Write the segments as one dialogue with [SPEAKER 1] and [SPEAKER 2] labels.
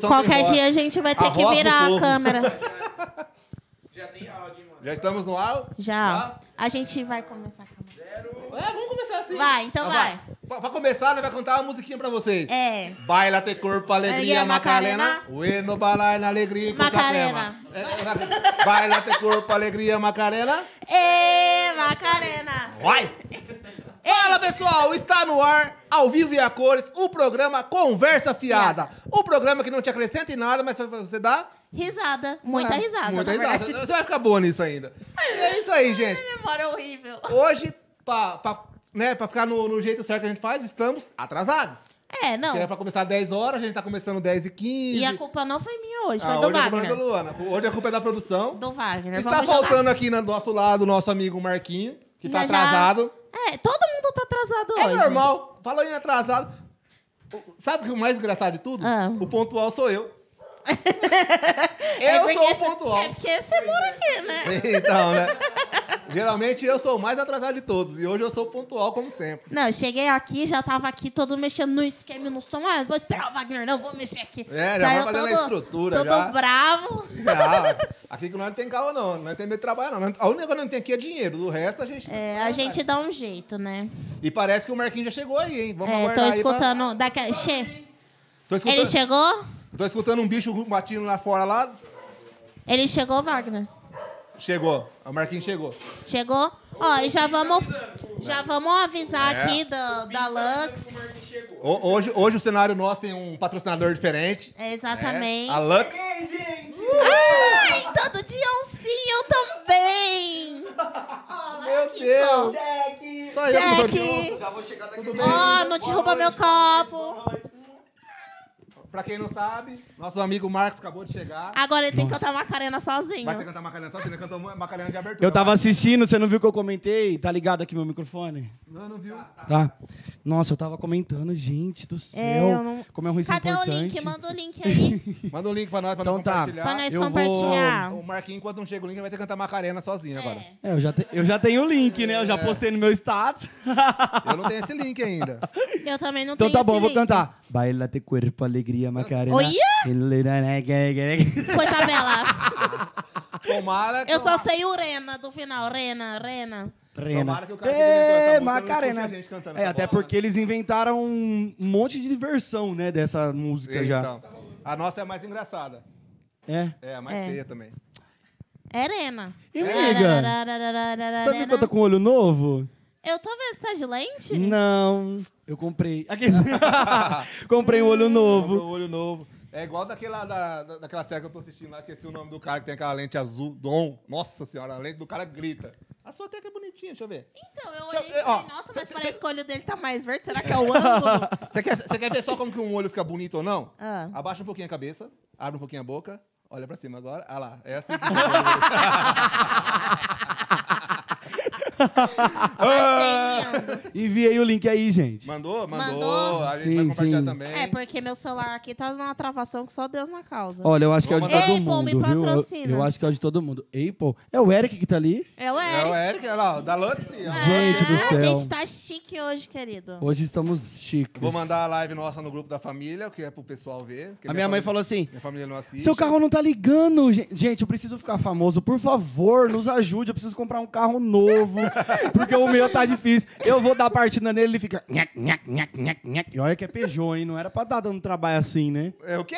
[SPEAKER 1] Qualquer dia a gente vai ter
[SPEAKER 2] A
[SPEAKER 1] que
[SPEAKER 2] voz do
[SPEAKER 1] virar a
[SPEAKER 2] povo.
[SPEAKER 1] câmera.
[SPEAKER 3] Já tem áudio, hein, mano.
[SPEAKER 2] Já estamos no ar?
[SPEAKER 1] Então Já.
[SPEAKER 2] Tá?
[SPEAKER 1] A gente vai começar a câmera.
[SPEAKER 3] É, vamos começar assim.
[SPEAKER 1] Vai, então
[SPEAKER 2] Ah,
[SPEAKER 1] vai.
[SPEAKER 2] Pra pra começar, nós vai cantar uma musiquinha pra vocês.
[SPEAKER 1] É.
[SPEAKER 2] Baila ter corpo, alegria,
[SPEAKER 1] Alegria, Macarena.
[SPEAKER 2] Macarena. Bueno, baila na alegria, com
[SPEAKER 1] Macarena.
[SPEAKER 2] Saquema. É, é, Baila ter corpo, alegria, Macarena.
[SPEAKER 1] Ê, Macarena!
[SPEAKER 2] Vai! Fala pessoal, está no ar, ao vivo e a cores, o programa Conversa
[SPEAKER 1] É.
[SPEAKER 2] Fiada. O programa que não te acrescenta em nada, mas você dá
[SPEAKER 1] Risada. Muita risada.
[SPEAKER 2] É, Muita
[SPEAKER 1] na
[SPEAKER 2] risada.
[SPEAKER 1] verdade.
[SPEAKER 2] Você vai ficar boa nisso ainda. E é isso aí, gente.
[SPEAKER 1] Memória horrível.
[SPEAKER 2] Hoje, pra, pra, né, pra ficar no, no jeito certo que a gente faz, estamos atrasados.
[SPEAKER 1] É, não.
[SPEAKER 2] Que era pra começar 10 horas, a gente tá começando 10 e 15.
[SPEAKER 1] E a culpa não foi minha hoje, foi
[SPEAKER 2] Ah, hoje
[SPEAKER 1] do
[SPEAKER 2] a culpa não é
[SPEAKER 1] Wagner.
[SPEAKER 2] da Luana. Hoje a culpa é da produção.
[SPEAKER 1] Do Wagner.
[SPEAKER 2] Está
[SPEAKER 1] Vamos jogar.
[SPEAKER 2] faltando aqui no nosso lado o nosso amigo Marquinho, que tá
[SPEAKER 1] Já, já.
[SPEAKER 2] atrasado.
[SPEAKER 1] É, todo mundo tá atrasado
[SPEAKER 2] É
[SPEAKER 1] hoje.
[SPEAKER 2] normal. Falou em atrasado. O- Sabe o que é o mais engraçado de tudo?
[SPEAKER 1] Ah.
[SPEAKER 2] O pontual sou eu.
[SPEAKER 1] É
[SPEAKER 2] eu
[SPEAKER 1] porque
[SPEAKER 2] sou o
[SPEAKER 1] cê-
[SPEAKER 2] pontual.
[SPEAKER 1] É porque você mora aqui, né?
[SPEAKER 2] Então, né? Geralmente eu sou o mais atrasado de todos. E hoje eu sou pontual, como sempre.
[SPEAKER 1] Não, eu cheguei aqui, já tava aqui todo mexendo no esquema, e no som. Ah, vou esperar o Wagner, não, vou mexer aqui.
[SPEAKER 2] É, já vai fazendo a estrutura,
[SPEAKER 1] todo
[SPEAKER 2] já.
[SPEAKER 1] bravo.
[SPEAKER 2] Já, aqui que nós não tem carro, não. Nós não tem medo de trabalhar, não. A única coisa que não tem aqui é dinheiro. Do resto, a gente...
[SPEAKER 1] É, a gente dá um jeito, né?
[SPEAKER 2] E parece que o Marquinhos já chegou aí, hein? Vamos
[SPEAKER 1] É, tô
[SPEAKER 2] aguardar aí pra-
[SPEAKER 1] escutando. Daqui... Che...
[SPEAKER 2] Tô escutando...
[SPEAKER 1] Ele chegou?
[SPEAKER 2] Tô escutando um bicho latindo lá fora lá.
[SPEAKER 1] Ele chegou, Wagner?
[SPEAKER 2] Chegou. O Marquinhos chegou.
[SPEAKER 1] Chegou? Ó, e já vamos, já vamos avisar
[SPEAKER 2] É.
[SPEAKER 1] aqui da, da Lux.
[SPEAKER 2] Ho- hoje, hoje o cenário nosso tem um patrocinador diferente.
[SPEAKER 1] É,
[SPEAKER 2] né?
[SPEAKER 1] exatamente.
[SPEAKER 2] A Lux.
[SPEAKER 1] Ai, todo dia é um sim, eu também!
[SPEAKER 2] Meu
[SPEAKER 1] que
[SPEAKER 2] Deus.
[SPEAKER 4] Jack!
[SPEAKER 2] Só eu que tô
[SPEAKER 1] Jack!
[SPEAKER 4] Já vou chegar daqui.
[SPEAKER 1] Ó, não derruba meu copo.
[SPEAKER 2] Pra quem não sabe, nosso amigo Marcos acabou de chegar.
[SPEAKER 1] Agora ele tem que cantar Macarena sozinho.
[SPEAKER 2] Vai ter que cantar Macarena só, você não cantou Macarena de abertura.
[SPEAKER 4] Eu tava assistindo, você não viu o que eu comentei? Tá ligado aqui meu microfone?
[SPEAKER 2] Não, não viu.
[SPEAKER 4] Tá. Nossa, eu tava comentando, gente do céu.
[SPEAKER 1] É, eu não-
[SPEAKER 4] Como é ruim ser
[SPEAKER 1] Cadê
[SPEAKER 4] importante.
[SPEAKER 1] o link? Manda o link aí
[SPEAKER 2] Manda um link pra nós, pra
[SPEAKER 4] Então
[SPEAKER 2] nós
[SPEAKER 4] tá.
[SPEAKER 2] compartilhar.
[SPEAKER 1] pra nós
[SPEAKER 4] Eu vou-
[SPEAKER 1] compartilhar.
[SPEAKER 2] O Marquinhos, enquanto não chega o link, vai ter que cantar Macarena sozinho agora.
[SPEAKER 1] É.
[SPEAKER 4] É, eu já, te- eu já tenho o link, né? Eu
[SPEAKER 2] É.
[SPEAKER 4] já postei no meu status.
[SPEAKER 2] Eu não tenho esse link ainda.
[SPEAKER 1] Eu também não
[SPEAKER 4] então
[SPEAKER 1] tenho
[SPEAKER 4] tá bom,
[SPEAKER 1] esse
[SPEAKER 4] vou
[SPEAKER 1] link.
[SPEAKER 4] cantar. Baila te corpo, alegria, macarena. né,
[SPEAKER 1] Olha!
[SPEAKER 4] Olha!
[SPEAKER 1] Coisa bela.
[SPEAKER 2] Tomara que
[SPEAKER 1] Eu assim. só sei o Rena do final. Rena, Rena.
[SPEAKER 2] Tomara
[SPEAKER 4] Rena.
[SPEAKER 2] que o cara que inventou essa música
[SPEAKER 4] Ê,
[SPEAKER 2] não
[SPEAKER 4] Macarena.
[SPEAKER 2] escute a gente cantando
[SPEAKER 4] É,
[SPEAKER 2] essa
[SPEAKER 4] até
[SPEAKER 2] bosta.
[SPEAKER 4] porque eles inventaram um monte de diversão, né, dessa música já.
[SPEAKER 2] Então, a nossa é a mais engraçada.
[SPEAKER 4] É.
[SPEAKER 2] É, a mais
[SPEAKER 1] É.
[SPEAKER 2] feia também.
[SPEAKER 1] É Rena.
[SPEAKER 4] E, amiga, você tá vendo que eu tô com olho novo?
[SPEAKER 1] Eu tô vendo, você tá de lente?
[SPEAKER 4] Não, eu comprei. Aqui. comprei um olho novo.
[SPEAKER 2] Comprou o olho novo. É igual daquela, da, da- daquela série que eu tô assistindo lá, esqueci o nome do cara que tem aquela lente azul, Dom. Nossa senhora, a lente do cara grita. A sua até que é bonitinha, deixa eu ver.
[SPEAKER 1] Então, eu olhei e
[SPEAKER 2] Ó,
[SPEAKER 1] falei, nossa, mas parece que o olho dele tá mais verde. Será que é o ângulo?
[SPEAKER 2] Você quer, você quer ver só como que um olho fica bonito ou não?
[SPEAKER 1] Ah.
[SPEAKER 2] Abaixa um pouquinho a cabeça, abre um pouquinho a boca, olha pra cima agora. Ah lá, é assim que fica.
[SPEAKER 1] Vai ser lindo.
[SPEAKER 4] Enviei o link aí, gente.
[SPEAKER 2] Mandou? Mandou.
[SPEAKER 1] Mandou.
[SPEAKER 2] A gente
[SPEAKER 4] Sim,
[SPEAKER 2] vai compartilhar
[SPEAKER 4] sim.
[SPEAKER 2] também.
[SPEAKER 1] É, porque meu celular aqui tá numa travação que só Deus na causa.
[SPEAKER 4] Olha, eu acho que é o de
[SPEAKER 2] Vou mandar.
[SPEAKER 4] todo
[SPEAKER 1] Apple, me
[SPEAKER 4] mundo, viu? Eu,
[SPEAKER 1] patrocina.
[SPEAKER 4] eu acho que é o de todo mundo. Apple? É o Eric que tá ali?
[SPEAKER 1] É o
[SPEAKER 2] É o
[SPEAKER 1] Eric.
[SPEAKER 2] Eric, olha lá, ó, da Lux. ó.
[SPEAKER 4] Gente do
[SPEAKER 1] Ah,
[SPEAKER 4] céu.
[SPEAKER 1] A gente tá chique hoje, querido.
[SPEAKER 4] Hoje estamos chiques.
[SPEAKER 2] Vou mandar a live nossa no grupo da família, que é pro pessoal ver. que
[SPEAKER 4] A minha mãe
[SPEAKER 2] família-
[SPEAKER 4] falou assim,
[SPEAKER 2] Minha família não assiste.
[SPEAKER 4] Seu carro não tá ligando. gen- Gente, eu preciso ficar famoso. Por favor, nos ajude. Eu preciso comprar um carro novo. Porque o meu tá difícil. Eu vou dar partida nele, ele fica. Nhac, nhac, nhac, nhac, nhac. E olha que é Peugeot, hein? Não era pra dar dando trabalho assim, né?
[SPEAKER 2] É o quê?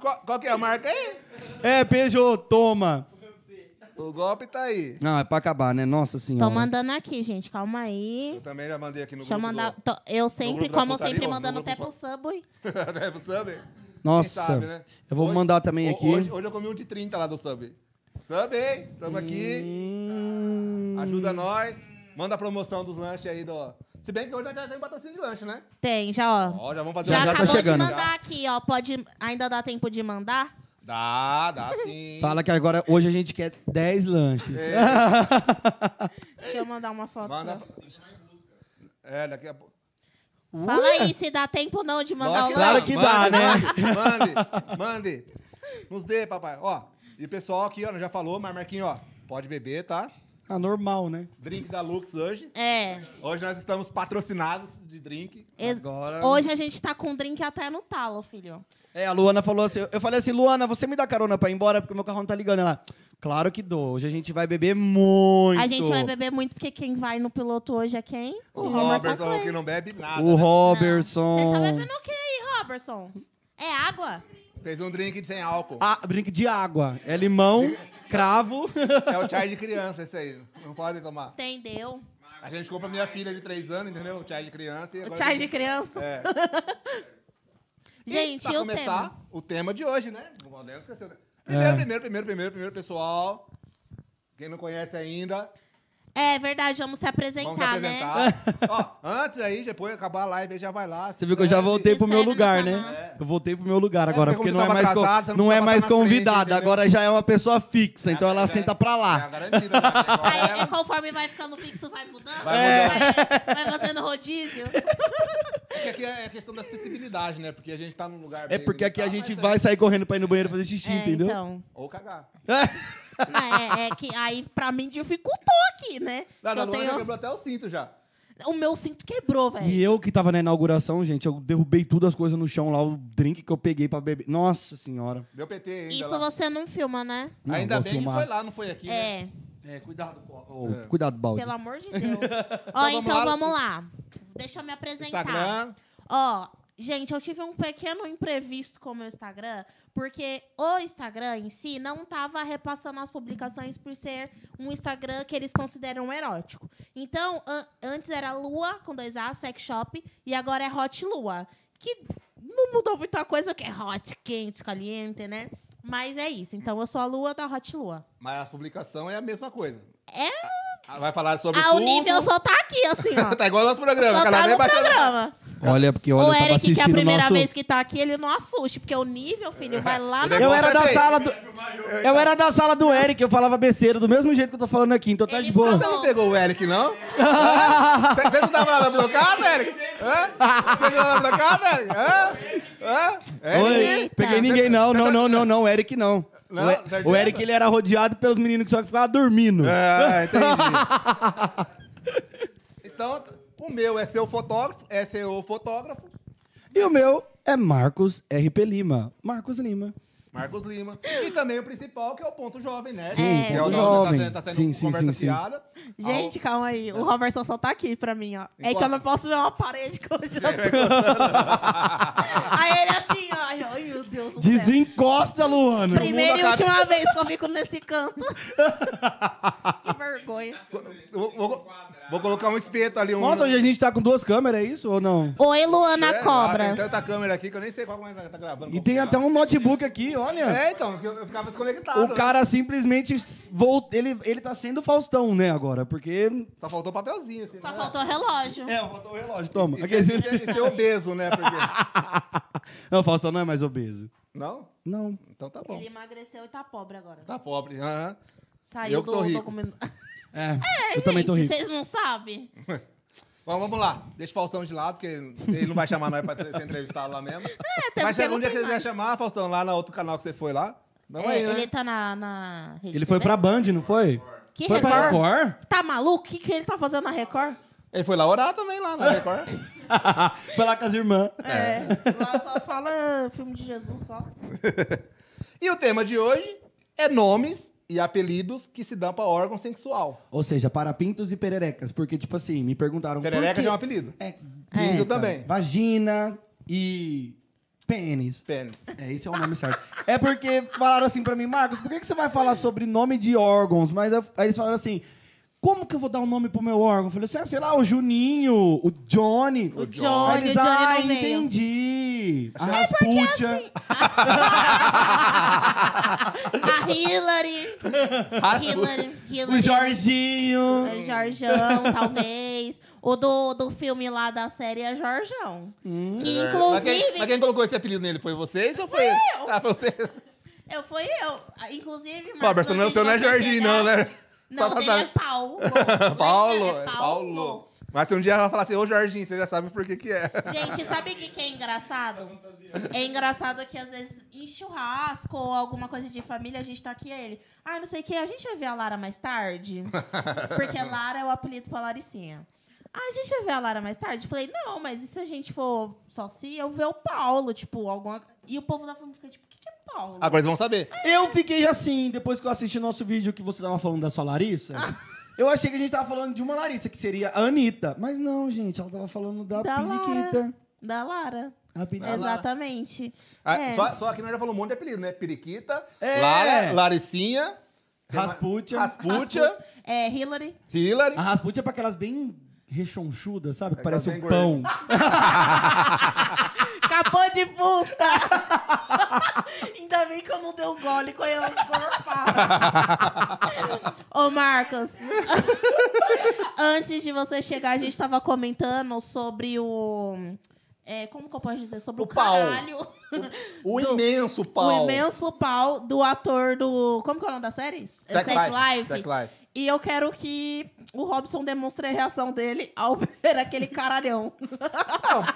[SPEAKER 2] qual, qual que é a marca aí?
[SPEAKER 4] É, Peugeot, toma.
[SPEAKER 2] O golpe tá aí.
[SPEAKER 4] Não, é pra acabar, né? Nossa senhora.
[SPEAKER 1] Tô mandando aqui, gente. Calma aí.
[SPEAKER 2] Eu também já mandei aqui no
[SPEAKER 1] Deixa eu
[SPEAKER 2] grupo
[SPEAKER 1] mandar.
[SPEAKER 2] do...
[SPEAKER 1] tô- eu sempre,
[SPEAKER 2] grupo da
[SPEAKER 1] como eu
[SPEAKER 2] putaria,
[SPEAKER 1] sempre,
[SPEAKER 2] ó, no
[SPEAKER 1] mandando
[SPEAKER 2] grupo
[SPEAKER 1] até
[SPEAKER 2] só-
[SPEAKER 1] pro Subway.
[SPEAKER 2] né, pro Sub.
[SPEAKER 4] Nossa.
[SPEAKER 2] Quem sabe, né?
[SPEAKER 4] Eu vou
[SPEAKER 2] Hoje-
[SPEAKER 4] mandar também
[SPEAKER 2] ho-
[SPEAKER 4] aqui.
[SPEAKER 2] Hoje, hoje eu comi um de 30 lá do Sub. Sub, hein? Tamo aqui.
[SPEAKER 4] Hum,
[SPEAKER 2] Ajuda nós. Manda a promoção dos lanches aí, do... Se bem que hoje nós já tem patrocínio de lanche, né?
[SPEAKER 1] Tem, já, ó.
[SPEAKER 2] Ó, já vamos fazer um
[SPEAKER 1] Já,
[SPEAKER 4] já tá
[SPEAKER 1] acabou
[SPEAKER 4] chegando.
[SPEAKER 1] de mandar aqui, ó. Pode. Ainda dá tempo de mandar?
[SPEAKER 2] Dá, dá sim.
[SPEAKER 4] Fala que agora, hoje a gente quer 10 lanches.
[SPEAKER 2] É.
[SPEAKER 1] Deixa eu mandar uma foto.
[SPEAKER 2] Manda...
[SPEAKER 1] pra-
[SPEAKER 2] É, daqui a pouco.
[SPEAKER 1] Fala aí se dá tempo não de mandar um
[SPEAKER 2] Lógico
[SPEAKER 1] o lanche.
[SPEAKER 4] Claro que dá,
[SPEAKER 2] né? Mande, mande. Nos dê, papai. Ó, e o pessoal aqui, ó, já falou, mas Marquinhos, ó, pode beber, tá?
[SPEAKER 4] Ah, normal, né?
[SPEAKER 2] Drink da Lux hoje.
[SPEAKER 1] É.
[SPEAKER 2] Hoje nós estamos patrocinados de drink.
[SPEAKER 1] Ex-
[SPEAKER 4] Agora-
[SPEAKER 1] Hoje a gente tá com drink até no talo, filho.
[SPEAKER 4] É, a Luana falou assim. Eu falei assim, Luana, você me dá carona pra ir embora porque meu carro não tá ligando. Ela, claro que dou. Hoje a gente vai beber muito.
[SPEAKER 1] A gente vai beber muito, porque quem vai no piloto hoje é quem?
[SPEAKER 2] O Robertson que não bebe nada.
[SPEAKER 4] O
[SPEAKER 2] né?
[SPEAKER 1] Você
[SPEAKER 4] Robertson.
[SPEAKER 1] tá bebendo o que aí, Robertson? É água?
[SPEAKER 2] Fez um drink sem álcool.
[SPEAKER 4] Ah, drink de água. É limão, cravo.
[SPEAKER 2] É o chai de criança, esse aí. Não pode tomar.
[SPEAKER 1] Entendeu?
[SPEAKER 2] A gente compra minha filha de 3 anos, entendeu? O chai de criança. E
[SPEAKER 1] O
[SPEAKER 2] agora-
[SPEAKER 1] chá de criança.
[SPEAKER 2] É.
[SPEAKER 1] Gente,
[SPEAKER 2] pra
[SPEAKER 1] e o
[SPEAKER 2] começar,
[SPEAKER 1] tema?
[SPEAKER 2] o tema de hoje, né? Não podemos esquecer. né?
[SPEAKER 4] É.
[SPEAKER 2] Primeiro, primeiro, primeiro, primeiro, primeiro, pessoal. Quem não conhece ainda,
[SPEAKER 1] É verdade, vamos
[SPEAKER 2] vamos
[SPEAKER 1] se apresentar,
[SPEAKER 2] se
[SPEAKER 1] né?
[SPEAKER 2] apresentar. Ó, antes aí, depois acabar a live, aí já vai lá. é,
[SPEAKER 4] Você viu que eu já voltei
[SPEAKER 1] se
[SPEAKER 4] pro meu
[SPEAKER 1] inscreve É, no
[SPEAKER 4] lugar,
[SPEAKER 1] canal.
[SPEAKER 4] né? Eu voltei pro meu lugar agora,
[SPEAKER 2] porque
[SPEAKER 4] porque
[SPEAKER 2] como
[SPEAKER 4] não é
[SPEAKER 2] você tava
[SPEAKER 4] mais, con-
[SPEAKER 2] atrasado, você não
[SPEAKER 4] não é
[SPEAKER 2] precisava
[SPEAKER 4] mais
[SPEAKER 2] passar na frente,
[SPEAKER 4] convidada,
[SPEAKER 2] entendeu?
[SPEAKER 4] agora já é uma pessoa fixa, então ela senta pra
[SPEAKER 2] É a
[SPEAKER 4] lá.
[SPEAKER 2] garantida. né? Agora
[SPEAKER 1] Aí, é
[SPEAKER 2] ela-
[SPEAKER 1] conforme vai ficando fixo, vai mudando. né?
[SPEAKER 2] Vai
[SPEAKER 1] Vai, vai fazendo rodízio.
[SPEAKER 2] Porque aqui é questão da acessibilidade, né? Porque a gente tá num lugar.
[SPEAKER 4] É
[SPEAKER 2] bem
[SPEAKER 4] porque aqui a
[SPEAKER 2] limitado,
[SPEAKER 4] gente
[SPEAKER 2] mas
[SPEAKER 4] vai sair correndo pra ir no banheiro fazer xixi,
[SPEAKER 1] É,
[SPEAKER 4] entendeu?
[SPEAKER 1] então.
[SPEAKER 2] é- Ou cagar.
[SPEAKER 1] É, é que aí pra mim dificultou aqui, né?
[SPEAKER 2] Não,
[SPEAKER 1] Que
[SPEAKER 2] não,
[SPEAKER 1] eu
[SPEAKER 2] não,
[SPEAKER 1] tenho-
[SPEAKER 2] já quebrou até o cinto já.
[SPEAKER 1] O meu cinto quebrou, velho.
[SPEAKER 4] E eu que tava na inauguração, gente, eu derrubei tudo as coisas no chão lá, o drink que eu peguei pra beber. Nossa senhora.
[SPEAKER 2] Deu PT ainda.
[SPEAKER 1] Isso
[SPEAKER 2] lá.
[SPEAKER 1] você não filma, né?
[SPEAKER 4] Não,
[SPEAKER 2] Ainda
[SPEAKER 4] vou
[SPEAKER 2] bem
[SPEAKER 4] filmar.
[SPEAKER 2] que foi lá, não foi aqui. né?
[SPEAKER 1] É,
[SPEAKER 4] É, cuidado, com a- Ô, cuidado, balde.
[SPEAKER 1] pelo amor de Deus. Ó,
[SPEAKER 2] Então vamos
[SPEAKER 1] então
[SPEAKER 2] lá.
[SPEAKER 1] vamos lá. Deixa eu me apresentar.
[SPEAKER 2] Instagram.
[SPEAKER 1] Ó, gente, eu tive um pequeno imprevisto com o meu Instagram, porque o Instagram em si não tava repassando as publicações por ser um Instagram que eles consideram erótico. Então, an- antes era Lua, com dois A, sex shop, e agora é Hot Lua. Que não mudou muita coisa, porque é hot, quente, caliente, né? Mas é isso. Então, eu sou a Lua da Hot Lua.
[SPEAKER 2] Mas a publicação é a mesma coisa.
[SPEAKER 1] É?
[SPEAKER 2] Ah, Vai falar sobre
[SPEAKER 1] Ah, o
[SPEAKER 2] tudo.
[SPEAKER 1] nível só tá aqui, assim, ó.
[SPEAKER 2] Tá igual o nosso programa.
[SPEAKER 1] Só
[SPEAKER 2] cada
[SPEAKER 1] tá
[SPEAKER 2] vez
[SPEAKER 1] no
[SPEAKER 2] baixando.
[SPEAKER 1] programa.
[SPEAKER 4] Olha, porque olha,
[SPEAKER 1] O
[SPEAKER 4] eu tava
[SPEAKER 1] Eric, que é a
[SPEAKER 4] assistindo o
[SPEAKER 1] primeira
[SPEAKER 4] nosso...
[SPEAKER 1] vez que tá aqui, ele não assuste, porque é o nível, filho, vai lá na.
[SPEAKER 2] Ele é
[SPEAKER 4] Eu era da
[SPEAKER 2] Acertei.
[SPEAKER 4] sala do... Eu era da sala do Eric, eu falava besteira, do mesmo jeito que eu tô falando aqui, então tá
[SPEAKER 1] Ele
[SPEAKER 4] de boa.
[SPEAKER 2] Você
[SPEAKER 1] falou-
[SPEAKER 2] não pegou o Eric, não? Você você não tava lá na blocada, Eric? Hã? Você não tava na blocada, Eric? Hã? Hã? Eric?
[SPEAKER 4] Oi,
[SPEAKER 1] Eita.
[SPEAKER 4] peguei ninguém não, não, não, não, não, o Eric não.
[SPEAKER 2] Não, tá
[SPEAKER 4] o, E-
[SPEAKER 2] certeza?
[SPEAKER 4] o Eric, ele era rodeado pelos meninos que só ficavam dormindo.
[SPEAKER 2] Ah, entendi. Então, o meu é seu fotógrafo, é seu fotógrafo,
[SPEAKER 4] E o meu é Marcos RP Lima. Marcos Lima.
[SPEAKER 2] Marcos Lima. E também o principal, que é o Ponto Jovem, né?
[SPEAKER 4] Sim,
[SPEAKER 1] É,
[SPEAKER 2] que é o
[SPEAKER 1] Ponto
[SPEAKER 2] nome que Tá
[SPEAKER 4] Jovem.
[SPEAKER 2] saindo, tá saindo
[SPEAKER 4] Sim, sim,
[SPEAKER 2] conversa
[SPEAKER 4] sim, sim.
[SPEAKER 2] fiada.
[SPEAKER 1] Gente, calma aí. O Robertson só tá aqui pra mim, ó. É que
[SPEAKER 2] Encosta.
[SPEAKER 1] eu não posso ver uma parede que eu já tô. Aí ele assim, ó. Ai, ai, meu Deus do céu.
[SPEAKER 4] Desencosta, Luana.
[SPEAKER 1] Primeira e
[SPEAKER 2] acaba-
[SPEAKER 1] última vez que eu fico nesse canto. que vergonha.
[SPEAKER 2] Eu Vou, vou- vou colocar um espeto ali. Um,
[SPEAKER 4] Nossa, hoje a gente tá com duas câmeras, é isso ou não?
[SPEAKER 1] Oi, Luana
[SPEAKER 2] É, Tem
[SPEAKER 4] então.
[SPEAKER 1] Cobra.
[SPEAKER 2] tanta câmera aqui que eu nem sei qual câmera tá gravando.
[SPEAKER 4] E tem até um notebook aqui, olha.
[SPEAKER 2] É, então, que eu, eu ficava desconectado. né?
[SPEAKER 4] O cara simplesmente voltou. Ele, ele tá sendo Faustão, né, agora? Porque.
[SPEAKER 2] né? Só faltou papelzinho, assim.
[SPEAKER 1] Só
[SPEAKER 2] né?
[SPEAKER 1] faltou o relógio.
[SPEAKER 4] É, faltou o relógio, toma.
[SPEAKER 2] E ser, e ser- e ser obeso, né? Porque...
[SPEAKER 4] Não, o Faustão não é mais obeso.
[SPEAKER 2] Não?
[SPEAKER 4] Não.
[SPEAKER 2] Então tá bom.
[SPEAKER 1] Ele emagreceu e tá pobre agora.
[SPEAKER 2] Tá pobre. aham.
[SPEAKER 1] Saiu
[SPEAKER 2] Eu que tô
[SPEAKER 1] do
[SPEAKER 2] rico.
[SPEAKER 1] documento.
[SPEAKER 4] É, eu também tô
[SPEAKER 1] Gente,
[SPEAKER 4] rico.
[SPEAKER 1] vocês não sabem?
[SPEAKER 2] Bom, vamos lá. Deixa o Faustão de lado, porque ele não vai chamar nós pra ser entrevistado lá mesmo.
[SPEAKER 1] É, até
[SPEAKER 2] Mas
[SPEAKER 1] porque
[SPEAKER 2] chega um
[SPEAKER 1] não
[SPEAKER 2] dia que
[SPEAKER 1] tem
[SPEAKER 2] ele quiser
[SPEAKER 1] mais.
[SPEAKER 2] chamar, Faustão, lá no outro canal que você foi lá. Não
[SPEAKER 1] É,
[SPEAKER 2] aí, né?
[SPEAKER 1] Ele tá na, na rede
[SPEAKER 4] Ele foi
[SPEAKER 1] TV?
[SPEAKER 4] pra Band, não foi?
[SPEAKER 1] Que
[SPEAKER 4] foi pra
[SPEAKER 1] Record?
[SPEAKER 4] Record?
[SPEAKER 1] Tá maluco? O que, que ele tá fazendo na Record?
[SPEAKER 2] Ele foi lá orar também, lá na Record.
[SPEAKER 4] foi lá com as irmãs.
[SPEAKER 1] É. Lá só fala ah, filme de Jesus só.
[SPEAKER 2] e o tema de hoje é nomes e apelidos que se dão pra órgão sexual.
[SPEAKER 4] Ou seja, para pintos e pererecas. Porque, tipo assim, me perguntaram. por
[SPEAKER 2] Perereca
[SPEAKER 4] quê?
[SPEAKER 2] já é um apelido.
[SPEAKER 4] É,
[SPEAKER 2] É.
[SPEAKER 4] pinto
[SPEAKER 2] também.
[SPEAKER 4] Vagina e pênis.
[SPEAKER 2] Pênis.
[SPEAKER 4] É, esse é o nome certo. É porque falaram assim pra mim, Marcos, por que, que você vai falar sobre nome de órgãos? Mas eu- aí eles falaram assim, como que eu vou dar um nome pro meu órgão? Eu falei assim, ah, sei lá, o Juninho, o Johnny.
[SPEAKER 1] O Johnny,
[SPEAKER 4] Aí eles,
[SPEAKER 1] o Johnny
[SPEAKER 4] ah,
[SPEAKER 1] não veio."
[SPEAKER 4] entendi. A
[SPEAKER 1] É porque
[SPEAKER 4] Rasputia.
[SPEAKER 1] assim. a Hillary. Hillary. Hillary.
[SPEAKER 4] O Jorginho.
[SPEAKER 1] É Jorjão, talvez. O do, do filme lá da série é Jorjão.
[SPEAKER 2] Mas quem,
[SPEAKER 1] Que
[SPEAKER 2] Hum. É. mas
[SPEAKER 1] inclusive.
[SPEAKER 2] quem colocou esse apelido nele? Foi vocês ou foi ele?
[SPEAKER 1] eu.
[SPEAKER 2] Ah, foi você.
[SPEAKER 1] Eu fui eu. Ah, Inclusive, Marcos,
[SPEAKER 2] Robertson, não,
[SPEAKER 1] antes
[SPEAKER 2] seu
[SPEAKER 1] de
[SPEAKER 2] não é
[SPEAKER 1] você
[SPEAKER 2] Jorginho,
[SPEAKER 1] chegar-
[SPEAKER 2] não, né?
[SPEAKER 1] Não,
[SPEAKER 2] Só
[SPEAKER 1] dele
[SPEAKER 2] pra-
[SPEAKER 1] é Paulo.
[SPEAKER 2] Paulo,
[SPEAKER 1] Lembra?
[SPEAKER 2] é
[SPEAKER 1] É
[SPEAKER 2] Paulo.
[SPEAKER 1] Paulo.
[SPEAKER 2] Mas se um dia ela falar assim, ô Jorginho, você já sabe por que que é.
[SPEAKER 1] Gente, sabe o que, que é engraçado? É engraçado que às vezes em churrasco ou alguma coisa de família, a gente tá aqui e ele. Ah, não sei o que, a gente vai ver a Lara mais tarde. Porque Lara é o apelido pra Laricinha. Ah, a gente vai ver a Lara mais tarde? Falei, não, mas e se a gente for só se eu ver o Paulo, tipo, alguma. E o povo da família fica tipo, o que, que é Paulo?
[SPEAKER 2] Agora eles vão saber.
[SPEAKER 4] Eu fiquei assim, depois que eu assisti nosso vídeo que você tava falando da sua Larissa. Eu achei que a gente tava falando de uma Larissa, que seria a Anitta. Mas não, gente, ela tava falando da,
[SPEAKER 1] Da
[SPEAKER 4] periquita.
[SPEAKER 1] Lara. Da Lara.
[SPEAKER 4] A periquita.
[SPEAKER 1] Exatamente.
[SPEAKER 2] Ah,
[SPEAKER 1] É.
[SPEAKER 2] Só, só aqui nós já falamos um monte de apelido, né? Periquita,
[SPEAKER 4] É.
[SPEAKER 2] Lara, Laricinha,
[SPEAKER 4] Rasputia.
[SPEAKER 2] um Rasputia, Ah,
[SPEAKER 1] É, Hillary.
[SPEAKER 2] Hillary.
[SPEAKER 4] A Rasputia é pra aquelas bem rechonchudas, sabe? Que
[SPEAKER 2] Aquelas
[SPEAKER 4] parece um
[SPEAKER 2] bem
[SPEAKER 4] pão.
[SPEAKER 1] Capô de fusta! Ainda bem que eu não dei um gole com eu engorfar. Ô, Marcos. Antes de você chegar, a gente tava comentando sobre o... é, como que eu posso dizer? Sobre
[SPEAKER 2] O
[SPEAKER 1] o,
[SPEAKER 2] pau.
[SPEAKER 1] caralho.
[SPEAKER 2] O
[SPEAKER 1] Do-
[SPEAKER 2] imenso
[SPEAKER 1] O
[SPEAKER 2] pau.
[SPEAKER 1] imenso pau do ator do... Como que é o nome da série?
[SPEAKER 2] Sex Life.
[SPEAKER 1] Life.
[SPEAKER 2] Sex Life.
[SPEAKER 1] E eu quero que o Robson demonstre a reação dele ao ver aquele caralhão.
[SPEAKER 2] Ah,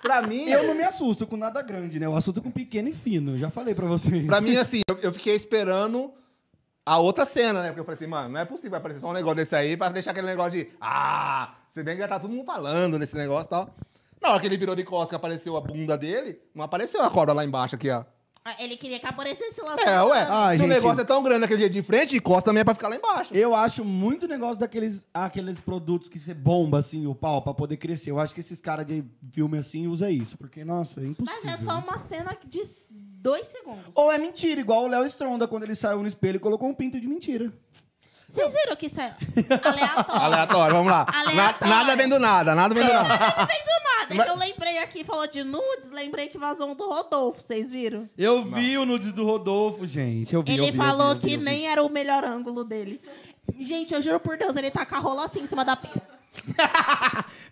[SPEAKER 2] Pra mim,
[SPEAKER 4] Eu não me assusto com nada grande, né? Eu assusto com pequeno e fino. Eu Já falei pra vocês.
[SPEAKER 2] pra mim assim, eu, eu fiquei esperando a outra cena, né? Porque eu falei assim, mano, não é possível vai aparecer só um negócio desse aí pra deixar aquele negócio de. Ah! Se bem que já tá todo mundo falando nesse negócio e tal. Na hora que ele virou de costas que apareceu a bunda dele, não apareceu a corda lá embaixo aqui, ó.
[SPEAKER 1] Ah, Ele queria que aparecesse lá.
[SPEAKER 2] É, ué.
[SPEAKER 4] Ah,
[SPEAKER 2] se o
[SPEAKER 4] gente.
[SPEAKER 2] negócio é tão grande daquele jeito de frente, de costas também é pra ficar lá embaixo.
[SPEAKER 4] Eu acho muito negócio daqueles aqueles produtos que você bomba, assim, o pau, pra poder crescer. Eu acho que esses caras de filme assim usam isso, porque, nossa, é impossível.
[SPEAKER 1] Mas é só uma cena de s- dois segundos.
[SPEAKER 4] Ou é mentira, igual o Léo Stronda, quando ele saiu no espelho e colocou um pinto de mentira.
[SPEAKER 1] Vocês viram que isso é aleatório?
[SPEAKER 2] Aleatório, vamos lá.
[SPEAKER 1] Aleatório.
[SPEAKER 2] Na- nada vem do nada, nada vem do nada.
[SPEAKER 1] Não vem do nada. É
[SPEAKER 2] Mas-
[SPEAKER 1] que eu lembrei aqui, falou de nudes, lembrei que vazou um do Rodolfo, vocês viram?
[SPEAKER 4] Eu vi o nudes do Rodolfo, gente. Eu vi,
[SPEAKER 1] Ele
[SPEAKER 4] eu vi, eu
[SPEAKER 1] falou
[SPEAKER 4] vi, eu vi,
[SPEAKER 1] que
[SPEAKER 4] eu vi.
[SPEAKER 1] nem era o melhor ângulo dele. Gente, eu juro por Deus, ele tá com a rola assim em cima da pia.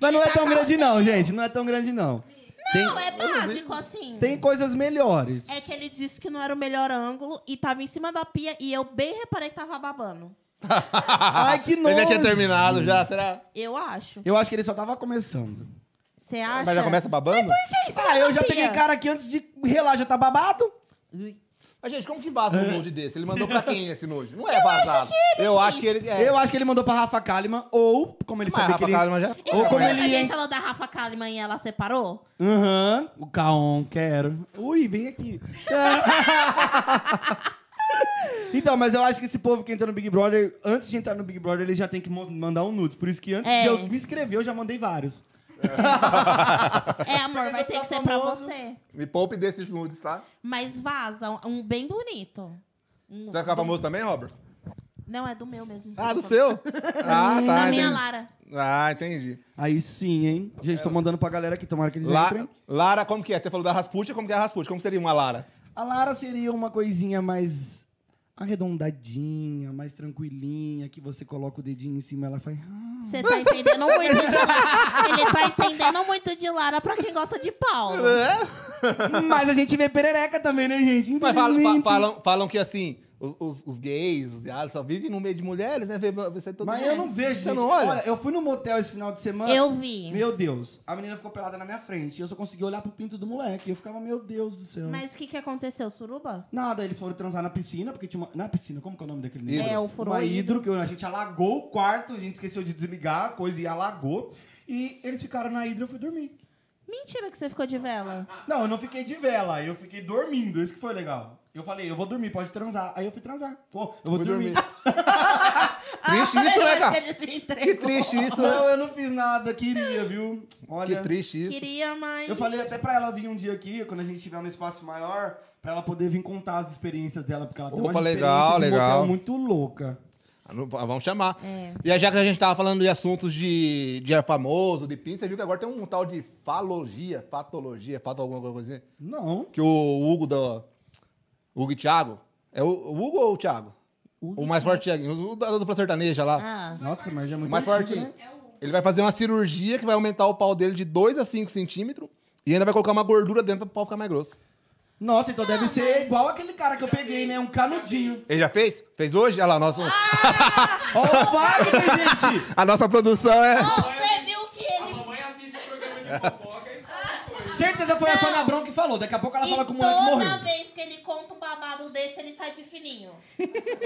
[SPEAKER 4] Mas não é tão grande, não, gente. Não é tão grande, não.
[SPEAKER 1] tá Não,
[SPEAKER 4] Tem-
[SPEAKER 1] é básico assim.
[SPEAKER 4] Tem coisas melhores.
[SPEAKER 1] É que ele disse que não era o melhor ângulo e tava em cima da pia e eu bem reparei que tava babando.
[SPEAKER 4] Ai, que nojo.
[SPEAKER 2] Ele já tinha terminado já, será?
[SPEAKER 1] Eu acho.
[SPEAKER 4] Eu acho que ele só tava começando.
[SPEAKER 1] Você acha?
[SPEAKER 2] Mas já começa babando?
[SPEAKER 1] Que é isso,
[SPEAKER 4] Ah, eu já peguei cara aqui antes de relar, já tá babado.
[SPEAKER 2] Mas, gente, como que vaza um nude desse? Ele mandou pra quem esse nude? Não é vazado. Eu acho que ele. é.
[SPEAKER 4] Eu acho que ele mandou pra Rafa Kalimann, ou, como ele
[SPEAKER 2] Mas
[SPEAKER 4] sabia
[SPEAKER 2] é Rafa
[SPEAKER 4] que ele...
[SPEAKER 2] Kalimann já-
[SPEAKER 1] E
[SPEAKER 4] Ou
[SPEAKER 1] vocês
[SPEAKER 4] como
[SPEAKER 1] viram que a
[SPEAKER 4] ele...
[SPEAKER 1] gente falou da Rafa Kalimann e ela separou?
[SPEAKER 4] Aham, o Caon, quero. Ui, vem aqui. então, mas eu acho que esse povo que entra no Big Brother, antes de entrar no Big Brother, ele já tem que mo- mandar um nudes. Por isso que antes
[SPEAKER 1] É.
[SPEAKER 4] de eu me inscrever, eu já mandei vários.
[SPEAKER 1] É, amor, vai
[SPEAKER 4] você
[SPEAKER 1] ter
[SPEAKER 4] tá
[SPEAKER 1] que ser pra
[SPEAKER 4] famoso.
[SPEAKER 1] você.
[SPEAKER 2] Me poupe desses nudes, tá?
[SPEAKER 1] Mas vaza, um- um bem bonito. Um-
[SPEAKER 2] Você vai ficar famoso também, Roberts?
[SPEAKER 1] Não, é do meu mesmo.
[SPEAKER 2] Ah, do seu? Ah, tá.
[SPEAKER 1] Da minha
[SPEAKER 2] entendi.
[SPEAKER 1] Lara.
[SPEAKER 2] Ah, entendi.
[SPEAKER 4] Aí sim, hein? Gente,
[SPEAKER 2] É.
[SPEAKER 4] tô mandando pra galera aqui, tomara que eles
[SPEAKER 2] La-
[SPEAKER 4] entrem.
[SPEAKER 2] Lara, como que é? Você falou da Rasputia, como que é a Rasputia? Como seria uma Lara?
[SPEAKER 4] A Lara seria uma coisinha mais arredondadinha, mais tranquilinha, que você coloca o dedinho em cima e ela faz... "Ah".
[SPEAKER 1] Você tá entendendo muito de Lara. Ele tá entendendo muito de Lara pra quem gosta de Paulo.
[SPEAKER 4] Mas a gente vê perereca também, né, gente?
[SPEAKER 2] Mas falam, fa-
[SPEAKER 4] Infelizmente.
[SPEAKER 2] falam, falam que assim, os, os- os gays, os viados, só vivem no meio de mulheres, né? Vê- Você é todo
[SPEAKER 4] Mas eu não vejo,
[SPEAKER 2] Você
[SPEAKER 4] gente.
[SPEAKER 2] não olha?
[SPEAKER 4] eu fui no motel esse final de semana.
[SPEAKER 1] Eu vi.
[SPEAKER 4] Meu Deus, a menina ficou pelada na minha frente. e Eu só consegui olhar pro pinto do moleque. Eu ficava, meu Deus do céu.
[SPEAKER 1] Mas o que, que aconteceu, Suruba?
[SPEAKER 4] Nada, eles foram transar na piscina, porque tinha uma. Na piscina, como que é o nome daquele
[SPEAKER 2] Hidro.
[SPEAKER 4] negócio?
[SPEAKER 1] É, o furou
[SPEAKER 4] Uma
[SPEAKER 1] hidro.
[SPEAKER 4] hidro, que a gente alagou o quarto, a gente esqueceu de desligar a coisa e alagou. E eles ficaram na hidro, eu fui dormir.
[SPEAKER 1] Mentira que você ficou de vela.
[SPEAKER 4] Não, eu não fiquei de vela, eu fiquei dormindo, isso que foi legal. Eu falei, eu vou dormir, pode transar. Aí eu fui transar. Pô, eu vou
[SPEAKER 2] Fui
[SPEAKER 4] dormir.
[SPEAKER 2] Triste isso, né, cara?
[SPEAKER 1] Ah, Ele se
[SPEAKER 2] Que
[SPEAKER 1] entregou.
[SPEAKER 2] triste isso, né?
[SPEAKER 4] Não, eu não fiz nada, queria, viu? Olha.
[SPEAKER 2] Que triste isso.
[SPEAKER 1] Queria, mas...
[SPEAKER 4] Eu falei até pra ela vir um dia aqui, quando a gente tiver um espaço maior, pra ela poder vir contar as experiências dela, porque ela tem
[SPEAKER 2] Opa,
[SPEAKER 4] uma
[SPEAKER 2] legal, legal.
[SPEAKER 4] muito louca.
[SPEAKER 2] Ah, não- ah, Vamos chamar.
[SPEAKER 1] É.
[SPEAKER 2] E aí, já que a gente tava falando de assuntos de, de famoso, de pinto, você viu que agora tem um tal de falogia, patologia, fato alguma coisa assim?
[SPEAKER 4] Não.
[SPEAKER 2] Que o Hugo da. Hugo e Thiago. É o, o Hugo ou o Thiago?
[SPEAKER 1] Hugo
[SPEAKER 2] o mais forte Thiago. O da dupla sertaneja lá.
[SPEAKER 1] Ah,
[SPEAKER 4] Nossa, mas é
[SPEAKER 2] o
[SPEAKER 4] muito
[SPEAKER 2] mais forte.
[SPEAKER 4] antigo, né?
[SPEAKER 2] Ele vai fazer uma cirurgia que vai aumentar o pau dele de 2 a 5 centímetros e ainda vai colocar uma gordura dentro pra o pau ficar mais grosso.
[SPEAKER 4] Nossa, então deve ser igual aquele cara que eu peguei, né? Um canudinho.
[SPEAKER 2] Ele já fez? Fez
[SPEAKER 4] Ah!
[SPEAKER 2] hoje? Olha lá, nosso,
[SPEAKER 4] Ó o Wagner, gente!
[SPEAKER 2] a nossa produção é.
[SPEAKER 1] Ô, Você viu
[SPEAKER 4] Certeza foi a Sônia Abrão que falou. Daqui a pouco ela
[SPEAKER 1] E
[SPEAKER 4] fala que o moleque
[SPEAKER 1] toda
[SPEAKER 4] morreu.
[SPEAKER 1] vez que ele conta um babado desse, ele sai de fininho.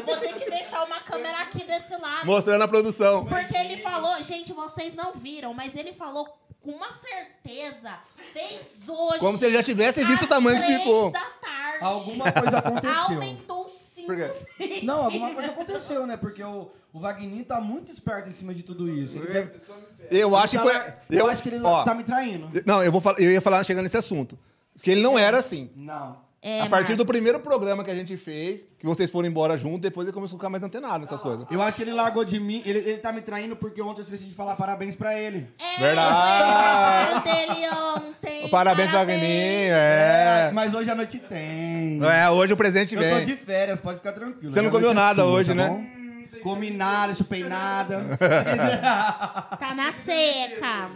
[SPEAKER 1] Vou ter que deixar uma câmera aqui desse lado.
[SPEAKER 2] Mostrando a produção.
[SPEAKER 1] Porque ele falou, gente, vocês não viram, mas ele falou com uma certeza. Fez hoje.
[SPEAKER 2] Como se ele já tivesse visto o
[SPEAKER 1] às
[SPEAKER 2] tamanho que
[SPEAKER 1] três
[SPEAKER 2] ficou.
[SPEAKER 1] da tarde.
[SPEAKER 4] Alguma coisa aconteceu.
[SPEAKER 1] Aumentou cinco
[SPEAKER 2] Por quê?
[SPEAKER 1] vezes.
[SPEAKER 4] Não, alguma coisa aconteceu, né? Porque o, o Vagninho tá muito esperto em cima de tudo isso. Ele deve-
[SPEAKER 2] Eu acho que
[SPEAKER 4] tá
[SPEAKER 2] foi.
[SPEAKER 4] lá- eu acho que ele
[SPEAKER 2] ó,
[SPEAKER 4] tá me traindo.
[SPEAKER 2] Não, eu, vou falar, eu ia falar chegando nesse assunto. Porque ele não
[SPEAKER 4] É.
[SPEAKER 2] era assim.
[SPEAKER 4] Não.
[SPEAKER 1] É,
[SPEAKER 2] a partir do
[SPEAKER 1] Marcos.
[SPEAKER 2] primeiro programa que a gente fez, que vocês foram embora junto, depois ele começou a ficar mais antenado nessas coisas.
[SPEAKER 4] Eu acho que ele largou de mim. Ele, ele tá me traindo porque ontem eu esqueci de falar parabéns pra ele.
[SPEAKER 1] É,
[SPEAKER 2] Verdade.
[SPEAKER 1] foi o aniversário dele ontem.
[SPEAKER 2] Parabéns, Wagninho. É.
[SPEAKER 4] Mas hoje à noite tem.
[SPEAKER 2] É, hoje o presente
[SPEAKER 4] Eu tô
[SPEAKER 2] vem.
[SPEAKER 4] de férias, pode ficar tranquilo.
[SPEAKER 2] Você não
[SPEAKER 4] Hoje à
[SPEAKER 2] comeu
[SPEAKER 4] noite é
[SPEAKER 2] nada hoje, né?
[SPEAKER 4] bom? Comi nada, chupei nada.
[SPEAKER 1] Tá na seca.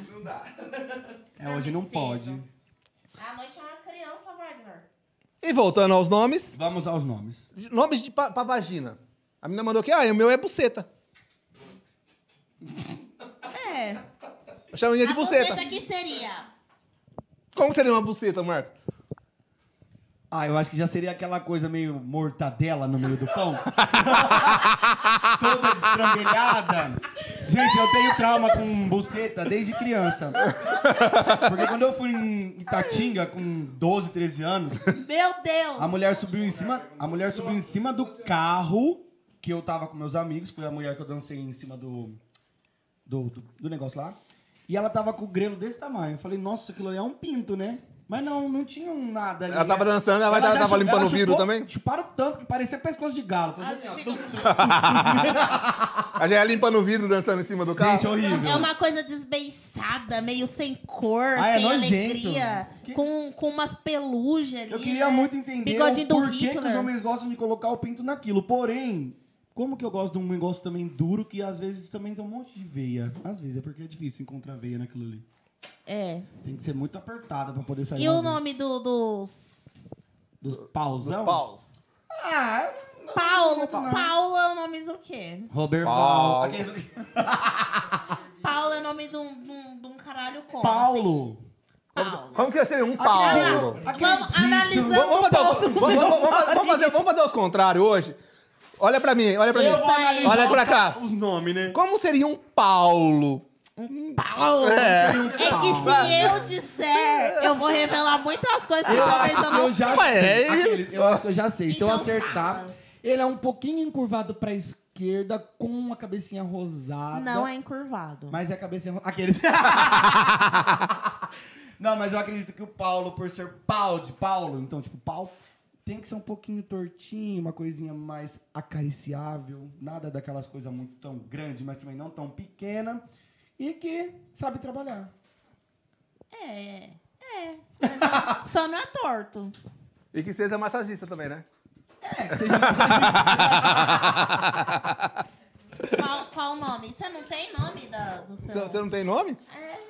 [SPEAKER 4] É, hoje não pode.
[SPEAKER 1] A noite é uma criança, Wagner.
[SPEAKER 2] E voltando aos nomes,
[SPEAKER 4] Vamos aos nomes.
[SPEAKER 2] nomes de pa pra vagina. A menina mandou aqui, ah, o meu é buceta.
[SPEAKER 1] É.
[SPEAKER 2] Eu chamo ele
[SPEAKER 1] a
[SPEAKER 2] de buceta.
[SPEAKER 1] que seria?
[SPEAKER 2] Como seria uma buceta, Marco?
[SPEAKER 4] Ah, eu acho que já seria aquela coisa meio mortadela no meio do pão. Toda destrambelhada. Gente, eu tenho trauma com buceta desde criança. Porque quando eu fui em Itatinga com 12, 13 anos,
[SPEAKER 1] Meu Deus.
[SPEAKER 4] a mulher subiu em cima, a mulher subiu em cima do carro que eu tava com meus amigos, foi a mulher que eu dancei em cima do do, do, do negócio lá. E ela tava com o grelo desse tamanho. Eu falei, nossa, aquilo ali é um pinto, né? Mas não, não tinha um nada ali.
[SPEAKER 2] Ela tava dançando, ela
[SPEAKER 4] já
[SPEAKER 2] tava
[SPEAKER 4] chu-
[SPEAKER 2] limpando o vidro
[SPEAKER 4] chupou-
[SPEAKER 2] também?
[SPEAKER 4] Chuparam tanto que parecia pescoço de galo.
[SPEAKER 1] Ah,
[SPEAKER 4] Fazia assim, ó.
[SPEAKER 2] A gente ia limpando o vidro dançando em cima do carro.
[SPEAKER 4] Gente, um horrível.
[SPEAKER 1] É uma coisa desbeiçada, meio sem cor,
[SPEAKER 4] Ah, é
[SPEAKER 1] sem
[SPEAKER 4] nojento.
[SPEAKER 1] alegria.
[SPEAKER 4] Que-
[SPEAKER 1] Com, com umas pelugens ali.
[SPEAKER 4] Eu queria
[SPEAKER 1] né?
[SPEAKER 4] muito entender
[SPEAKER 1] Bigodinho
[SPEAKER 4] o
[SPEAKER 1] do
[SPEAKER 4] porquê que
[SPEAKER 1] Hitler.
[SPEAKER 4] os homens gostam de colocar o pinto naquilo. Porém, como que eu gosto de um negócio também duro que às vezes também tem um monte de veia? Às vezes é porque é difícil encontrar veia naquilo ali.
[SPEAKER 1] É.
[SPEAKER 4] Tem que ser muito apertada pra poder sair
[SPEAKER 1] E
[SPEAKER 4] uma
[SPEAKER 1] o
[SPEAKER 4] veia.
[SPEAKER 1] nome do, dos.
[SPEAKER 4] dos pausão?
[SPEAKER 2] Dos paus.
[SPEAKER 4] Ah,
[SPEAKER 1] Paulo.
[SPEAKER 4] não.
[SPEAKER 1] Paulo é o nome do quê?
[SPEAKER 4] Robert
[SPEAKER 2] Paulo.
[SPEAKER 4] Val. Aqueles-
[SPEAKER 1] Paulo é o nome de um, de um- de um caralho como?
[SPEAKER 4] Paulo.
[SPEAKER 1] assim? Paulo.
[SPEAKER 2] Como que seria um
[SPEAKER 1] Olha
[SPEAKER 2] pau?
[SPEAKER 1] lá. Vamos
[SPEAKER 4] Acredito.
[SPEAKER 1] analisando.
[SPEAKER 2] Vamos, vamos
[SPEAKER 1] o
[SPEAKER 2] fazer,
[SPEAKER 1] Paulo.
[SPEAKER 2] vamos, vamos- vamos- vamos fazer, vamos fazer os contrários hoje? Olha pra mim, olha pra mim.
[SPEAKER 1] vou analisar
[SPEAKER 2] Olha pra cá.
[SPEAKER 4] Os nomes, né?
[SPEAKER 2] Como seria um Paulo?
[SPEAKER 1] Um Paulo.
[SPEAKER 2] É.
[SPEAKER 1] É que se eu disser, eu vou revelar muitas coisas que
[SPEAKER 4] Eu
[SPEAKER 1] talvez eu
[SPEAKER 4] acho que eu
[SPEAKER 1] Ah, não.
[SPEAKER 4] já
[SPEAKER 2] Mas
[SPEAKER 4] sei.
[SPEAKER 2] é-
[SPEAKER 4] Aquele- eu acho que eu já sei. Se eu
[SPEAKER 1] Então
[SPEAKER 4] acertar,
[SPEAKER 1] fala.
[SPEAKER 4] ele é um pouquinho encurvado pra esquerda com uma cabecinha rosada.
[SPEAKER 1] Não é encurvado.
[SPEAKER 4] Mas é a cabecinha rosada. Aquele. Não, mas eu acredito que o Paulo, por ser pau de Paulo, então, tipo, pau, tem que ser um pouquinho tortinho, uma coisinha mais acariciável, nada daquelas coisas muito tão grande, mas também não tão pequena, e que sabe trabalhar.
[SPEAKER 1] É. É. Só não é torto.
[SPEAKER 2] E que seja massagista também, né?
[SPEAKER 4] É, que seja mais
[SPEAKER 1] Qual, qual o nome? Você não tem nome da, do seu.
[SPEAKER 2] Você você não tem nome?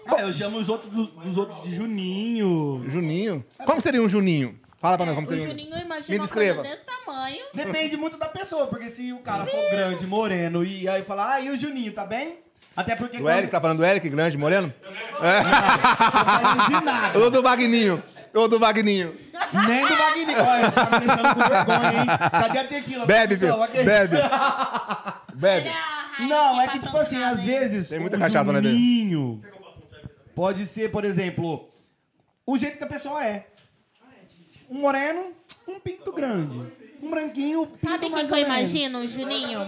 [SPEAKER 4] Ah, eu chamo os outros, do- os outros de Juninho.
[SPEAKER 2] Juninho. Como seria um Juninho? Fala pra nós como
[SPEAKER 1] o
[SPEAKER 2] seria um
[SPEAKER 1] Juninho imagina
[SPEAKER 2] Me
[SPEAKER 1] uma coisa
[SPEAKER 2] descreva.
[SPEAKER 1] desse tamanho.
[SPEAKER 4] Depende muito da pessoa, porque se o cara for grande, moreno, e aí falar, ah, e o Juninho, tá bem? Até porque
[SPEAKER 2] Do Eric, tá falando do Eric, grande, moreno?
[SPEAKER 4] não tá falando de nada.
[SPEAKER 2] Ou do Vagninho? Ou do Vagninho?
[SPEAKER 4] Nem do Magnífico. Olha, você tá me deixando com vergonha, hein? Cadê a tequila?
[SPEAKER 2] Bebe,
[SPEAKER 4] pessoal?
[SPEAKER 2] viu?
[SPEAKER 4] Aqui.
[SPEAKER 2] Bebe.
[SPEAKER 1] Ele
[SPEAKER 2] Bebe.
[SPEAKER 1] é a Heineken
[SPEAKER 4] Não, é que, tipo assim,
[SPEAKER 1] patrocinada,
[SPEAKER 4] às
[SPEAKER 1] hein?
[SPEAKER 4] vezes.
[SPEAKER 2] Tem muita
[SPEAKER 4] o
[SPEAKER 2] cachaça, né, Bebe?
[SPEAKER 4] Juninho Pode ser, por exemplo, o jeito que a pessoa é. Um moreno, um pinto grande. Um branquinho, pinto
[SPEAKER 1] Sabe quem
[SPEAKER 4] mais
[SPEAKER 1] que eu
[SPEAKER 4] ou menos.
[SPEAKER 1] imagino, o Juninho?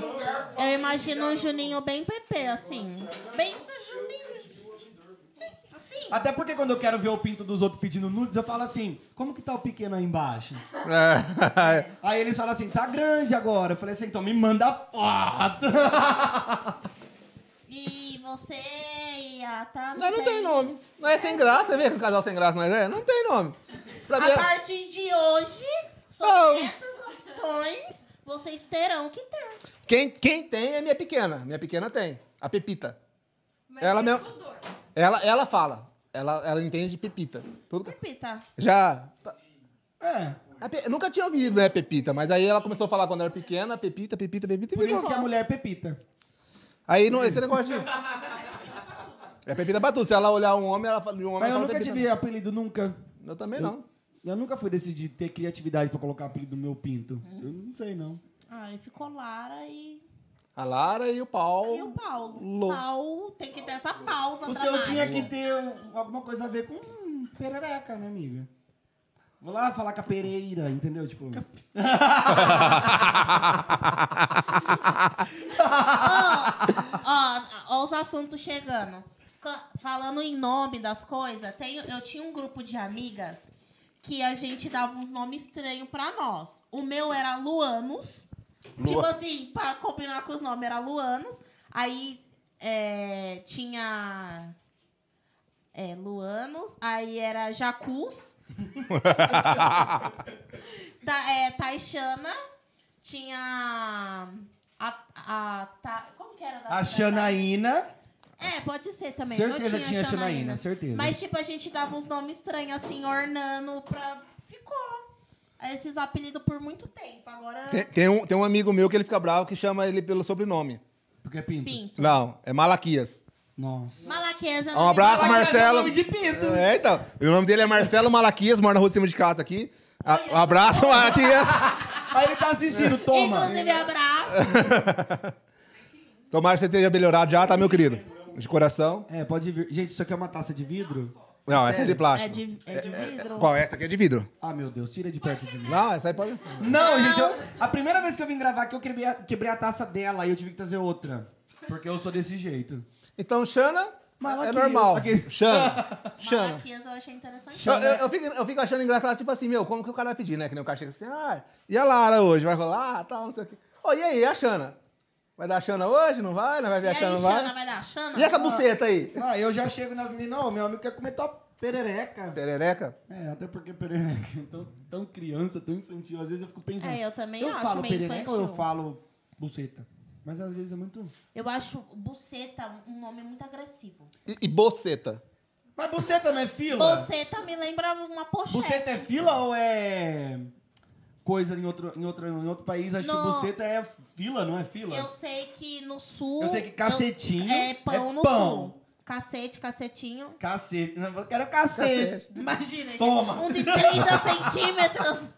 [SPEAKER 1] Eu imagino um Juninho bem Pepe, assim. Bem esse Juninho. Assim.
[SPEAKER 4] Até porque quando eu quero ver o pinto dos outros pedindo nudes, eu falo assim, como que tá o pequeno aí embaixo?
[SPEAKER 2] É.
[SPEAKER 4] Aí eles falam assim, tá grande agora. Eu falei assim, então me manda foto.
[SPEAKER 1] E você e a tá.
[SPEAKER 2] Não, não tem nome. Não é sem graça, você vê que um casal sem graça não é? Não tem nome. Pra mim
[SPEAKER 1] A
[SPEAKER 2] é-
[SPEAKER 1] partir de hoje,
[SPEAKER 2] Não.
[SPEAKER 1] sobre essas opções, vocês terão que ter.
[SPEAKER 2] quem, quem tem é minha pequena. Minha pequena tem. A Pepita.
[SPEAKER 5] Mas
[SPEAKER 2] Ela
[SPEAKER 5] é
[SPEAKER 2] mesmo-
[SPEAKER 5] dos dois.
[SPEAKER 2] Ela, ela fala. Ela, ela entende de Pepita. Tudo que-
[SPEAKER 1] Repita.
[SPEAKER 2] Já.
[SPEAKER 4] É.
[SPEAKER 2] A Pe- eu nunca tinha ouvido, né, Pepita? Mas aí ela começou a falar quando era pequena, Pepita,
[SPEAKER 4] tipo,
[SPEAKER 2] Pepita, Pepita.
[SPEAKER 4] Por isso é
[SPEAKER 2] virou.
[SPEAKER 4] que a mulher é pepita.
[SPEAKER 2] Aí não, esse negócio de. É a Pepita Batu. Se ela olhar um homem, ela fala de um homem.
[SPEAKER 4] Mas eu
[SPEAKER 2] ela fala
[SPEAKER 4] nunca
[SPEAKER 2] Pepita.
[SPEAKER 4] tive apelido, nunca.
[SPEAKER 2] Eu também não.
[SPEAKER 4] Eu nunca fui desse de ter criatividade pra colocar apelido no meu pinto. Eu não sei, não.
[SPEAKER 1] Ai, ficou Lara e,
[SPEAKER 2] A Lara e o Paulo.
[SPEAKER 1] e o Paulo.
[SPEAKER 2] Lou-
[SPEAKER 1] Paulo tem que ter essa pausa
[SPEAKER 4] O seu
[SPEAKER 1] dramática.
[SPEAKER 4] tinha que ter um- alguma coisa a ver com perereca, né, amiga? Vou lá falar com a Pereira, entendeu? Tipo,
[SPEAKER 1] ó, ó os assuntos chegando. Ca- Falando em nome das coisas, tem, eu tinha um grupo de amigas que a gente dava uns nomes estranhos pra nós. O meu era Luanos. Tipo assim, pra combinar com os nomes, era Luanos. Aí é, tinha. É, Luanos. Aí era Jacuz. Ta, é, Taixana. Tinha. A, a, Ta- como que era? da-
[SPEAKER 4] a Xanaína.
[SPEAKER 1] é, pode ser também.
[SPEAKER 4] Certeza
[SPEAKER 1] não
[SPEAKER 4] tinha
[SPEAKER 1] tinha
[SPEAKER 4] Xanaína,
[SPEAKER 1] Xanaína,
[SPEAKER 4] certeza.
[SPEAKER 1] Mas, tipo, a gente dava uns nomes estranhos, assim, ornando pra... Ficou. Esses apelidos por muito tempo. Agora,
[SPEAKER 2] Tem, tem um, tem um amigo meu que ele fica bravo que chama ele pelo sobrenome.
[SPEAKER 4] Porque é pinto.
[SPEAKER 1] pinto.
[SPEAKER 2] Não, é Malaquias.
[SPEAKER 4] Nossa.
[SPEAKER 1] Malaquesa.
[SPEAKER 2] Um abraço,
[SPEAKER 1] Malaquesa.
[SPEAKER 2] Marcelo.
[SPEAKER 4] é nome de pinto.
[SPEAKER 2] É, então. E O nome dele é Marcelo Malaquias, mora na rua de cima de casa aqui. A- um abraço, Malaquias.
[SPEAKER 4] Aí ele tá assistindo, toma.
[SPEAKER 1] Inclusive, abraço.
[SPEAKER 2] Tomara que você esteja melhorado já, tá, meu querido? De coração.
[SPEAKER 4] É, pode vir. Gente, isso aqui é uma taça de vidro?
[SPEAKER 2] Não, essa é de
[SPEAKER 4] Sério?
[SPEAKER 2] plástico.
[SPEAKER 1] É de, é de vidro.
[SPEAKER 2] Qual? Essa aqui é de vidro.
[SPEAKER 4] Ah, meu Deus, tira de perto de mim.
[SPEAKER 2] Não, essa aí pode.
[SPEAKER 4] Não, gente, eu- a primeira vez que eu vim gravar aqui, eu quebrei a, quebrei a taça dela e eu tive que trazer outra. Porque eu sou desse jeito.
[SPEAKER 2] Então, Xana é
[SPEAKER 4] Malaquias.
[SPEAKER 2] normal.
[SPEAKER 4] Aqui.
[SPEAKER 2] Xana. Xana.
[SPEAKER 1] Malaquesa eu achei interessante.
[SPEAKER 2] Eu, eu- eu fico, eu fico achando engraçado, tipo assim, meu, como que o cara vai pedir, né? Que nem o cara chega assim, ah, e a Lara hoje? Vai rolar, tal, não sei o quê. Ô, e aí, e a Xana? Vai dar a Xana hoje? Não vai? Não vai
[SPEAKER 1] E
[SPEAKER 2] ver a
[SPEAKER 1] aí,
[SPEAKER 2] Xana?
[SPEAKER 1] Xana,
[SPEAKER 2] Não vai?
[SPEAKER 1] vai dar Xana?
[SPEAKER 2] E essa buceta aí?
[SPEAKER 4] Ah, eu já chego nas meninas, não, meu amigo quer comer tua perereca.
[SPEAKER 2] Perereca?
[SPEAKER 4] É, até porque perereca é tão, tão criança, tão infantil. Às vezes eu fico pensando.
[SPEAKER 1] É, eu também
[SPEAKER 4] eu
[SPEAKER 1] acho
[SPEAKER 4] falo
[SPEAKER 1] meio
[SPEAKER 4] perereca
[SPEAKER 1] infantil.
[SPEAKER 4] ou eu falo buceta? Mas às vezes é muito.
[SPEAKER 1] Eu acho buceta um nome muito agressivo.
[SPEAKER 2] E, e boceta?
[SPEAKER 4] Mas buceta não é fila?
[SPEAKER 1] Buceta tá me lembra uma pochete.
[SPEAKER 4] Buceta é fila ou é. coisa em outro, em outro, em outro país? Acho que
[SPEAKER 1] Não.
[SPEAKER 4] buceta é fila, não é fila?
[SPEAKER 1] Eu sei que no sul...
[SPEAKER 4] Eu sei que cacetinho
[SPEAKER 1] É pão
[SPEAKER 4] é
[SPEAKER 1] no
[SPEAKER 4] pão.
[SPEAKER 1] sul. Cacete, cacetinho.
[SPEAKER 4] Cacete. Não, eu quero cacete.
[SPEAKER 1] Imagina, gente.
[SPEAKER 4] Toma.
[SPEAKER 1] Um de 30 centímetros.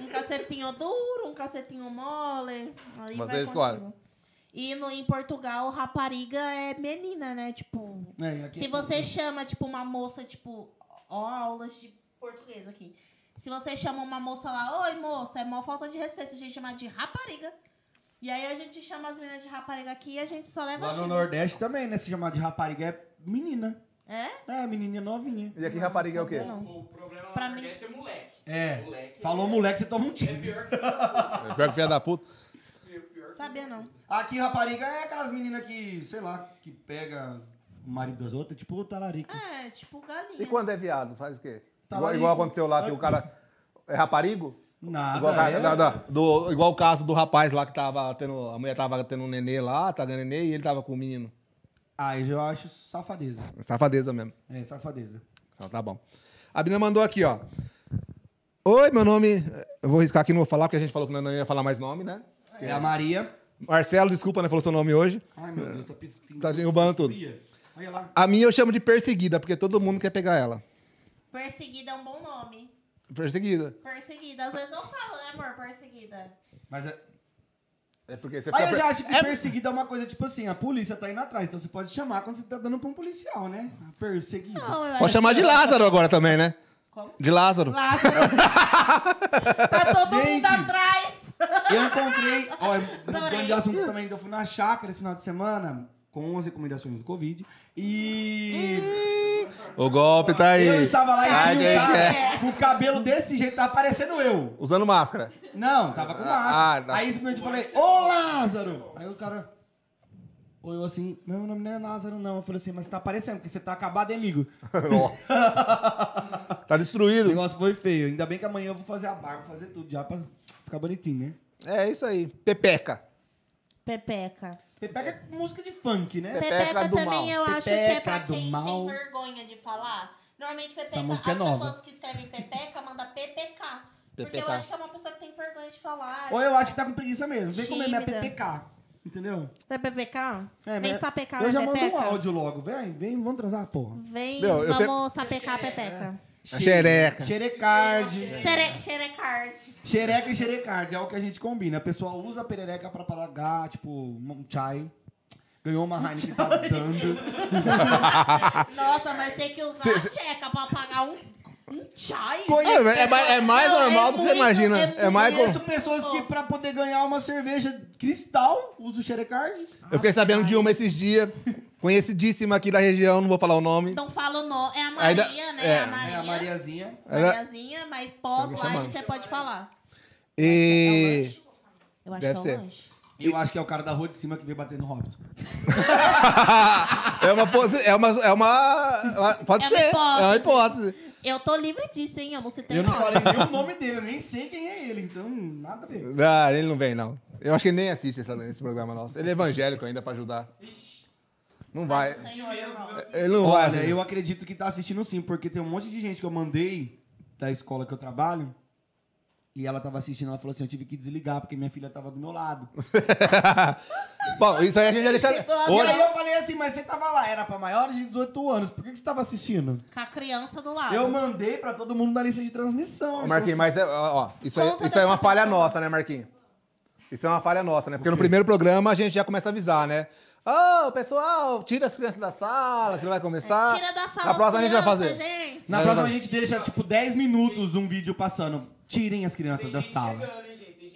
[SPEAKER 1] um cacetinho duro, um cacetinho mole. Aí
[SPEAKER 2] Mas
[SPEAKER 1] vai
[SPEAKER 2] aí escolhe.
[SPEAKER 1] contigo. E no, em Portugal, rapariga é menina, né? Tipo,
[SPEAKER 4] É, aqui
[SPEAKER 1] se
[SPEAKER 4] é-
[SPEAKER 1] você chama, tipo, uma moça, tipo, ó, aulas de português aqui. Se você chama uma moça lá, oi moça, é mó falta de respeito se a gente chamar de rapariga. E aí a gente chama as meninas de rapariga aqui e a gente só leva
[SPEAKER 4] Lá no
[SPEAKER 1] xingo.
[SPEAKER 4] Nordeste também, né? Se chamar de rapariga é menina.
[SPEAKER 1] É?
[SPEAKER 4] É, menininha novinha.
[SPEAKER 2] E aqui, rapariga é o quê?
[SPEAKER 1] Não.
[SPEAKER 3] O problema
[SPEAKER 1] Pra
[SPEAKER 3] lá
[SPEAKER 1] mim-
[SPEAKER 3] mim... é moleque.
[SPEAKER 4] É.
[SPEAKER 3] Moleque.
[SPEAKER 4] Falou moleque, você toma um
[SPEAKER 3] É
[SPEAKER 4] tiro.
[SPEAKER 3] pior que
[SPEAKER 2] Pior que filha da puta.
[SPEAKER 3] pior que-
[SPEAKER 1] Sabia não.
[SPEAKER 4] Aqui, rapariga, é aquelas meninas que, sei lá, que pega o marido das outras, tipo o talarico.
[SPEAKER 1] É, tipo galinha.
[SPEAKER 2] E quando é viado, faz o quê?
[SPEAKER 4] Tá
[SPEAKER 2] igual,
[SPEAKER 4] lá,
[SPEAKER 2] igual
[SPEAKER 4] Igor.
[SPEAKER 2] aconteceu lá, que o cara é raparigo?
[SPEAKER 4] Nada.
[SPEAKER 2] Igual, o cara-
[SPEAKER 4] é-
[SPEAKER 2] da- da- do- igual o caso do rapaz lá que tava tendo. A mulher tava tendo um nenê lá, tá ganhando nenê, e ele tava com o menino.
[SPEAKER 4] Ah, eu acho safadeza.
[SPEAKER 2] Safadeza mesmo.
[SPEAKER 4] É, safadeza.
[SPEAKER 2] Então, tá bom. A Bina mandou aqui, ó. Oi, meu nome. Eu vou riscar aqui, não vou falar, porque a gente falou que não ia falar mais nome, né?
[SPEAKER 4] É a Maria.
[SPEAKER 2] Marcelo, desculpa, né? Falou seu nome hoje.
[SPEAKER 4] Ai, meu Deus, tá piscando.
[SPEAKER 2] Tá derrubando tudo.
[SPEAKER 4] Olha lá.
[SPEAKER 2] A minha eu chamo de perseguida, porque todo mundo quer pegar ela.
[SPEAKER 1] Perseguida é um bom nome.
[SPEAKER 2] Perseguida.
[SPEAKER 1] Perseguida. Às vezes eu falo, né, amor? Perseguida.
[SPEAKER 4] Mas é...
[SPEAKER 2] É porque você
[SPEAKER 4] Aí eu já
[SPEAKER 2] per-
[SPEAKER 4] acho que perseguida é uma coisa tipo assim, a polícia tá indo atrás, então você pode chamar quando você tá dando pra um policial, né? Perseguida.
[SPEAKER 1] Não, eu
[SPEAKER 2] Pode chamar de Lázaro agora também, né?
[SPEAKER 1] Como?
[SPEAKER 2] De Lázaro.
[SPEAKER 1] Lázaro. tá todo mundo
[SPEAKER 4] Gente.
[SPEAKER 1] atrás.
[SPEAKER 4] Eu encontrei, ó, um
[SPEAKER 1] Adorei.
[SPEAKER 4] grande assunto também, que eu fui na chácara esse final de semana, com as recomendações do Covid,
[SPEAKER 1] Hum.
[SPEAKER 4] e
[SPEAKER 2] O golpe tá aí.
[SPEAKER 4] eu estava lá
[SPEAKER 2] Ai,
[SPEAKER 4] e
[SPEAKER 2] quem
[SPEAKER 4] tinha um
[SPEAKER 2] quer?
[SPEAKER 4] cara com o cabelo desse jeito, tava parecendo eu.
[SPEAKER 2] Usando máscara.
[SPEAKER 4] Não, tava com
[SPEAKER 2] Ah, ah,
[SPEAKER 4] máscara.
[SPEAKER 2] tá.
[SPEAKER 4] Aí simplesmente eu falei, ô Lázaro! Aí o cara olhou assim, meu nome não é Lázaro não. Eu falei assim, mas tá parecendo, porque você tá acabado, hein, amigo?
[SPEAKER 2] Ó. tá
[SPEAKER 4] O
[SPEAKER 2] destruído.
[SPEAKER 4] negócio foi feio. Ainda bem que amanhã eu vou fazer a barba, vou fazer tudo já pra ficar bonitinho, né?
[SPEAKER 2] É isso aí. Pepeca.
[SPEAKER 1] Pepeca.
[SPEAKER 4] Pega música de funk, né?
[SPEAKER 2] Pepeca
[SPEAKER 1] Pepeca,
[SPEAKER 2] do
[SPEAKER 1] também
[SPEAKER 2] mal.
[SPEAKER 1] eu acho que é pra
[SPEAKER 4] Pepeca do
[SPEAKER 1] quem
[SPEAKER 4] mal.
[SPEAKER 1] tem vergonha de falar. Normalmente pepeca,
[SPEAKER 4] Essa música é
[SPEAKER 1] as
[SPEAKER 4] nova.
[SPEAKER 1] pessoas que escrevem pepeca mandam ppk. Porque eu
[SPEAKER 2] PPK.
[SPEAKER 1] acho que é uma pessoa que tem vergonha de falar.
[SPEAKER 4] Ou eu acho que tá com preguiça mesmo. Vem comer minha
[SPEAKER 1] Tímida.
[SPEAKER 4] PPK. Entendeu?
[SPEAKER 1] Vai PPK?
[SPEAKER 4] É,
[SPEAKER 1] vem
[SPEAKER 4] mas
[SPEAKER 1] sapecar
[SPEAKER 4] Eu
[SPEAKER 1] a
[SPEAKER 4] já
[SPEAKER 1] pepeca.
[SPEAKER 4] mando um áudio logo. Vem, vem, vamos transar, porra.
[SPEAKER 1] Vem,
[SPEAKER 2] Meu, eu
[SPEAKER 1] vamos sapecar a pepeca.
[SPEAKER 2] A xereca.
[SPEAKER 4] Xerecard.
[SPEAKER 1] Xere- Xerecard.
[SPEAKER 4] Xereca e xerecard é o que a gente combina. A pessoa usa a perereca pra pagar, tipo, um chai. Ganhou uma
[SPEAKER 1] Um
[SPEAKER 4] Heineken tá dando.
[SPEAKER 1] Nossa, mas tem que usar
[SPEAKER 2] Cê-
[SPEAKER 1] a checa pra pagar um, um chai.
[SPEAKER 2] É, é
[SPEAKER 1] pessoa-
[SPEAKER 2] mais- é mais
[SPEAKER 1] Não, é
[SPEAKER 2] normal do que você
[SPEAKER 1] muito-
[SPEAKER 2] imagina.
[SPEAKER 1] é
[SPEAKER 2] É
[SPEAKER 1] muito-
[SPEAKER 2] mais com-
[SPEAKER 4] Conheço pessoas que pra poder ganhar uma cerveja cristal, usa o xerecard.
[SPEAKER 2] Eu fiquei sabendo de uma esses dias, conhecidíssima aqui da região, não vou falar o nome.
[SPEAKER 1] Então fala o nome. É a
[SPEAKER 2] Aí
[SPEAKER 1] Maria,
[SPEAKER 2] dá-
[SPEAKER 1] né?
[SPEAKER 2] é.
[SPEAKER 1] a
[SPEAKER 4] É,
[SPEAKER 1] Maria.
[SPEAKER 4] a Mariazinha.
[SPEAKER 2] Ela-
[SPEAKER 1] Mariazinha, mas pós-live
[SPEAKER 2] chamando.
[SPEAKER 1] você pode falar.
[SPEAKER 2] E.
[SPEAKER 1] Eu acho
[SPEAKER 2] Deve
[SPEAKER 1] que é
[SPEAKER 2] ser.
[SPEAKER 1] o lanche.
[SPEAKER 4] Eu acho que é o cara da rua de cima que veio bater no Robson.
[SPEAKER 2] É uma posi- É uma. É uma, uma- pode
[SPEAKER 1] um É uma
[SPEAKER 2] ser.
[SPEAKER 1] hipótese.
[SPEAKER 2] É uma hipótese.
[SPEAKER 1] Eu tô livre disso, hein? Eu não citei
[SPEAKER 4] Eu não
[SPEAKER 1] nome.
[SPEAKER 4] falei nem o nome dele, eu nem sei quem é ele, então nada a ver.
[SPEAKER 2] Ah, ele não vem, não. Eu acho que ele nem assiste essa- esse programa nosso. Ele é evangélico ainda pra ajudar. Não vai.
[SPEAKER 1] tá
[SPEAKER 3] assim
[SPEAKER 2] Ele não vai.
[SPEAKER 4] Olha,
[SPEAKER 2] assistir.
[SPEAKER 4] eu acredito que tá assistindo sim, porque tem um monte de gente que eu mandei da escola que eu trabalho. E ela tava assistindo, ela falou assim: eu tive que desligar porque minha filha tava do meu lado.
[SPEAKER 2] Bom, isso aí a gente já deixa.
[SPEAKER 4] E aí
[SPEAKER 2] Hoje,
[SPEAKER 4] eu falei assim: mas você tava lá, era pra maiores de 18 anos, por que, que você tava assistindo?
[SPEAKER 1] Com a criança do lado.
[SPEAKER 4] Eu mandei pra todo mundo na lista de transmissão. então assim,
[SPEAKER 2] Ô, Marquinhos, mas é- ó, ó, isso, aí,
[SPEAKER 1] Conta
[SPEAKER 2] isso aí é uma
[SPEAKER 1] dessa
[SPEAKER 2] falha
[SPEAKER 1] pessoa.
[SPEAKER 2] nossa, né, Marquinhos? Isso é uma falha nossa, né? Porque no primeiro programa a gente já começa a avisar, né? Ô, pessoal, tira as crianças da sala, que não vai começar.
[SPEAKER 1] É, Tira da sala
[SPEAKER 2] Na próxima a gente vai fazer.
[SPEAKER 1] gente.
[SPEAKER 4] Na próxima a gente deixa, tipo, 10 minutos um vídeo passando. Tirem as crianças da sala.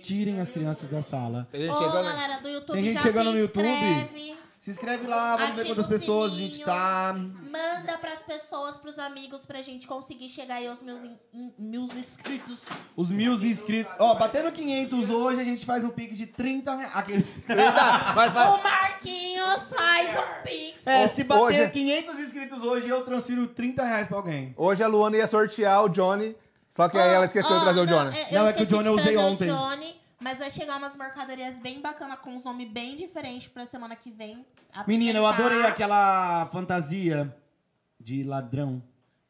[SPEAKER 4] Tirem as crianças da sala.
[SPEAKER 2] Tem gente né?
[SPEAKER 1] Ô,
[SPEAKER 2] chegando-
[SPEAKER 1] galera do YouTube,
[SPEAKER 4] Tem gente
[SPEAKER 1] já
[SPEAKER 4] chegando
[SPEAKER 1] se
[SPEAKER 4] no YouTube?
[SPEAKER 1] inscreve.
[SPEAKER 4] Se inscreve lá, vamos ver
[SPEAKER 1] Ativa
[SPEAKER 4] quantas
[SPEAKER 1] o
[SPEAKER 4] pessoas a gente
[SPEAKER 1] sininho.
[SPEAKER 4] tá.
[SPEAKER 1] Manda pras pessoas, pros amigos, pra gente conseguir chegar aí aos meus, in- in- meus inscritos.
[SPEAKER 4] Os mil inscritos. Ó, batendo 500 hoje, a gente faz um pique de 30 reais. Aqueles...
[SPEAKER 2] Eita, mas faz-
[SPEAKER 1] O Marquinhos faz um pix.
[SPEAKER 4] É, se bater
[SPEAKER 2] Hoje-
[SPEAKER 4] 500 inscritos hoje, eu transfiro 30 reais pra alguém.
[SPEAKER 2] Hoje a Luana ia sortear o Johnny, só que aí ela esqueceu de trazer o Johnny.
[SPEAKER 4] Não, é que o Johnny eu usei ontem.
[SPEAKER 1] Johnny, mas vai chegar umas mercadorias bem bacanas, com uns nomes bem diferentes pra semana que vem.
[SPEAKER 4] Menina, eu
[SPEAKER 1] apresentar.
[SPEAKER 4] adorei aquela fantasia de ladrão.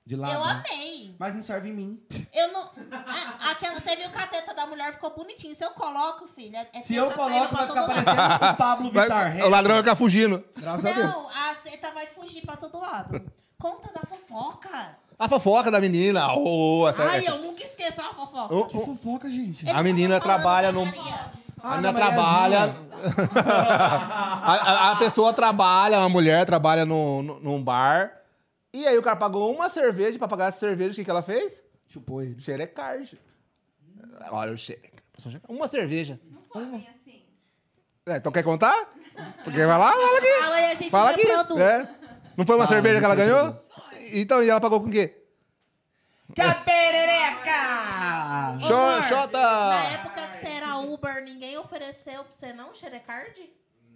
[SPEAKER 4] De
[SPEAKER 1] Eu
[SPEAKER 4] ladrão.
[SPEAKER 1] amei.
[SPEAKER 4] Mas não serve em mim.
[SPEAKER 1] Eu não. a- aquela, você viu que a teta da mulher ficou bonitinha. Se eu coloco, filha. é
[SPEAKER 4] Se
[SPEAKER 1] teta
[SPEAKER 4] eu
[SPEAKER 1] saindo
[SPEAKER 4] coloco,
[SPEAKER 1] pra
[SPEAKER 4] vai ficar
[SPEAKER 1] todo lado.
[SPEAKER 4] parecendo o Pablo
[SPEAKER 2] Vai-
[SPEAKER 4] Vittar.
[SPEAKER 2] o ladrão vai ficar fugindo.
[SPEAKER 4] Graças a Deus.
[SPEAKER 1] Não, a seta vai fugir pra todo lado. Conta da fofoca.
[SPEAKER 2] A fofoca da menina. Ô, essa, é
[SPEAKER 1] Ai,
[SPEAKER 2] essa-
[SPEAKER 1] eu nunca esqueço a fofoca.
[SPEAKER 2] Ô,
[SPEAKER 4] Que
[SPEAKER 2] ô,
[SPEAKER 4] fofoca, gente.
[SPEAKER 1] Ele
[SPEAKER 2] a menina
[SPEAKER 1] tava
[SPEAKER 2] trabalha
[SPEAKER 1] falando da
[SPEAKER 2] num-
[SPEAKER 1] Maria.
[SPEAKER 4] Ah,
[SPEAKER 2] a menina
[SPEAKER 4] da
[SPEAKER 2] trabalha.
[SPEAKER 4] Mariazinha.
[SPEAKER 2] a, a- a pessoa trabalha, uma mulher trabalha num, num- num bar. E aí o cara pagou uma cerveja pra pagar essa cerveja. O que, que ela fez?
[SPEAKER 4] Chupou ele.
[SPEAKER 2] Xerecard. é Olha o xere- Uma cerveja.
[SPEAKER 5] Não foi bem assim.
[SPEAKER 2] É, então quer contar? Porque vai lá, fala aqui.
[SPEAKER 1] Fala e a gente é
[SPEAKER 2] Fala aqui.
[SPEAKER 1] reproduz.
[SPEAKER 2] né? Não foi uma
[SPEAKER 4] Fala,
[SPEAKER 2] cerveja que ela
[SPEAKER 4] não foi
[SPEAKER 2] ganhou? Então, e ela pagou com o quê?
[SPEAKER 4] Caperereca!
[SPEAKER 1] Ô,
[SPEAKER 2] Xo-
[SPEAKER 1] amor,
[SPEAKER 2] Xota!
[SPEAKER 1] Na época que você era Uber, ninguém ofereceu pra você não, Xerecard?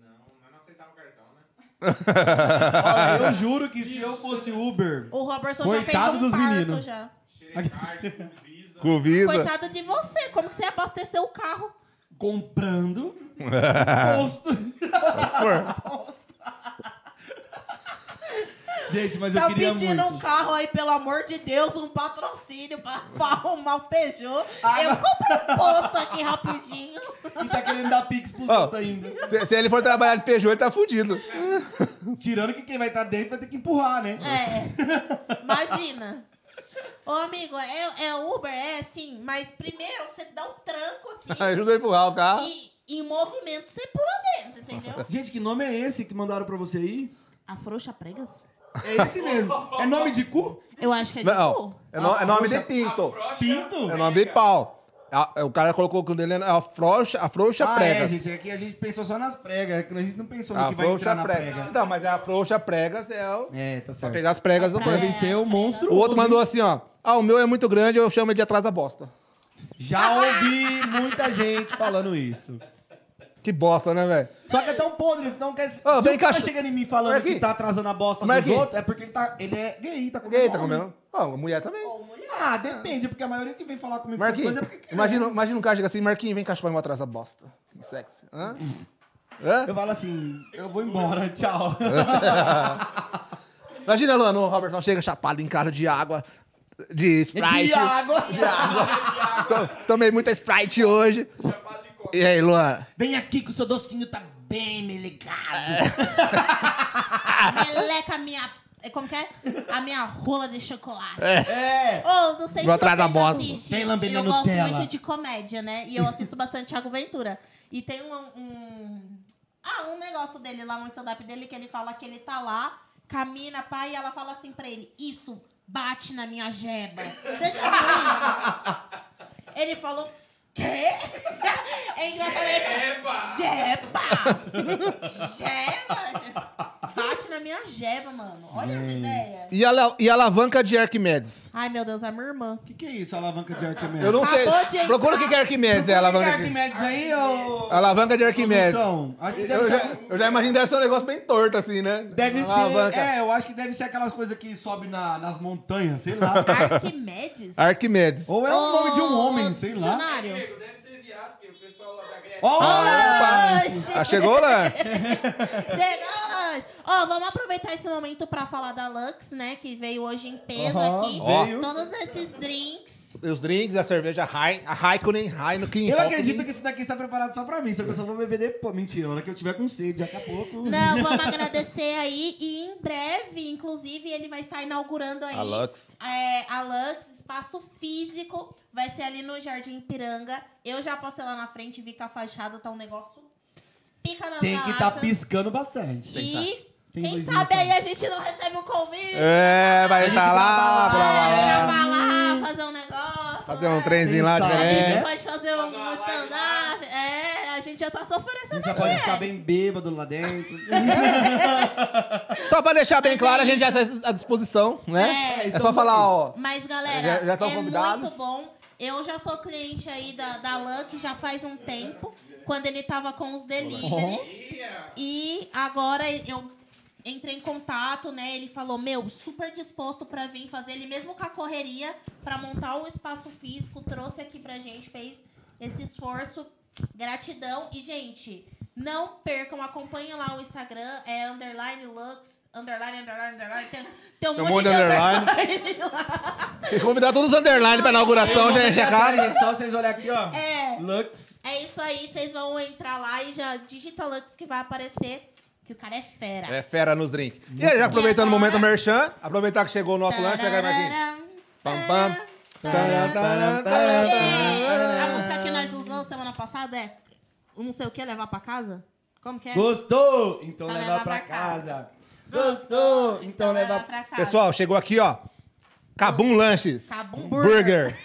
[SPEAKER 3] Não, mas não aceitava o cartão, né?
[SPEAKER 4] Olha, eu juro que se eu fosse Uber.
[SPEAKER 1] O Robertson já
[SPEAKER 4] Coitado
[SPEAKER 1] fez um
[SPEAKER 4] dos
[SPEAKER 1] parto
[SPEAKER 4] meninos.
[SPEAKER 1] já.
[SPEAKER 3] Xerecard, com Visa.
[SPEAKER 2] Com o Visa.
[SPEAKER 1] Coitado de você, como que você abasteceu o carro?
[SPEAKER 4] comprando. posto. Gente, mas
[SPEAKER 1] tá
[SPEAKER 4] eu queria
[SPEAKER 1] pedindo um
[SPEAKER 4] muito.
[SPEAKER 1] carro aí, pelo amor de Deus, um patrocínio pra, pra arrumar o Peugeot.
[SPEAKER 4] Ah,
[SPEAKER 1] eu compro um posto aqui rapidinho.
[SPEAKER 4] E tá querendo dar pix pros
[SPEAKER 2] Ó.
[SPEAKER 4] outros ainda.
[SPEAKER 2] Se, se ele for trabalhar de Peugeot, ele tá fudido.
[SPEAKER 4] Tirando que quem vai estar dentro vai ter que empurrar, né?
[SPEAKER 1] É, imagina. Ô, amigo, é, é Uber? É, sim. Mas primeiro, você dá um tranco aqui
[SPEAKER 2] Ajuda a empurrar o carro.
[SPEAKER 1] e em movimento você pula dentro, entendeu?
[SPEAKER 4] Gente, que nome é esse que mandaram pra você aí?
[SPEAKER 1] A frouxa pregas?
[SPEAKER 4] É esse mesmo. É nome de cu?
[SPEAKER 1] Eu acho que é de
[SPEAKER 2] Não,
[SPEAKER 1] cu.
[SPEAKER 2] é, no- é nome de
[SPEAKER 4] A
[SPEAKER 2] pinto.
[SPEAKER 4] Pinto?
[SPEAKER 2] É nome de pau. A- o cara colocou que o dele é a frouxa, a frouxa
[SPEAKER 4] ah,
[SPEAKER 2] pregas.
[SPEAKER 4] é, gente. Aqui a gente pensou só nas pregas. é que A gente não pensou no
[SPEAKER 2] a
[SPEAKER 4] que vai entrar
[SPEAKER 2] frouxa
[SPEAKER 4] na
[SPEAKER 2] prega.
[SPEAKER 4] prega.
[SPEAKER 2] Não, mas é a frouxa pregas é o...
[SPEAKER 4] É, tá
[SPEAKER 2] Pra
[SPEAKER 4] certo.
[SPEAKER 2] pegar as pregas do
[SPEAKER 1] É
[SPEAKER 4] Pra
[SPEAKER 2] banco.
[SPEAKER 4] vencer o monstro.
[SPEAKER 2] O outro mandou assim, ó. Ah, o meu é muito grande, eu chamo ele de atrás da bosta.
[SPEAKER 4] Já ouvi muita gente falando isso.
[SPEAKER 2] Que bosta, né, velho?
[SPEAKER 4] Só que é tão podre, então quer se
[SPEAKER 2] Ô,
[SPEAKER 4] se
[SPEAKER 2] vem
[SPEAKER 4] o cara
[SPEAKER 2] cá,
[SPEAKER 4] chegando em mim falando
[SPEAKER 2] Marquinhos.
[SPEAKER 4] que tá atrasando a bosta dos
[SPEAKER 2] Marquinhos.
[SPEAKER 4] outros, é porque ele tá. Ele é gay, tá comendo.
[SPEAKER 2] Ninguém tá
[SPEAKER 4] homem.
[SPEAKER 2] comendo. Ó, a mulher também.
[SPEAKER 4] Ah, depende, porque a maioria que vem falar comigo essas
[SPEAKER 2] Marquinhos,
[SPEAKER 4] coisas é porque.
[SPEAKER 2] imagina, imagina um cara chega assim, Marquinhos, vem cá chupar meu atrás da bosta. Que sexy. Hã? Hã?
[SPEAKER 4] Eu falo assim, eu vou embora, tchau.
[SPEAKER 2] Imagina, Luan, o Robertson chega chapado em casa de água, de Sprite.
[SPEAKER 4] De água.
[SPEAKER 2] De água. To- Tomei muita Sprite hoje.
[SPEAKER 3] Chapado de coca.
[SPEAKER 2] E aí, Luan?
[SPEAKER 4] Vem aqui que o seu docinho tá bem me ligado.
[SPEAKER 1] Meleca a minha. é, Como que é? A minha rola de chocolate.
[SPEAKER 4] É.
[SPEAKER 1] Ou não sei se
[SPEAKER 2] Vou atrás
[SPEAKER 1] vocês
[SPEAKER 2] da bosta.
[SPEAKER 1] assistem.
[SPEAKER 4] Vem lamber
[SPEAKER 1] eu
[SPEAKER 4] minha
[SPEAKER 1] gosto
[SPEAKER 4] Nutella.
[SPEAKER 1] muito de comédia, né? E eu assisto bastante Thiago Ventura. E tem um, um- Ah, um negócio dele lá, um stand-up dele, que ele fala que ele tá lá, camina, pai, e ela fala assim pra ele: Isso, bate na minha jeba. Você já viu isso? ele falou. Quê? É engraçado. ele fala, Jeba! Jeba! Bate na minha jeba, mano. Olha essa ideia.
[SPEAKER 2] E a, la- e a alavanca de Arquimedes?
[SPEAKER 1] Ai, meu Deus, é minha irmã.
[SPEAKER 4] O que, que é isso, alavanca de Arquimedes?
[SPEAKER 2] Eu não
[SPEAKER 1] Acabou de
[SPEAKER 2] sei.
[SPEAKER 1] entrar.
[SPEAKER 2] Procura o que que é Arquimedes, é a alavanca de Arquimedes.
[SPEAKER 4] Arquimedes aí, ô...
[SPEAKER 2] A alavanca de Arquimedes.
[SPEAKER 4] produção? Acho que deve
[SPEAKER 2] Eu já,
[SPEAKER 4] ser...
[SPEAKER 2] eu já imagino que deve ser um negócio bem torto, assim, né?
[SPEAKER 4] Deve
[SPEAKER 2] Uma
[SPEAKER 4] ser...
[SPEAKER 2] alavanca.
[SPEAKER 4] É, eu acho que deve ser aquelas coisas que sobe na- nas montanhas, sei lá.
[SPEAKER 1] Arquimedes?
[SPEAKER 2] Arquimedes. Ah,
[SPEAKER 4] Ou é o nome de um homem, sei lá.
[SPEAKER 1] Dicionário.
[SPEAKER 3] deve ser viado, porque o pessoal lá da Grécia.
[SPEAKER 4] Olá!
[SPEAKER 1] Opa!
[SPEAKER 2] Ah, chegou lá?
[SPEAKER 1] Chegou, Lange! Ó, vamos aproveitar esse momento pra falar da Lux, né? Que veio hoje em peso
[SPEAKER 4] Aham,
[SPEAKER 1] aqui.
[SPEAKER 4] veio.
[SPEAKER 1] Todos esses drinks.
[SPEAKER 2] Os drinks, a cerveja Hein- a Raikkonen, Heineken.
[SPEAKER 4] Eu
[SPEAKER 2] Hopfen.
[SPEAKER 4] acredito que isso daqui está preparado só pra mim, só que eu só vou beber depois. Mentira, a hora que eu tiver com sede, daqui a pouco...
[SPEAKER 1] Não, vamos agradecer aí. E em breve, inclusive, ele vai estar inaugurando aí
[SPEAKER 2] A Lux.
[SPEAKER 1] é, a Lux, espaço físico. Vai ser ali no Jardim Piranga. Eu já passei lá na frente e vi que a fachada tá um negócio pica na
[SPEAKER 4] Tem que tá estar
[SPEAKER 1] pisando.
[SPEAKER 4] piscando bastante.
[SPEAKER 1] E
[SPEAKER 4] Tem
[SPEAKER 1] quem
[SPEAKER 4] luzinha,
[SPEAKER 1] sabe
[SPEAKER 4] sabe?
[SPEAKER 1] aí a gente não recebe um convite.
[SPEAKER 2] É, vai estar lá, É. pra lá,
[SPEAKER 1] Pra falar, fazer um negócio.
[SPEAKER 2] Fazer
[SPEAKER 1] né?
[SPEAKER 2] um trenzinho lá
[SPEAKER 4] Quem
[SPEAKER 1] A
[SPEAKER 4] sabe,
[SPEAKER 2] diferente.
[SPEAKER 1] gente
[SPEAKER 4] né?
[SPEAKER 1] pode fazer um
[SPEAKER 3] Fazer uma live
[SPEAKER 1] stand-up. É, a gente já tá só
[SPEAKER 4] A
[SPEAKER 1] oferecendo
[SPEAKER 4] gente já
[SPEAKER 1] aqui.
[SPEAKER 4] pode ficar bem bêbado lá dentro.
[SPEAKER 2] Só pra deixar bem claro, a gente já tá à disposição,
[SPEAKER 1] É,
[SPEAKER 2] né? É, só
[SPEAKER 4] estamos
[SPEAKER 2] falar,
[SPEAKER 4] aí.
[SPEAKER 2] ó.
[SPEAKER 1] Mas, galera,
[SPEAKER 2] Já- já tão
[SPEAKER 1] é
[SPEAKER 2] convidado?
[SPEAKER 1] muito bom. Eu já sou cliente aí da, da Luck já faz um tempo, quando ele tava com os deliveries. E agora eu entrei em contato, né? Ele falou, meu, super disposto pra vir fazer. Ele mesmo com a correria, pra montar o espaço físico, trouxe aqui pra gente, fez esse esforço. Gratidão. E, gente, não percam, acompanhem lá o Instagram, é underline Lux, underline, underline, underline. Tem, tem um
[SPEAKER 2] Tem um
[SPEAKER 1] monte
[SPEAKER 2] monte
[SPEAKER 1] de
[SPEAKER 2] de underline.
[SPEAKER 1] underline lá.
[SPEAKER 2] Se convidar todos os underline pra inauguração, já já é caro.
[SPEAKER 4] Só vocês olharem aqui, ó.
[SPEAKER 1] É,
[SPEAKER 4] Lux.
[SPEAKER 1] é isso aí, vocês vão entrar lá e já digita Lux que vai aparecer, que o cara é fera.
[SPEAKER 2] É fera nos drinks. E aí, já aproveitando o momento merchan, aproveitar que chegou o nosso lanche, né, pegar mais aqui.
[SPEAKER 1] Tararara,
[SPEAKER 2] Pam, pam.
[SPEAKER 1] tararara.
[SPEAKER 4] Tararara.
[SPEAKER 1] A música que nós usamos semana passada é não sei o que levar pra casa? Como que é?
[SPEAKER 4] Gostou? Então leva pra casa. Gostou? Então leva
[SPEAKER 1] pra casa.
[SPEAKER 2] Pessoal, chegou aqui, ó. Cabum Lanches.
[SPEAKER 1] Cabum
[SPEAKER 2] Burger.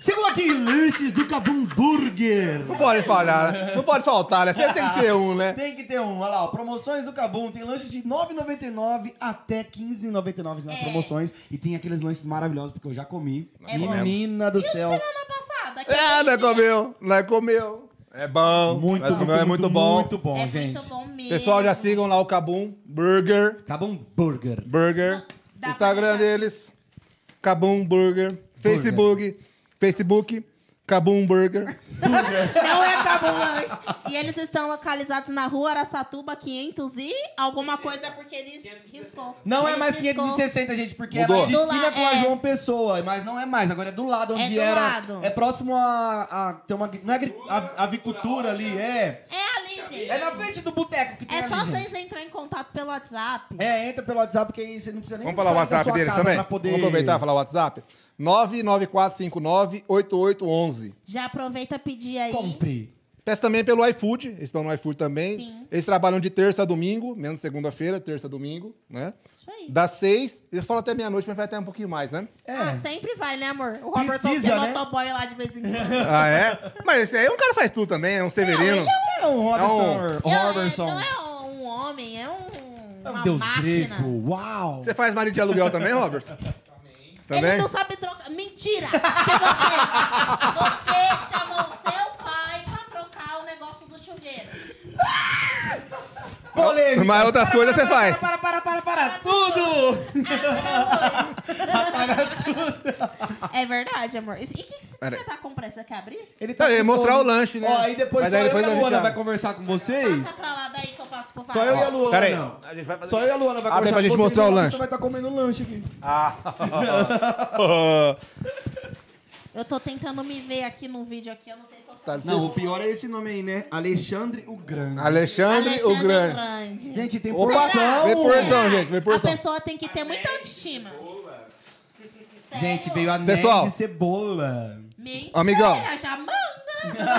[SPEAKER 4] Chegou aqui lanches do Cabum Burger.
[SPEAKER 2] Não pode falhar, né? Não pode faltar, né? Sempre tem que ter um, né?
[SPEAKER 4] Tem que ter um, olha lá, ó, promoções do Cabum. Tem lanches de R$ 9,99 até R$ 15,99 nas
[SPEAKER 1] É.
[SPEAKER 4] promoções. E tem aqueles lanches maravilhosos, porque eu já comi.
[SPEAKER 1] É bom.
[SPEAKER 4] Menina do céu.
[SPEAKER 1] Semana passada. que
[SPEAKER 2] É, não é
[SPEAKER 1] aquele dia-
[SPEAKER 2] comeu, não é comeu. É bom,
[SPEAKER 4] Muito,
[SPEAKER 2] nós comeu, é muito bom.
[SPEAKER 4] Muito bom,
[SPEAKER 1] É
[SPEAKER 4] gente.
[SPEAKER 1] muito bom mesmo.
[SPEAKER 2] Pessoal, já sigam lá o Cabum Burger,
[SPEAKER 4] Cabum Burger.
[SPEAKER 2] Burger,
[SPEAKER 1] Dá pra
[SPEAKER 2] Instagram
[SPEAKER 1] deixar.
[SPEAKER 2] deles, Cabum Burger, Facebook, Facebook, Cabum Burger.
[SPEAKER 1] Não é Cabo Lanche. E eles estão localizados na rua Araçatuba 500 e alguma coisa é porque eles riscou.
[SPEAKER 4] Não é
[SPEAKER 1] Eles
[SPEAKER 4] mais
[SPEAKER 1] riscou.
[SPEAKER 4] 560, gente, porque
[SPEAKER 2] Mudou.
[SPEAKER 4] era de
[SPEAKER 1] Do
[SPEAKER 4] esquina
[SPEAKER 1] la-
[SPEAKER 4] com a
[SPEAKER 1] é.
[SPEAKER 4] João Pessoa, mas não é mais, agora é do lado onde
[SPEAKER 1] do
[SPEAKER 4] era.
[SPEAKER 1] lado.
[SPEAKER 4] É próximo a. a- tem uma. agri- Não é agri- a- avicultura ali, é.
[SPEAKER 1] É ali, gente.
[SPEAKER 4] É na frente do boteco que tem
[SPEAKER 1] É
[SPEAKER 4] ali,
[SPEAKER 1] só
[SPEAKER 4] gente.
[SPEAKER 1] vocês entrar em contato pelo WhatsApp.
[SPEAKER 4] É, entra pelo WhatsApp, que aí você não precisa nem
[SPEAKER 2] Vamos falar o
[SPEAKER 4] sair da
[SPEAKER 2] WhatsApp
[SPEAKER 4] sua
[SPEAKER 2] deles
[SPEAKER 4] casa
[SPEAKER 2] também?
[SPEAKER 4] pra poder-
[SPEAKER 2] Vamos aproveitar e falar o WhatsApp? 99459-8811.
[SPEAKER 1] Já aproveita e pedir aí.
[SPEAKER 4] Compre.
[SPEAKER 2] Peço também pelo iFood, eles estão no iFood também.
[SPEAKER 1] Sim.
[SPEAKER 2] Eles trabalham de terça a domingo, menos segunda-feira, terça a domingo, né?
[SPEAKER 1] Isso aí.
[SPEAKER 2] Das seis, eles falam até meia-noite, mas vai até um pouquinho mais, né?
[SPEAKER 4] É.
[SPEAKER 1] Ah, sempre vai, né, amor? O Robert
[SPEAKER 4] Precisa,
[SPEAKER 1] tem
[SPEAKER 4] né?
[SPEAKER 1] motoboy lá de vez em quando.
[SPEAKER 2] Ah, é? Mas esse aí é um cara que faz tudo também, é um Severino.
[SPEAKER 4] É um Robinson.
[SPEAKER 1] Não é-
[SPEAKER 4] Robertson.
[SPEAKER 1] Não é um homem, é um.
[SPEAKER 4] É um
[SPEAKER 1] uma
[SPEAKER 4] deus
[SPEAKER 1] máquina.
[SPEAKER 4] grego. Uau.
[SPEAKER 2] Você faz marido de aluguel também, Robertson?
[SPEAKER 4] tá
[SPEAKER 1] Ele
[SPEAKER 2] Também?
[SPEAKER 1] não sabe trocar. Mentira! Porque você, você chamou seu pai pra trocar o negócio do chuveiro.
[SPEAKER 4] Polêmica.
[SPEAKER 2] Mas outras
[SPEAKER 4] Para,
[SPEAKER 2] coisas
[SPEAKER 4] para,
[SPEAKER 2] você
[SPEAKER 4] para,
[SPEAKER 2] faz.
[SPEAKER 4] Para, para, para, para, para. Tudo.
[SPEAKER 1] É verdade, amor. E o que, que
[SPEAKER 2] Pera
[SPEAKER 1] você
[SPEAKER 2] aí.
[SPEAKER 1] tá com pressa? Quer abrir?
[SPEAKER 4] Ele tá
[SPEAKER 2] Não, eu ia
[SPEAKER 4] com
[SPEAKER 2] mostrar
[SPEAKER 4] fome.
[SPEAKER 2] o lanche, né?
[SPEAKER 4] Ó, aí depois
[SPEAKER 2] Mas
[SPEAKER 4] só
[SPEAKER 2] aí
[SPEAKER 4] eu
[SPEAKER 2] depois
[SPEAKER 4] e a
[SPEAKER 2] a gente
[SPEAKER 4] Luana
[SPEAKER 2] já-
[SPEAKER 4] vai conversar com vocês.
[SPEAKER 1] Passa pra lá daí que eu passo pro
[SPEAKER 4] Só eu e a
[SPEAKER 1] Fábio.
[SPEAKER 4] Luana.
[SPEAKER 2] pera aí.
[SPEAKER 4] A
[SPEAKER 2] gente vai fazer-
[SPEAKER 4] Só eu e a Luana
[SPEAKER 2] Abre
[SPEAKER 4] vai conversar
[SPEAKER 2] pra gente
[SPEAKER 4] com vocês,
[SPEAKER 2] mostrar o
[SPEAKER 4] senão a
[SPEAKER 2] lanche.
[SPEAKER 4] pessoa vai estar comendo lanche aqui.
[SPEAKER 1] Eu tô tentando me ver aqui no vídeo aqui, eu não sei se eu tô.
[SPEAKER 2] Tá
[SPEAKER 4] Não, o pior é esse nome aí, né? Alexandre o Grande.
[SPEAKER 2] Alexandre, o Grande.
[SPEAKER 4] Gente, tem
[SPEAKER 2] Opa,
[SPEAKER 4] porção.
[SPEAKER 2] vem porção, gente, vem
[SPEAKER 1] A
[SPEAKER 2] porção.
[SPEAKER 1] pessoa tem que ter muita autoestima. Sério?
[SPEAKER 4] Gente, veio a
[SPEAKER 2] Pessoal.
[SPEAKER 4] de cebola.
[SPEAKER 1] Mentira,
[SPEAKER 2] Amigão.
[SPEAKER 1] já manda.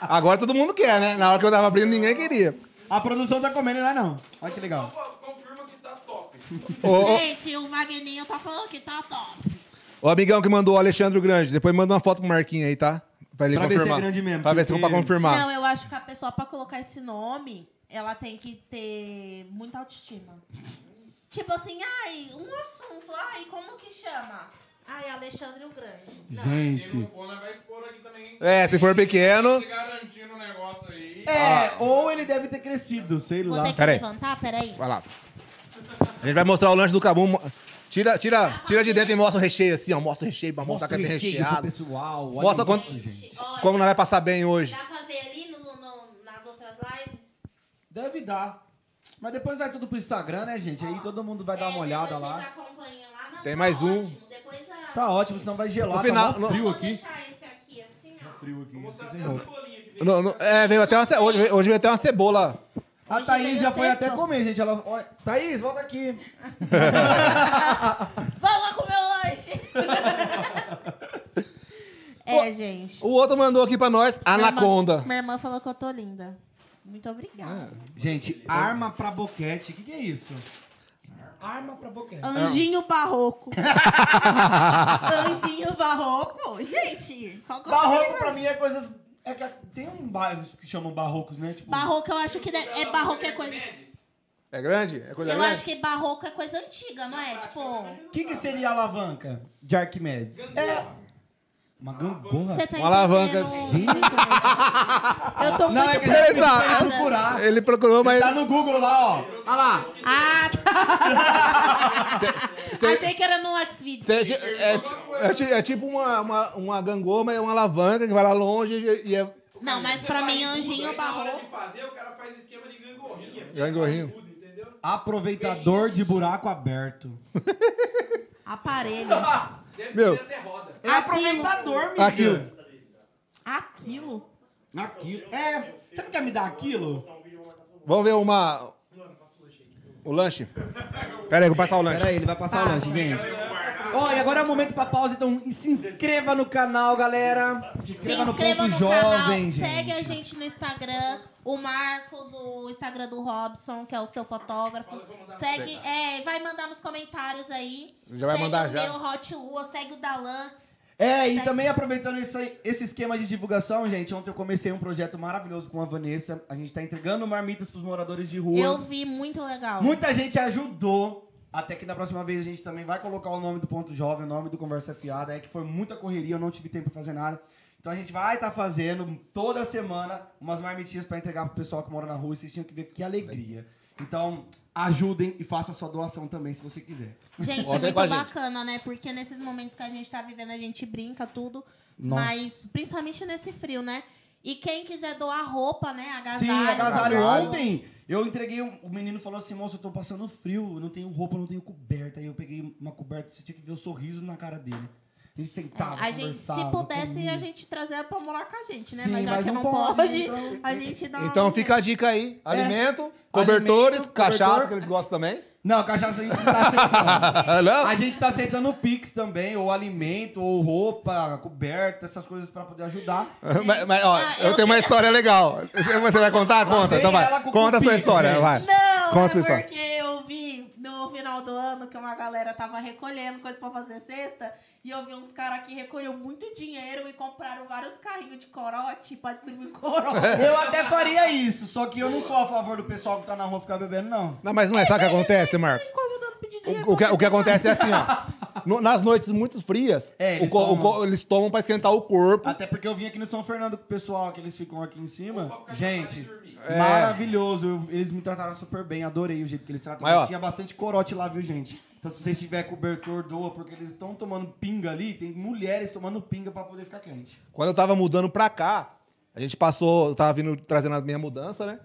[SPEAKER 2] Agora todo mundo quer, né? Na hora que eu tava abrindo, ninguém queria.
[SPEAKER 4] A produção tá comendo, não é não. Olha que legal.
[SPEAKER 3] Confirma que tá top.
[SPEAKER 2] Ô, ô,
[SPEAKER 1] Gente, o Wagninho tá falando que tá top.
[SPEAKER 2] ô, amigão que mandou, o Alexandre o Grande. Depois manda uma foto pro Marquinhos aí, tá? Pra ele
[SPEAKER 4] Pra ver se é
[SPEAKER 2] confirmar.
[SPEAKER 4] grande mesmo,
[SPEAKER 2] Pra ver se é
[SPEAKER 4] porque-
[SPEAKER 2] pra confirmar.
[SPEAKER 1] Não, eu acho que a pessoa, pra colocar esse nome, ela tem que ter muita autoestima. Tipo assim, ai, um assunto, ai, como que chama? Ai, Alexandre o Grande. Não.
[SPEAKER 3] Se
[SPEAKER 4] Gente.
[SPEAKER 3] não for, nós vai expor aqui também.
[SPEAKER 2] É, se for pequeno.
[SPEAKER 3] Se garantir no negócio aí. Ah,
[SPEAKER 4] É,
[SPEAKER 2] Ah,
[SPEAKER 4] ou ele deve ter crescido, sei
[SPEAKER 1] Vou
[SPEAKER 4] lá.
[SPEAKER 1] ter que
[SPEAKER 2] Peraí.
[SPEAKER 1] levantar, peraí.
[SPEAKER 2] Vai lá. A gente vai mostrar o lanche do Cabum. Mo- Tira, tira, tira de dentro e mostra o recheio assim, ó. Mostra o recheio pra mostrar que é
[SPEAKER 4] pro
[SPEAKER 2] recheado.
[SPEAKER 4] pessoal. Olha
[SPEAKER 2] Mostra
[SPEAKER 4] isso,
[SPEAKER 2] quanto-
[SPEAKER 4] gente.
[SPEAKER 1] Olha,
[SPEAKER 2] Como nós vai passar bem hoje.
[SPEAKER 1] dá pra ver ali no- no- nas outras lives?
[SPEAKER 4] Deve dar. Mas depois vai tudo pro Instagram, né, gente? Aí todo mundo vai dar
[SPEAKER 1] É,
[SPEAKER 4] uma olhada
[SPEAKER 1] depois
[SPEAKER 4] lá.
[SPEAKER 1] vocês acompanham lá. Não,
[SPEAKER 2] Tem
[SPEAKER 1] tá
[SPEAKER 2] mais um.
[SPEAKER 1] ótimo, depois a-
[SPEAKER 4] Tá ótimo, senão vai gelar.
[SPEAKER 2] No final-
[SPEAKER 4] tá
[SPEAKER 2] no-
[SPEAKER 4] mó frio
[SPEAKER 1] Vou
[SPEAKER 4] aqui. Tá
[SPEAKER 1] deixar esse aqui assim, ó.
[SPEAKER 4] Frio aqui.
[SPEAKER 2] No- no- é, veio até uma, ce- hoje, hoje veio até uma cebola.
[SPEAKER 4] A
[SPEAKER 1] Hoje
[SPEAKER 4] Thaís já
[SPEAKER 1] veio
[SPEAKER 4] foi
[SPEAKER 1] seco.
[SPEAKER 4] até comer, gente. Ela. ó, Thaís, volta aqui.
[SPEAKER 1] Vamos lá comer o lanche! é, gente.
[SPEAKER 2] O outro mandou aqui pra nós,
[SPEAKER 1] Minha
[SPEAKER 2] anaconda. É,
[SPEAKER 1] irmã, minha irmã falou que eu tô linda. Muito obrigada.
[SPEAKER 4] Gente, arma pra boquete. O que, que é isso? Arma pra
[SPEAKER 1] Ah,
[SPEAKER 4] boquete.
[SPEAKER 1] Anjinho barroco. Anjinho barroco? Gente, qual que é o
[SPEAKER 4] Barroco
[SPEAKER 1] nome?
[SPEAKER 4] pra mim é coisas. É que tem um bairro que chamam barrocos, né? Tipo,
[SPEAKER 1] Barroco eu acho que de- é barroco é coisa.
[SPEAKER 2] É grande? É coisa
[SPEAKER 1] Eu
[SPEAKER 2] grande?
[SPEAKER 1] acho que barroco é coisa antiga, não é? Tipo,
[SPEAKER 2] Ah,
[SPEAKER 4] O que, que seria a alavanca de Arquimedes? É. Uma gangorra?
[SPEAKER 1] você tá
[SPEAKER 2] Uma alavanca.
[SPEAKER 1] entendendo?
[SPEAKER 4] Sim.
[SPEAKER 1] Eu tô
[SPEAKER 4] Não,
[SPEAKER 1] muito
[SPEAKER 4] é que ele
[SPEAKER 2] tá-
[SPEAKER 1] preocupada.
[SPEAKER 4] Vai procurar.
[SPEAKER 2] Ele procurou, mas.
[SPEAKER 4] Tá no Google lá, ó. Olha lá.
[SPEAKER 1] Ah, tá.
[SPEAKER 2] Cê-
[SPEAKER 1] Achei que era no Xvideos.
[SPEAKER 2] cê- é, é- é ti- é tipo uma, uma, uma gangorra, mas é uma alavanca que vai lá longe e, e é.
[SPEAKER 1] Não, mas pra mim, anjinho
[SPEAKER 3] Na hora
[SPEAKER 1] barroco.
[SPEAKER 3] de fazer, o cara faz esquema de gangorrinha.
[SPEAKER 2] Gangorrinho.
[SPEAKER 3] Tudo, entendeu?
[SPEAKER 4] Aproveitador de buraco aberto.
[SPEAKER 1] Aparelho.
[SPEAKER 3] Deve
[SPEAKER 2] Meu.
[SPEAKER 3] ter até roda.
[SPEAKER 4] É aproveitador, menina.
[SPEAKER 2] Aquilo.
[SPEAKER 1] Aquilo.
[SPEAKER 4] Aquilo. É. Você não quer me dar aquilo?
[SPEAKER 2] Vamos ver uma. O lanche. Pera aí, vou passar o lanche.
[SPEAKER 4] Peraí, ele vai passar
[SPEAKER 1] Ah,
[SPEAKER 4] o lanche, gente. Ó, e agora é o momento pra pausa, então e se inscreva no canal, galera. Se
[SPEAKER 1] Se
[SPEAKER 4] inscreva,
[SPEAKER 1] inscreva
[SPEAKER 4] Ponto
[SPEAKER 1] no canal,
[SPEAKER 4] Jovem,
[SPEAKER 1] segue
[SPEAKER 4] gente.
[SPEAKER 1] a gente no Instagram, o Marcos, o Instagram do Robson, que é o seu fotógrafo. Segue, é, vai mandar nos comentários aí.
[SPEAKER 2] Já vai
[SPEAKER 1] segue
[SPEAKER 2] mandar
[SPEAKER 1] o
[SPEAKER 2] já.
[SPEAKER 1] meu Hot Lua, segue o da Lux.
[SPEAKER 4] É, e
[SPEAKER 1] Segue.
[SPEAKER 4] também aproveitando isso aí- esse esquema de divulgação, gente, ontem eu comecei um projeto maravilhoso com a Vanessa. A gente tá entregando marmitas pros moradores de rua.
[SPEAKER 1] Eu vi, muito legal.
[SPEAKER 4] Muita gente ajudou. Até que da próxima vez a gente também vai colocar o nome do Ponto Jovem, o nome do Conversa Fiada. É que foi muita correria, eu não tive tempo pra fazer nada. Então a gente vai estar fazendo toda semana umas marmitinhas pra entregar pro pessoal que mora na rua. E vocês tinham que ver que alegria. Então ajudem e faça a sua doação também, se você quiser.
[SPEAKER 1] Gente,
[SPEAKER 2] Volta aí
[SPEAKER 1] muito
[SPEAKER 2] com a gente.
[SPEAKER 1] bacana, né? Porque nesses momentos que a gente tá vivendo, a gente brinca tudo.
[SPEAKER 4] Nossa.
[SPEAKER 1] Mas principalmente nesse frio, né? E quem quiser doar roupa, né? Agasalho.
[SPEAKER 4] Sim, agasalho.
[SPEAKER 2] agasalho.
[SPEAKER 4] Ontem eu entreguei, um- o menino falou assim, moço, eu tô passando frio, eu não tenho roupa, eu não tenho coberta. Aí eu peguei uma coberta, você tinha que ver o sorriso na cara dele. A gente sentava,
[SPEAKER 1] A gente, se
[SPEAKER 4] conversava,
[SPEAKER 1] pudesse,
[SPEAKER 4] comia.
[SPEAKER 1] a gente trazia pra morar com a gente, né?
[SPEAKER 4] Sim,
[SPEAKER 1] mas já
[SPEAKER 4] mas
[SPEAKER 1] que
[SPEAKER 4] não
[SPEAKER 1] não,
[SPEAKER 4] pode,
[SPEAKER 1] pode,
[SPEAKER 4] então-
[SPEAKER 1] a gente dá um- uma-
[SPEAKER 2] Então fica a dica aí. Alimento, cobertores,
[SPEAKER 4] cobertores,
[SPEAKER 2] cachaça,
[SPEAKER 4] cobertor.
[SPEAKER 2] que eles gostam também.
[SPEAKER 4] Não, cachaça a gente não tá aceitando.
[SPEAKER 2] Ah, não?
[SPEAKER 4] A gente tá aceitando Pix também, ou alimento, ou roupa, coberta, essas coisas pra poder ajudar.
[SPEAKER 2] Mas, mas, ó,
[SPEAKER 1] Ah,
[SPEAKER 2] eu,
[SPEAKER 1] eu
[SPEAKER 2] tenho uma
[SPEAKER 1] quero-
[SPEAKER 2] história legal. Você você vai contar? Conta,
[SPEAKER 4] vem
[SPEAKER 2] então vai.
[SPEAKER 4] ela com
[SPEAKER 2] Conta a sua
[SPEAKER 4] cupim,
[SPEAKER 2] história,
[SPEAKER 4] gente.
[SPEAKER 2] vai.
[SPEAKER 1] Não,
[SPEAKER 2] Conta a
[SPEAKER 1] é
[SPEAKER 2] história.
[SPEAKER 1] porque eu vi no final do ano que uma galera tava recolhendo coisa pra fazer cesta e eu vi uns caras que recolheu muito dinheiro e compraram vários carrinhos de corote pra distribuir
[SPEAKER 2] É,
[SPEAKER 1] corote.
[SPEAKER 4] Eu até faria isso, só que eu não sou a favor do pessoal que tá na rua ficar bebendo, não.
[SPEAKER 2] Não, mas não é, sabe o que acontece, Marcos?
[SPEAKER 1] Incomodando pedir dinheiro.
[SPEAKER 2] O, o que,
[SPEAKER 1] pra
[SPEAKER 2] o que acontece é assim, ó. No- nas noites muito frias,
[SPEAKER 4] É, eles
[SPEAKER 2] o co- o co- eles, tomam.
[SPEAKER 4] tomam. Ah.
[SPEAKER 2] pra esquentar o corpo.
[SPEAKER 4] Até porque eu vim aqui no São Fernando com o pessoal, que eles ficam aqui em cima.
[SPEAKER 3] Opa, fica
[SPEAKER 4] Gente,
[SPEAKER 3] capaz de dormir.
[SPEAKER 4] é. maravilhoso. Eu- eles me trataram super bem, adorei o jeito que eles trataram.
[SPEAKER 2] Mas, ó.
[SPEAKER 4] Mas tinha bastante corote lá, viu, gente? Então se vocês tiver cobertor, doa, porque eles estão tomando pinga ali, tem mulheres tomando pinga pra poder ficar quente.
[SPEAKER 2] Quando eu tava mudando pra cá, a gente passou, eu tava vindo trazendo a minha mudança, né?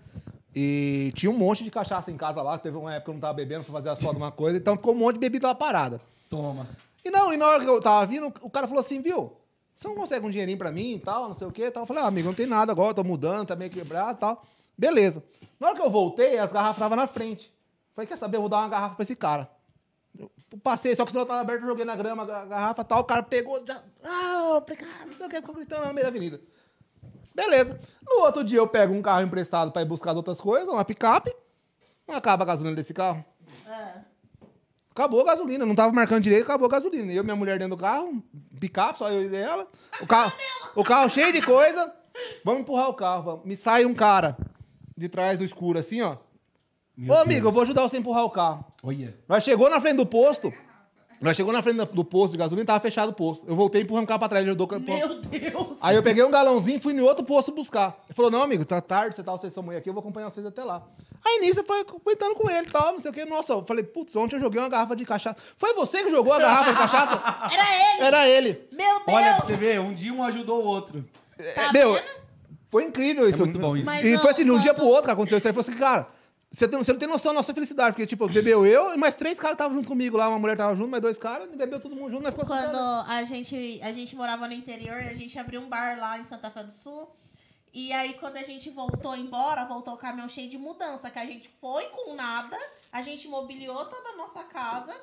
[SPEAKER 2] E tinha um monte de cachaça em casa lá. Teve uma época que eu não tava bebendo, fui fazer as fotos, uma coisa. Então ficou um monte de bebida lá parada.
[SPEAKER 4] Toma.
[SPEAKER 2] E não, e na hora que eu tava vindo, o cara falou assim, viu? Você não consegue um dinheirinho pra mim e tal, não sei o quê e tal. Eu falei, ah, amigo, não tem nada agora, eu tô mudando, tá meio quebrado e tal. Beleza. Na hora que eu voltei, as garrafas estavam na frente. Falei, quer saber, eu vou dar uma garrafa pra esse cara. Eu passei, só que o sinal tava aberto, eu joguei na grama a garrafa e tal. O cara pegou, já... Ah, eu falei, "Ah, não sei o que, ficou gritando no meio da avenida. Beleza. No outro dia eu pego um carro emprestado pra ir buscar as outras coisas, uma picape. Acaba a gasolina desse carro.
[SPEAKER 1] Ah,
[SPEAKER 2] Acabou a gasolina, não tava marcando direito, acabou a gasolina. Eu e minha mulher dentro do carro, picape, só eu e ela. O carro, o carro cheio de coisa. Vamos empurrar o carro, vamos. Me sai um cara de trás do escuro, assim, ó. Ô, amigo, eu vou ajudar você a empurrar o carro.
[SPEAKER 4] Olha.
[SPEAKER 2] Nós chegou na frente do posto. Nós chegou na frente da- do posto de gasolina, tava fechado o posto. Eu voltei empurrando o carro pra trás, ele ajudou. com-
[SPEAKER 1] meu Deus.
[SPEAKER 2] Aí eu peguei um galãozinho e fui em outro posto buscar. Ele falou, não, amigo, tá tarde, você tá, vocês são mulher aqui, eu vou acompanhar vocês até lá. Aí nisso eu fui comentando com ele e tal, não sei o quê. Nossa, eu falei, putz, ontem eu joguei uma garrafa de cachaça. Foi você que jogou a garrafa de cachaça?
[SPEAKER 1] Era ele.
[SPEAKER 2] Era ele.
[SPEAKER 1] Meu Deus.
[SPEAKER 4] Olha pra você ver, um dia um ajudou o outro.
[SPEAKER 2] É,
[SPEAKER 1] Tá
[SPEAKER 2] meu,
[SPEAKER 1] vendo?
[SPEAKER 2] foi incrível É isso.
[SPEAKER 4] muito bom isso.
[SPEAKER 1] Mas
[SPEAKER 2] e
[SPEAKER 1] não,
[SPEAKER 2] foi assim, de um dia
[SPEAKER 1] quando-
[SPEAKER 2] pro outro que aconteceu isso. Aí eu falei assim, cara, você tem- você não tem noção da nossa felicidade, porque, tipo, bebeu eu e mais três caras estavam junto comigo lá, uma mulher tava junto, mais dois caras, e bebeu todo mundo junto, nós ficou
[SPEAKER 1] Quando
[SPEAKER 2] sentado.
[SPEAKER 1] a gente, a gente morava no interior, a gente abriu um bar lá em Santa Fé do Sul. E aí, quando a gente voltou embora, voltou o caminhão cheio de mudança, que a gente foi com nada, a gente mobiliou toda a nossa casa,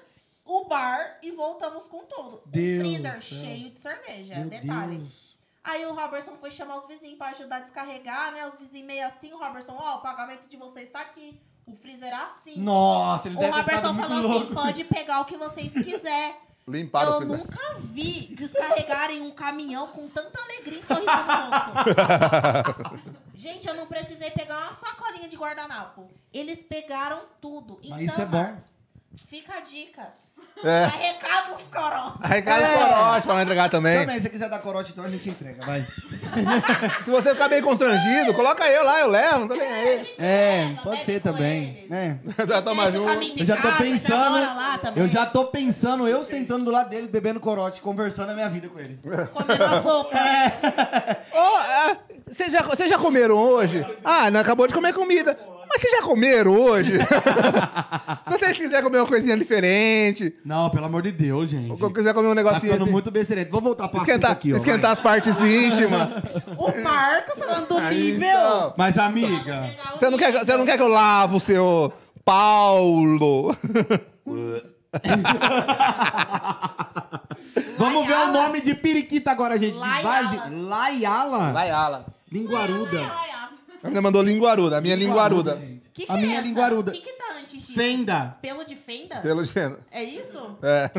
[SPEAKER 1] o bar e voltamos com tudo.
[SPEAKER 4] Deus
[SPEAKER 1] o freezer
[SPEAKER 4] do céu.
[SPEAKER 1] cheio de cerveja,
[SPEAKER 4] Meu
[SPEAKER 1] É, detalhe.
[SPEAKER 4] Deus.
[SPEAKER 1] Aí o Robertson foi chamar os vizinhos pra ajudar a descarregar, né? Os vizinhos meio assim, o Robertson, ó, o pagamento de vocês tá aqui. O freezer assim.
[SPEAKER 4] Nossa, eles
[SPEAKER 1] O
[SPEAKER 4] devem ter
[SPEAKER 1] Robertson
[SPEAKER 4] ficado muito
[SPEAKER 1] falou assim:
[SPEAKER 4] loucos.
[SPEAKER 1] pode pegar o que vocês quiser.
[SPEAKER 2] Limparam
[SPEAKER 1] Eu nunca vi descarregarem um caminhão com tanta alegria e sorriso no rosto. Gente, eu não precisei pegar uma sacolinha de guardanapo. Eles pegaram tudo. Então,
[SPEAKER 4] isso é bom.
[SPEAKER 1] Marcos, fica a dica.
[SPEAKER 2] É.
[SPEAKER 1] Arrecada os corotas.
[SPEAKER 2] Aí cara
[SPEAKER 4] É.
[SPEAKER 2] corote pra não entregar também.
[SPEAKER 4] Também, se você quiser dar corote, então a gente entrega, vai.
[SPEAKER 2] Se você ficar bem constrangido, coloca eu lá, eu levo, não tô nem aí. Tá,
[SPEAKER 4] É,
[SPEAKER 1] Leva,
[SPEAKER 4] pode
[SPEAKER 1] bebe
[SPEAKER 4] ser
[SPEAKER 1] né, com
[SPEAKER 4] também.
[SPEAKER 1] eles.
[SPEAKER 4] É.
[SPEAKER 2] Já um. toma
[SPEAKER 1] Esquece o
[SPEAKER 2] junto.
[SPEAKER 1] caminho de
[SPEAKER 4] Eu já tô
[SPEAKER 1] casa, namora Ah, lá
[SPEAKER 4] pensando.
[SPEAKER 1] também.
[SPEAKER 4] Eu já tô pensando, eu sentando do lado dele, bebendo corote, conversando a minha vida com ele.
[SPEAKER 2] É.
[SPEAKER 1] Comendo a sopa.
[SPEAKER 2] Ô, ah, Vocês já, vocês já comeram hoje? Ah, não acabou de comer comida. Mas vocês já comeram hoje? Se vocês quiserem comer uma coisinha diferente,
[SPEAKER 4] Não, pelo amor de Deus, gente.
[SPEAKER 2] ou se quiser comer um
[SPEAKER 4] Tá
[SPEAKER 2] negocinho
[SPEAKER 4] ficando
[SPEAKER 2] assim,
[SPEAKER 4] muito besteirento. Vou voltar pra
[SPEAKER 2] esquentar,
[SPEAKER 4] aqui, ó. vai.
[SPEAKER 2] esquentar as partes íntimas.
[SPEAKER 1] O Marcos tá falando do
[SPEAKER 2] Aí,
[SPEAKER 1] nível.
[SPEAKER 2] então,
[SPEAKER 4] Mas, amiga,
[SPEAKER 1] Pegar o
[SPEAKER 2] você, não quer,
[SPEAKER 1] nível.
[SPEAKER 2] você não quer que eu lavo o seu Paulo?
[SPEAKER 4] vamos ver o
[SPEAKER 1] Laiala.
[SPEAKER 4] nome de periquita agora, gente. Vai,
[SPEAKER 1] Laiala.
[SPEAKER 4] gente. Laiala.
[SPEAKER 2] Laiala.
[SPEAKER 4] Linguaruda.
[SPEAKER 1] Ai, ai, ai.
[SPEAKER 2] A menina mandou linguaruda, a minha É linguaruda.
[SPEAKER 4] gente.
[SPEAKER 1] Que que
[SPEAKER 4] a
[SPEAKER 1] é
[SPEAKER 4] minha
[SPEAKER 1] essa?
[SPEAKER 4] linguaruda.
[SPEAKER 1] O que, que tá antes disso?
[SPEAKER 4] Fenda.
[SPEAKER 1] Pelo de fenda?
[SPEAKER 2] Pelo gênero.
[SPEAKER 1] É isso?
[SPEAKER 2] É.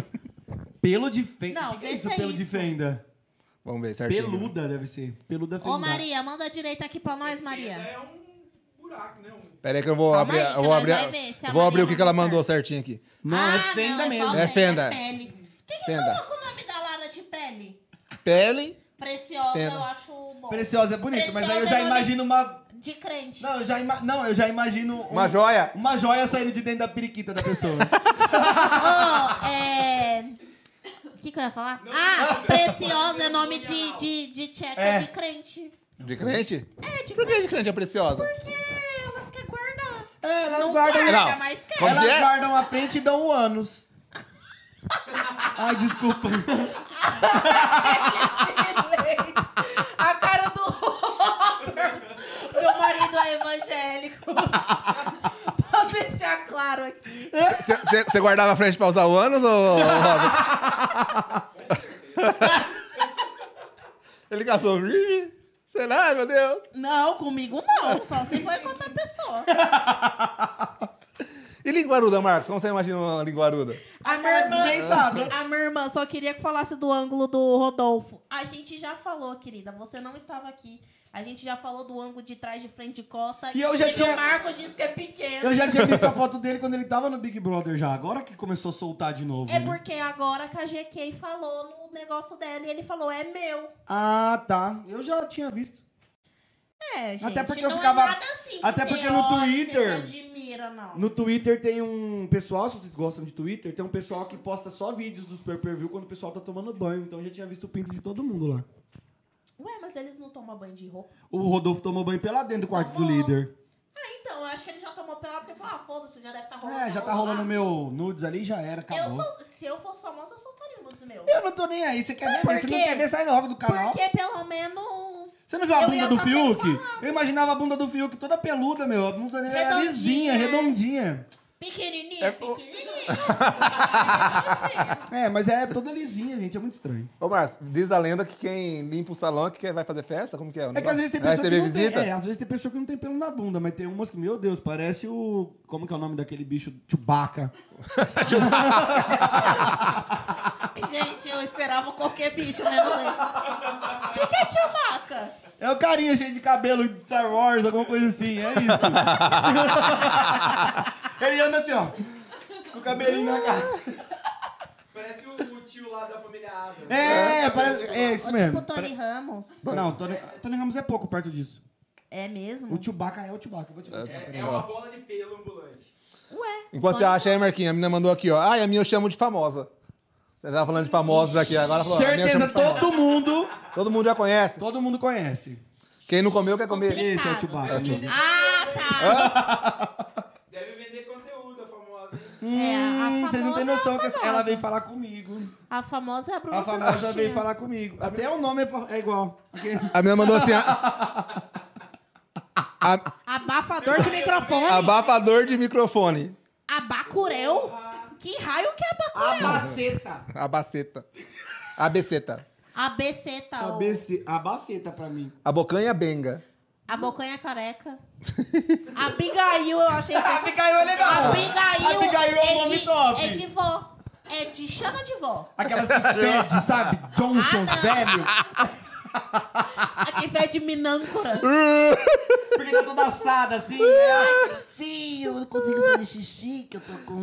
[SPEAKER 4] Pelo de fenda.
[SPEAKER 1] Não,
[SPEAKER 4] O que
[SPEAKER 1] vê
[SPEAKER 4] é isso,
[SPEAKER 1] se é
[SPEAKER 4] pelo de
[SPEAKER 1] isso.
[SPEAKER 4] fenda.
[SPEAKER 2] Vamos ver, certinho.
[SPEAKER 4] Peluda deve ser. Peluda fenda.
[SPEAKER 1] Ô, Maria, manda a direita aqui pra nós, Maria.
[SPEAKER 3] É um buraco, né? Um...
[SPEAKER 2] Pera aí que eu vou
[SPEAKER 1] Calma
[SPEAKER 2] abrir,
[SPEAKER 1] aí, que
[SPEAKER 2] eu vou
[SPEAKER 1] nós
[SPEAKER 2] abrir,
[SPEAKER 1] vai ver se a
[SPEAKER 2] vou abrir o que,
[SPEAKER 1] Maria
[SPEAKER 2] que ela
[SPEAKER 1] mandou
[SPEAKER 2] mandou certinho aqui.
[SPEAKER 4] Não,
[SPEAKER 1] ah,
[SPEAKER 4] é fenda
[SPEAKER 1] não,
[SPEAKER 4] mesmo.
[SPEAKER 1] só
[SPEAKER 2] É fenda.
[SPEAKER 1] pele. O que que
[SPEAKER 2] Fenda.
[SPEAKER 1] coloca o nome da Lara de pele?
[SPEAKER 2] Pele,
[SPEAKER 1] Preciosa,
[SPEAKER 2] Fenda.
[SPEAKER 1] eu acho bom.
[SPEAKER 4] Preciosa é bonito, mas aí eu já
[SPEAKER 1] Preciosa é
[SPEAKER 4] imagino uma.
[SPEAKER 1] De crente.
[SPEAKER 4] Não, eu já, ima... não, eu já imagino. um-
[SPEAKER 1] Hum.
[SPEAKER 2] uma joia.
[SPEAKER 4] Uma joia saindo de dentro da periquita da pessoa.
[SPEAKER 1] Ô, é... O que, que eu ia falar? ah, preciosa é nome de, de, de tcheca
[SPEAKER 4] É.
[SPEAKER 1] de crente.
[SPEAKER 2] De crente?
[SPEAKER 1] É, de
[SPEAKER 2] Por que
[SPEAKER 1] crente.
[SPEAKER 2] de crente é preciosa?
[SPEAKER 1] Porque É, elas querem guardar.
[SPEAKER 4] é, elas
[SPEAKER 1] Não
[SPEAKER 4] guardam.
[SPEAKER 1] guarda,
[SPEAKER 2] Não.
[SPEAKER 1] mas quer.
[SPEAKER 2] Como que
[SPEAKER 4] Elas
[SPEAKER 2] é?
[SPEAKER 4] guardam a frente e dão o ânus. Ai, desculpa.
[SPEAKER 1] A cara do Robert, meu marido é evangélico. pra deixar claro aqui.
[SPEAKER 2] Você guardava a frente pra usar o ânus ou Robert? Ele casou virgem? Será, meu Deus?
[SPEAKER 1] Não, comigo não. Só se for com outra pessoa.
[SPEAKER 2] E linguaruda, Marcos? Como você imagina uma linguaruda?
[SPEAKER 1] A
[SPEAKER 4] cara desbençada.
[SPEAKER 1] a minha irmã só queria que falasse do ângulo do Rodolfo. A gente já falou, querida. Você não estava aqui. A gente já falou do ângulo de trás, de frente, de costa.
[SPEAKER 4] E eu já
[SPEAKER 1] E
[SPEAKER 4] tinha-
[SPEAKER 1] O Marcos disse que é pequeno.
[SPEAKER 4] Eu já tinha visto a foto dele quando ele tava no Big Brother já. Agora que começou a soltar de novo.
[SPEAKER 1] É
[SPEAKER 4] né?
[SPEAKER 1] porque agora que a GK falou no negócio dela e ele falou, é meu.
[SPEAKER 4] Ah, tá. Eu já tinha visto.
[SPEAKER 1] É, gente.
[SPEAKER 4] Até porque eu
[SPEAKER 1] não
[SPEAKER 4] ficava-
[SPEAKER 1] É nada assim que
[SPEAKER 4] até
[SPEAKER 1] você
[SPEAKER 4] porque no
[SPEAKER 1] olha,
[SPEAKER 4] Twitter-
[SPEAKER 1] Você se admira, não.
[SPEAKER 4] No Twitter tem um pessoal, se vocês gostam de Twitter, tem um pessoal que posta só vídeos dos pay per view quando o pessoal tá tomando banho. Então eu já tinha visto o pinto de todo mundo lá.
[SPEAKER 1] Ué, mas eles não tomam banho de roupa.
[SPEAKER 4] O Rodolfo tomou banho pelado dentro do quarto do
[SPEAKER 1] Tomou.
[SPEAKER 4] líder.
[SPEAKER 1] Ah, então, Não, eu acho que ele já tomou pela porque falou, ah, foda-se, já deve estar tá rolando.
[SPEAKER 4] É, já tá
[SPEAKER 1] rolar.
[SPEAKER 4] rolando meu nudes ali, já era,
[SPEAKER 1] Eu
[SPEAKER 4] acabou.
[SPEAKER 1] sol... Se eu fosse famosa, eu soltaria um dos meus.
[SPEAKER 4] Eu não tô nem aí, você quer
[SPEAKER 1] Sabe
[SPEAKER 4] ver?
[SPEAKER 1] por
[SPEAKER 4] Você não
[SPEAKER 1] quê?
[SPEAKER 4] quer ver, sai logo do canal.
[SPEAKER 1] Porque pelo menos.
[SPEAKER 4] Você não viu a
[SPEAKER 1] Eu
[SPEAKER 4] bunda
[SPEAKER 1] ia
[SPEAKER 4] do
[SPEAKER 1] tá
[SPEAKER 4] Fiuk?
[SPEAKER 1] sempre
[SPEAKER 4] Eu imaginava a bunda do Fiuk toda peluda, meu. A bunda dele era
[SPEAKER 1] Redondinha.
[SPEAKER 4] lisinha, redondinha.
[SPEAKER 1] Pequenininho,
[SPEAKER 2] É, o-
[SPEAKER 1] pequenininho.
[SPEAKER 4] É, mas é toda lisinha, gente. É muito estranho.
[SPEAKER 2] Ô, Márcio, diz a lenda que quem limpa o salão é que quer- vai fazer festa? Como que é? o
[SPEAKER 4] É que às
[SPEAKER 2] negócio?
[SPEAKER 4] vezes tem
[SPEAKER 2] Vai
[SPEAKER 4] pessoa que
[SPEAKER 2] receber
[SPEAKER 4] não tem.
[SPEAKER 2] visita?
[SPEAKER 4] É, às vezes tem pessoa que não tem pelo na bunda, mas tem umas que, meu Deus, parece o. Como que é o nome daquele bicho? Chewbacca.
[SPEAKER 1] Gente, eu esperava qualquer bicho menos esse. O que é Chewbacca?
[SPEAKER 4] É o carinha cheio de cabelo de Star Wars, alguma coisa assim, é isso. Ele anda assim, ó. Com o cabelinho na cara.
[SPEAKER 3] Parece o, o tio lá da família Adams.
[SPEAKER 4] É, parece. É isso
[SPEAKER 1] Ou
[SPEAKER 4] mesmo.
[SPEAKER 1] Tipo Tony Ramos.
[SPEAKER 4] Não, Tony, Tony Ramos é pouco perto disso.
[SPEAKER 1] É mesmo?
[SPEAKER 4] O Chewbacca é o Chewbacca. eu Vou te mostrar.
[SPEAKER 3] É,
[SPEAKER 4] peraí.
[SPEAKER 3] é uma bola de pelo ambulante.
[SPEAKER 1] Ué.
[SPEAKER 2] Enquanto você acha aí, Marquinhos, a menina mandou aqui, ó. Ai, a minha eu chamo de famosa. Você tava falando de famosos aqui, agora falou. Tá "Ah, a minha eu chamo
[SPEAKER 4] Certeza,
[SPEAKER 2] de famosa.
[SPEAKER 4] todo mundo.
[SPEAKER 2] Todo mundo já conhece.
[SPEAKER 4] Todo mundo conhece.
[SPEAKER 2] Quem não comeu quer comer.
[SPEAKER 1] Complicado.
[SPEAKER 4] Esse é o Chewbacca.
[SPEAKER 2] É o Chewbacca.
[SPEAKER 1] Ah, tá.
[SPEAKER 3] Deve vender conteúdo, a famosa. hein?
[SPEAKER 1] É, a
[SPEAKER 4] Hum, vocês não têm
[SPEAKER 1] famosa é a
[SPEAKER 4] noção que essa-
[SPEAKER 1] famosa.
[SPEAKER 4] ela veio falar comigo.
[SPEAKER 1] A famosa é a Bruna
[SPEAKER 4] A famosa
[SPEAKER 1] Celestina.
[SPEAKER 4] veio falar comigo. Até o nome é pa- é igual. Ok?
[SPEAKER 2] A menina mandou assim, a- a-
[SPEAKER 1] Abafador de microfone.
[SPEAKER 2] abafador de microfone.
[SPEAKER 1] Abacurel? Que raio que é
[SPEAKER 4] A
[SPEAKER 1] abacurel?
[SPEAKER 4] maceta.
[SPEAKER 2] Abaceta. Abeceta.
[SPEAKER 1] ABC tal.
[SPEAKER 4] ABC, a baceta pra mim.
[SPEAKER 2] A bocanha benga.
[SPEAKER 1] A bocanha careca. Abigail, eu achei.
[SPEAKER 4] A Abigail é legal.
[SPEAKER 1] Abigail,
[SPEAKER 4] Abigail é um nome
[SPEAKER 1] de,
[SPEAKER 4] top.
[SPEAKER 1] É de vó. É de chama de vó.
[SPEAKER 4] Aquelas que fede, sabe? Johnson's
[SPEAKER 1] Ah, não.
[SPEAKER 4] velho.
[SPEAKER 1] Aqui fede minâncora.
[SPEAKER 4] Porque tá toda assada assim. né? Sim, eu não consigo fazer xixi, que eu tô com.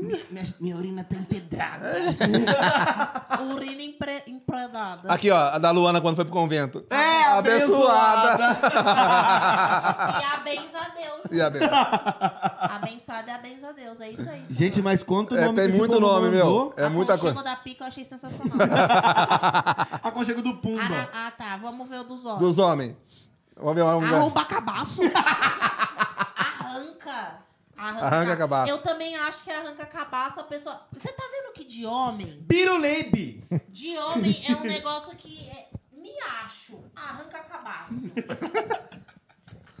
[SPEAKER 4] Minha, minha- minha urina tá empedrada.
[SPEAKER 1] Urina empre- empredada.
[SPEAKER 2] Aqui, ó, a da Luana quando foi pro convento.
[SPEAKER 4] É,
[SPEAKER 1] E a benza a Deus.
[SPEAKER 2] E a benga.
[SPEAKER 1] Abençoada é a benza a Deus. É isso aí.
[SPEAKER 4] Gente, mas quanto
[SPEAKER 2] É,
[SPEAKER 4] nome que
[SPEAKER 2] tem
[SPEAKER 4] esse
[SPEAKER 2] muito
[SPEAKER 4] povo
[SPEAKER 2] nome, meu.
[SPEAKER 4] mandou?
[SPEAKER 2] É muita coisa.
[SPEAKER 1] O da pica eu achei sensacional.
[SPEAKER 4] Aconchego do Pumba.
[SPEAKER 1] ah, ah, tá. Vamos ver o dos homens.
[SPEAKER 2] Dos homens. Vamos ver um lugar.
[SPEAKER 1] Arromba cabaço. arranca. Arranca,
[SPEAKER 2] Arranca cabaço.
[SPEAKER 1] Eu também acho que arranca cabaço a pessoa. Você tá vendo que de homem?
[SPEAKER 4] Biruleibe.
[SPEAKER 1] De homem é um negócio que. é- Me acho. Arranca cabaço.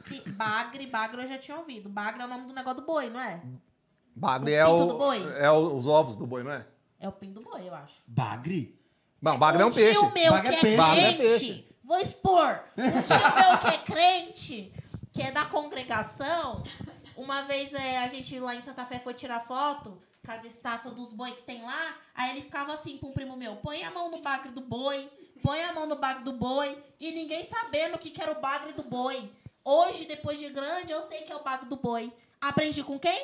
[SPEAKER 1] Se- Bagre, bagre eu já tinha ouvido. Bagre é o nome do negócio do boi, não é?
[SPEAKER 2] Bagre
[SPEAKER 1] O
[SPEAKER 2] é,
[SPEAKER 1] pinto
[SPEAKER 2] o-
[SPEAKER 1] do boi?
[SPEAKER 2] é o- os ovos do boi, não é?
[SPEAKER 1] É o pin do boi, eu acho.
[SPEAKER 4] Bagre?
[SPEAKER 2] Não, bagre é um peixe.
[SPEAKER 1] tio meu
[SPEAKER 4] Bagre é
[SPEAKER 1] que é,
[SPEAKER 4] peixe.
[SPEAKER 2] Bagre é
[SPEAKER 1] crente, vou expor. Um tio meu que é crente, que é da congregação, uma vez é, a gente lá em Santa Fé foi tirar foto com as estátuas dos boi que tem lá, aí ele ficava assim pra um primo meu, põe a mão no bagre do boi, põe a mão no bagre do boi, e ninguém sabendo o que, que era o bagre do boi. Hoje, depois de grande, eu sei que é o bagre do boi. Aprendi com quem?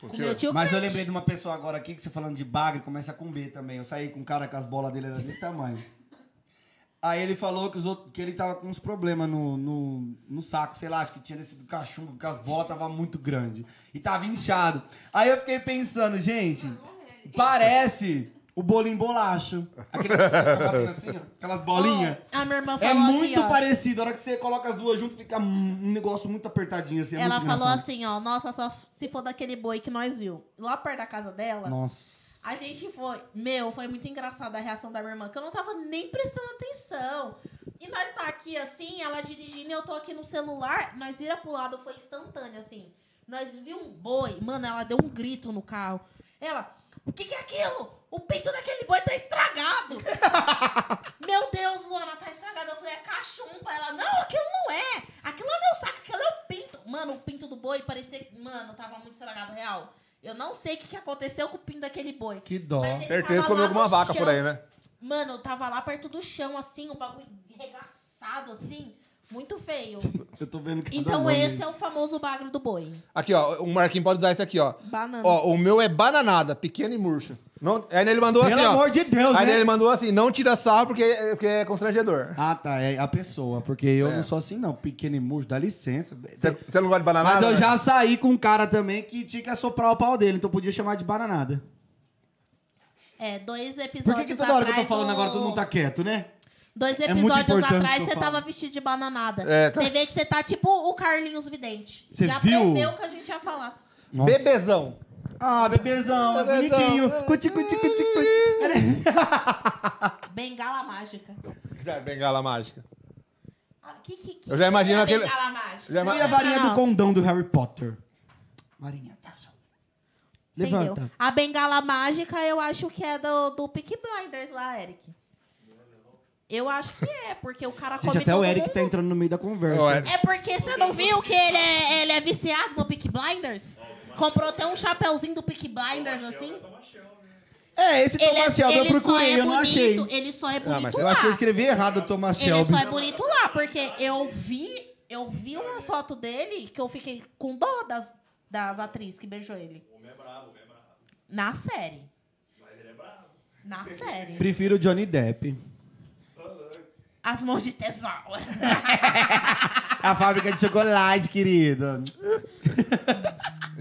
[SPEAKER 1] Com
[SPEAKER 2] tio.
[SPEAKER 1] meu tio
[SPEAKER 4] Mas eu
[SPEAKER 1] crente.
[SPEAKER 4] lembrei de uma pessoa agora aqui que você falando de bagre, começa com B também. Eu saí com um cara que as bolas dele eram desse tamanho. Aí ele falou que, os outros, que ele tava com uns problemas no, no, no saco, sei lá, acho que tinha descido cachumba, porque as bolas tava muito grande. E tava inchado. Aí eu fiquei pensando, gente, parece o bolinho bolacho. Aquele que tava batendo assim, ó, aquelas bolinhas.
[SPEAKER 1] A minha irmã
[SPEAKER 4] É
[SPEAKER 1] falou aqui,
[SPEAKER 4] muito
[SPEAKER 1] ó.
[SPEAKER 4] parecido. A hora que você coloca as duas juntas, fica um negócio muito apertadinho assim. é
[SPEAKER 1] Ela
[SPEAKER 4] muito
[SPEAKER 1] falou
[SPEAKER 4] engraçado.
[SPEAKER 1] assim, ó, nossa, só f- se for daquele boi que nós viu. Lá perto da casa dela,
[SPEAKER 4] Nossa.
[SPEAKER 1] a gente foi. Meu, foi muito engraçada a reação da minha irmã, que eu não tava nem prestando atenção. E nós tá aqui assim, ela dirigindo e eu tô aqui no celular, nós vira pro lado, foi instantâneo, assim. Nós viu um boi, mano, ela deu um grito no carro. Ela, o que, que é aquilo? O peito daquele boi tá estragado. Meu Deus, Luana, tá estragada. Eu falei, é cachumba. Ela, não, aquilo não é. Aquilo é meu saco, aquilo é o pinto. Mano, o pinto do boi parecia. Mano, tava muito estragado, real. Eu não sei o que, que aconteceu com o pinto daquele boi.
[SPEAKER 4] Que dó.
[SPEAKER 1] Mas ele
[SPEAKER 2] Certeza
[SPEAKER 1] tava
[SPEAKER 2] que comeu
[SPEAKER 1] lá
[SPEAKER 2] alguma
[SPEAKER 1] no
[SPEAKER 2] vaca
[SPEAKER 1] chão.
[SPEAKER 2] por aí, né?
[SPEAKER 1] Mano, eu tava lá perto do chão, assim, o bagulho regaçado, assim. Muito feio.
[SPEAKER 4] Eu tô vendo que tá
[SPEAKER 1] Então esse é o famoso bagulho do boi.
[SPEAKER 2] Aqui, ó, o Marquinhos pode usar esse aqui, ó.
[SPEAKER 1] Banana.
[SPEAKER 2] Ó, o meu é bananada, pequeno e murcho. Não, aí ele mandou
[SPEAKER 4] Pelo
[SPEAKER 2] assim, ó.
[SPEAKER 4] amor de Deus,
[SPEAKER 2] Aí
[SPEAKER 4] né?
[SPEAKER 2] ele mandou assim, não tira sarro porque, é- porque é constrangedor.
[SPEAKER 4] Ah, tá. É a pessoa. Porque eu
[SPEAKER 2] É.
[SPEAKER 4] não sou assim, não. Pequeno e murcho, dá licença.
[SPEAKER 2] Você você não gosta de bananada?
[SPEAKER 4] Mas eu
[SPEAKER 2] né?
[SPEAKER 4] já saí com um cara também que tinha que assoprar o pau dele, então podia chamar de bananada.
[SPEAKER 1] É, dois episódios
[SPEAKER 4] Por que, que toda hora que eu tô
[SPEAKER 1] atrás
[SPEAKER 4] falando
[SPEAKER 1] o-
[SPEAKER 4] agora todo mundo tá quieto, né?
[SPEAKER 1] Dois
[SPEAKER 4] É muito
[SPEAKER 1] episódios
[SPEAKER 4] importante
[SPEAKER 1] atrás
[SPEAKER 4] o que
[SPEAKER 1] você
[SPEAKER 4] eu falo.
[SPEAKER 1] tava vestido de bananada.
[SPEAKER 2] É, tá.
[SPEAKER 1] Você vê que você tá tipo o Carlinhos Vidente.
[SPEAKER 4] Você
[SPEAKER 1] Já
[SPEAKER 4] viu?
[SPEAKER 1] preveu o que a gente ia falar.
[SPEAKER 2] Bebezão.
[SPEAKER 4] Ah, bebezão, é
[SPEAKER 2] Bebezão.
[SPEAKER 4] bonitinho. Cuti, cuti, cuti, cuti.
[SPEAKER 1] Bengala mágica.
[SPEAKER 2] Quiser bengala mágica.
[SPEAKER 1] Ah, que, que, que
[SPEAKER 2] Eu já imagino
[SPEAKER 1] que é
[SPEAKER 2] aquele-
[SPEAKER 1] Bengala mágica.
[SPEAKER 2] Já ima-
[SPEAKER 4] E a varinha do condão do Harry Potter? Varinha, tá, só.
[SPEAKER 1] Entendeu?
[SPEAKER 4] Levanta.
[SPEAKER 1] A bengala mágica eu acho que é do, do Peaky Blinders lá, Eric. Eu acho que é, porque o cara
[SPEAKER 4] Gente,
[SPEAKER 1] come
[SPEAKER 4] até o
[SPEAKER 1] todo
[SPEAKER 4] Eric
[SPEAKER 1] mundo.
[SPEAKER 4] tá entrando no meio da conversa.
[SPEAKER 2] Ó, é-
[SPEAKER 1] É porque você não viu que ele é, ele é viciado no Peaky Blinders? Comprou até um chapéuzinho do Peaky Blinders, assim.
[SPEAKER 4] É, esse
[SPEAKER 1] Ele,
[SPEAKER 4] Thomas
[SPEAKER 1] é,
[SPEAKER 4] Shelby Então, eu
[SPEAKER 1] ele só
[SPEAKER 4] procurei,
[SPEAKER 1] é
[SPEAKER 4] eu não
[SPEAKER 1] bonito,
[SPEAKER 4] achei.
[SPEAKER 1] ele só é
[SPEAKER 2] mas
[SPEAKER 1] bonito
[SPEAKER 2] eu
[SPEAKER 4] Ah, Eu
[SPEAKER 1] lá.
[SPEAKER 4] acho que eu escrevi errado, Thomas
[SPEAKER 1] Ele
[SPEAKER 4] Shelby.
[SPEAKER 1] só é bonito lá, porque eu vi, eu vi uma foto dele que eu fiquei com dó das, das atrizes que beijou ele.
[SPEAKER 2] é
[SPEAKER 1] Na série. Na série.
[SPEAKER 4] Prefiro o Johnny Depp.
[SPEAKER 1] As mãos de tesouro.
[SPEAKER 4] A fábrica de chocolate, querido.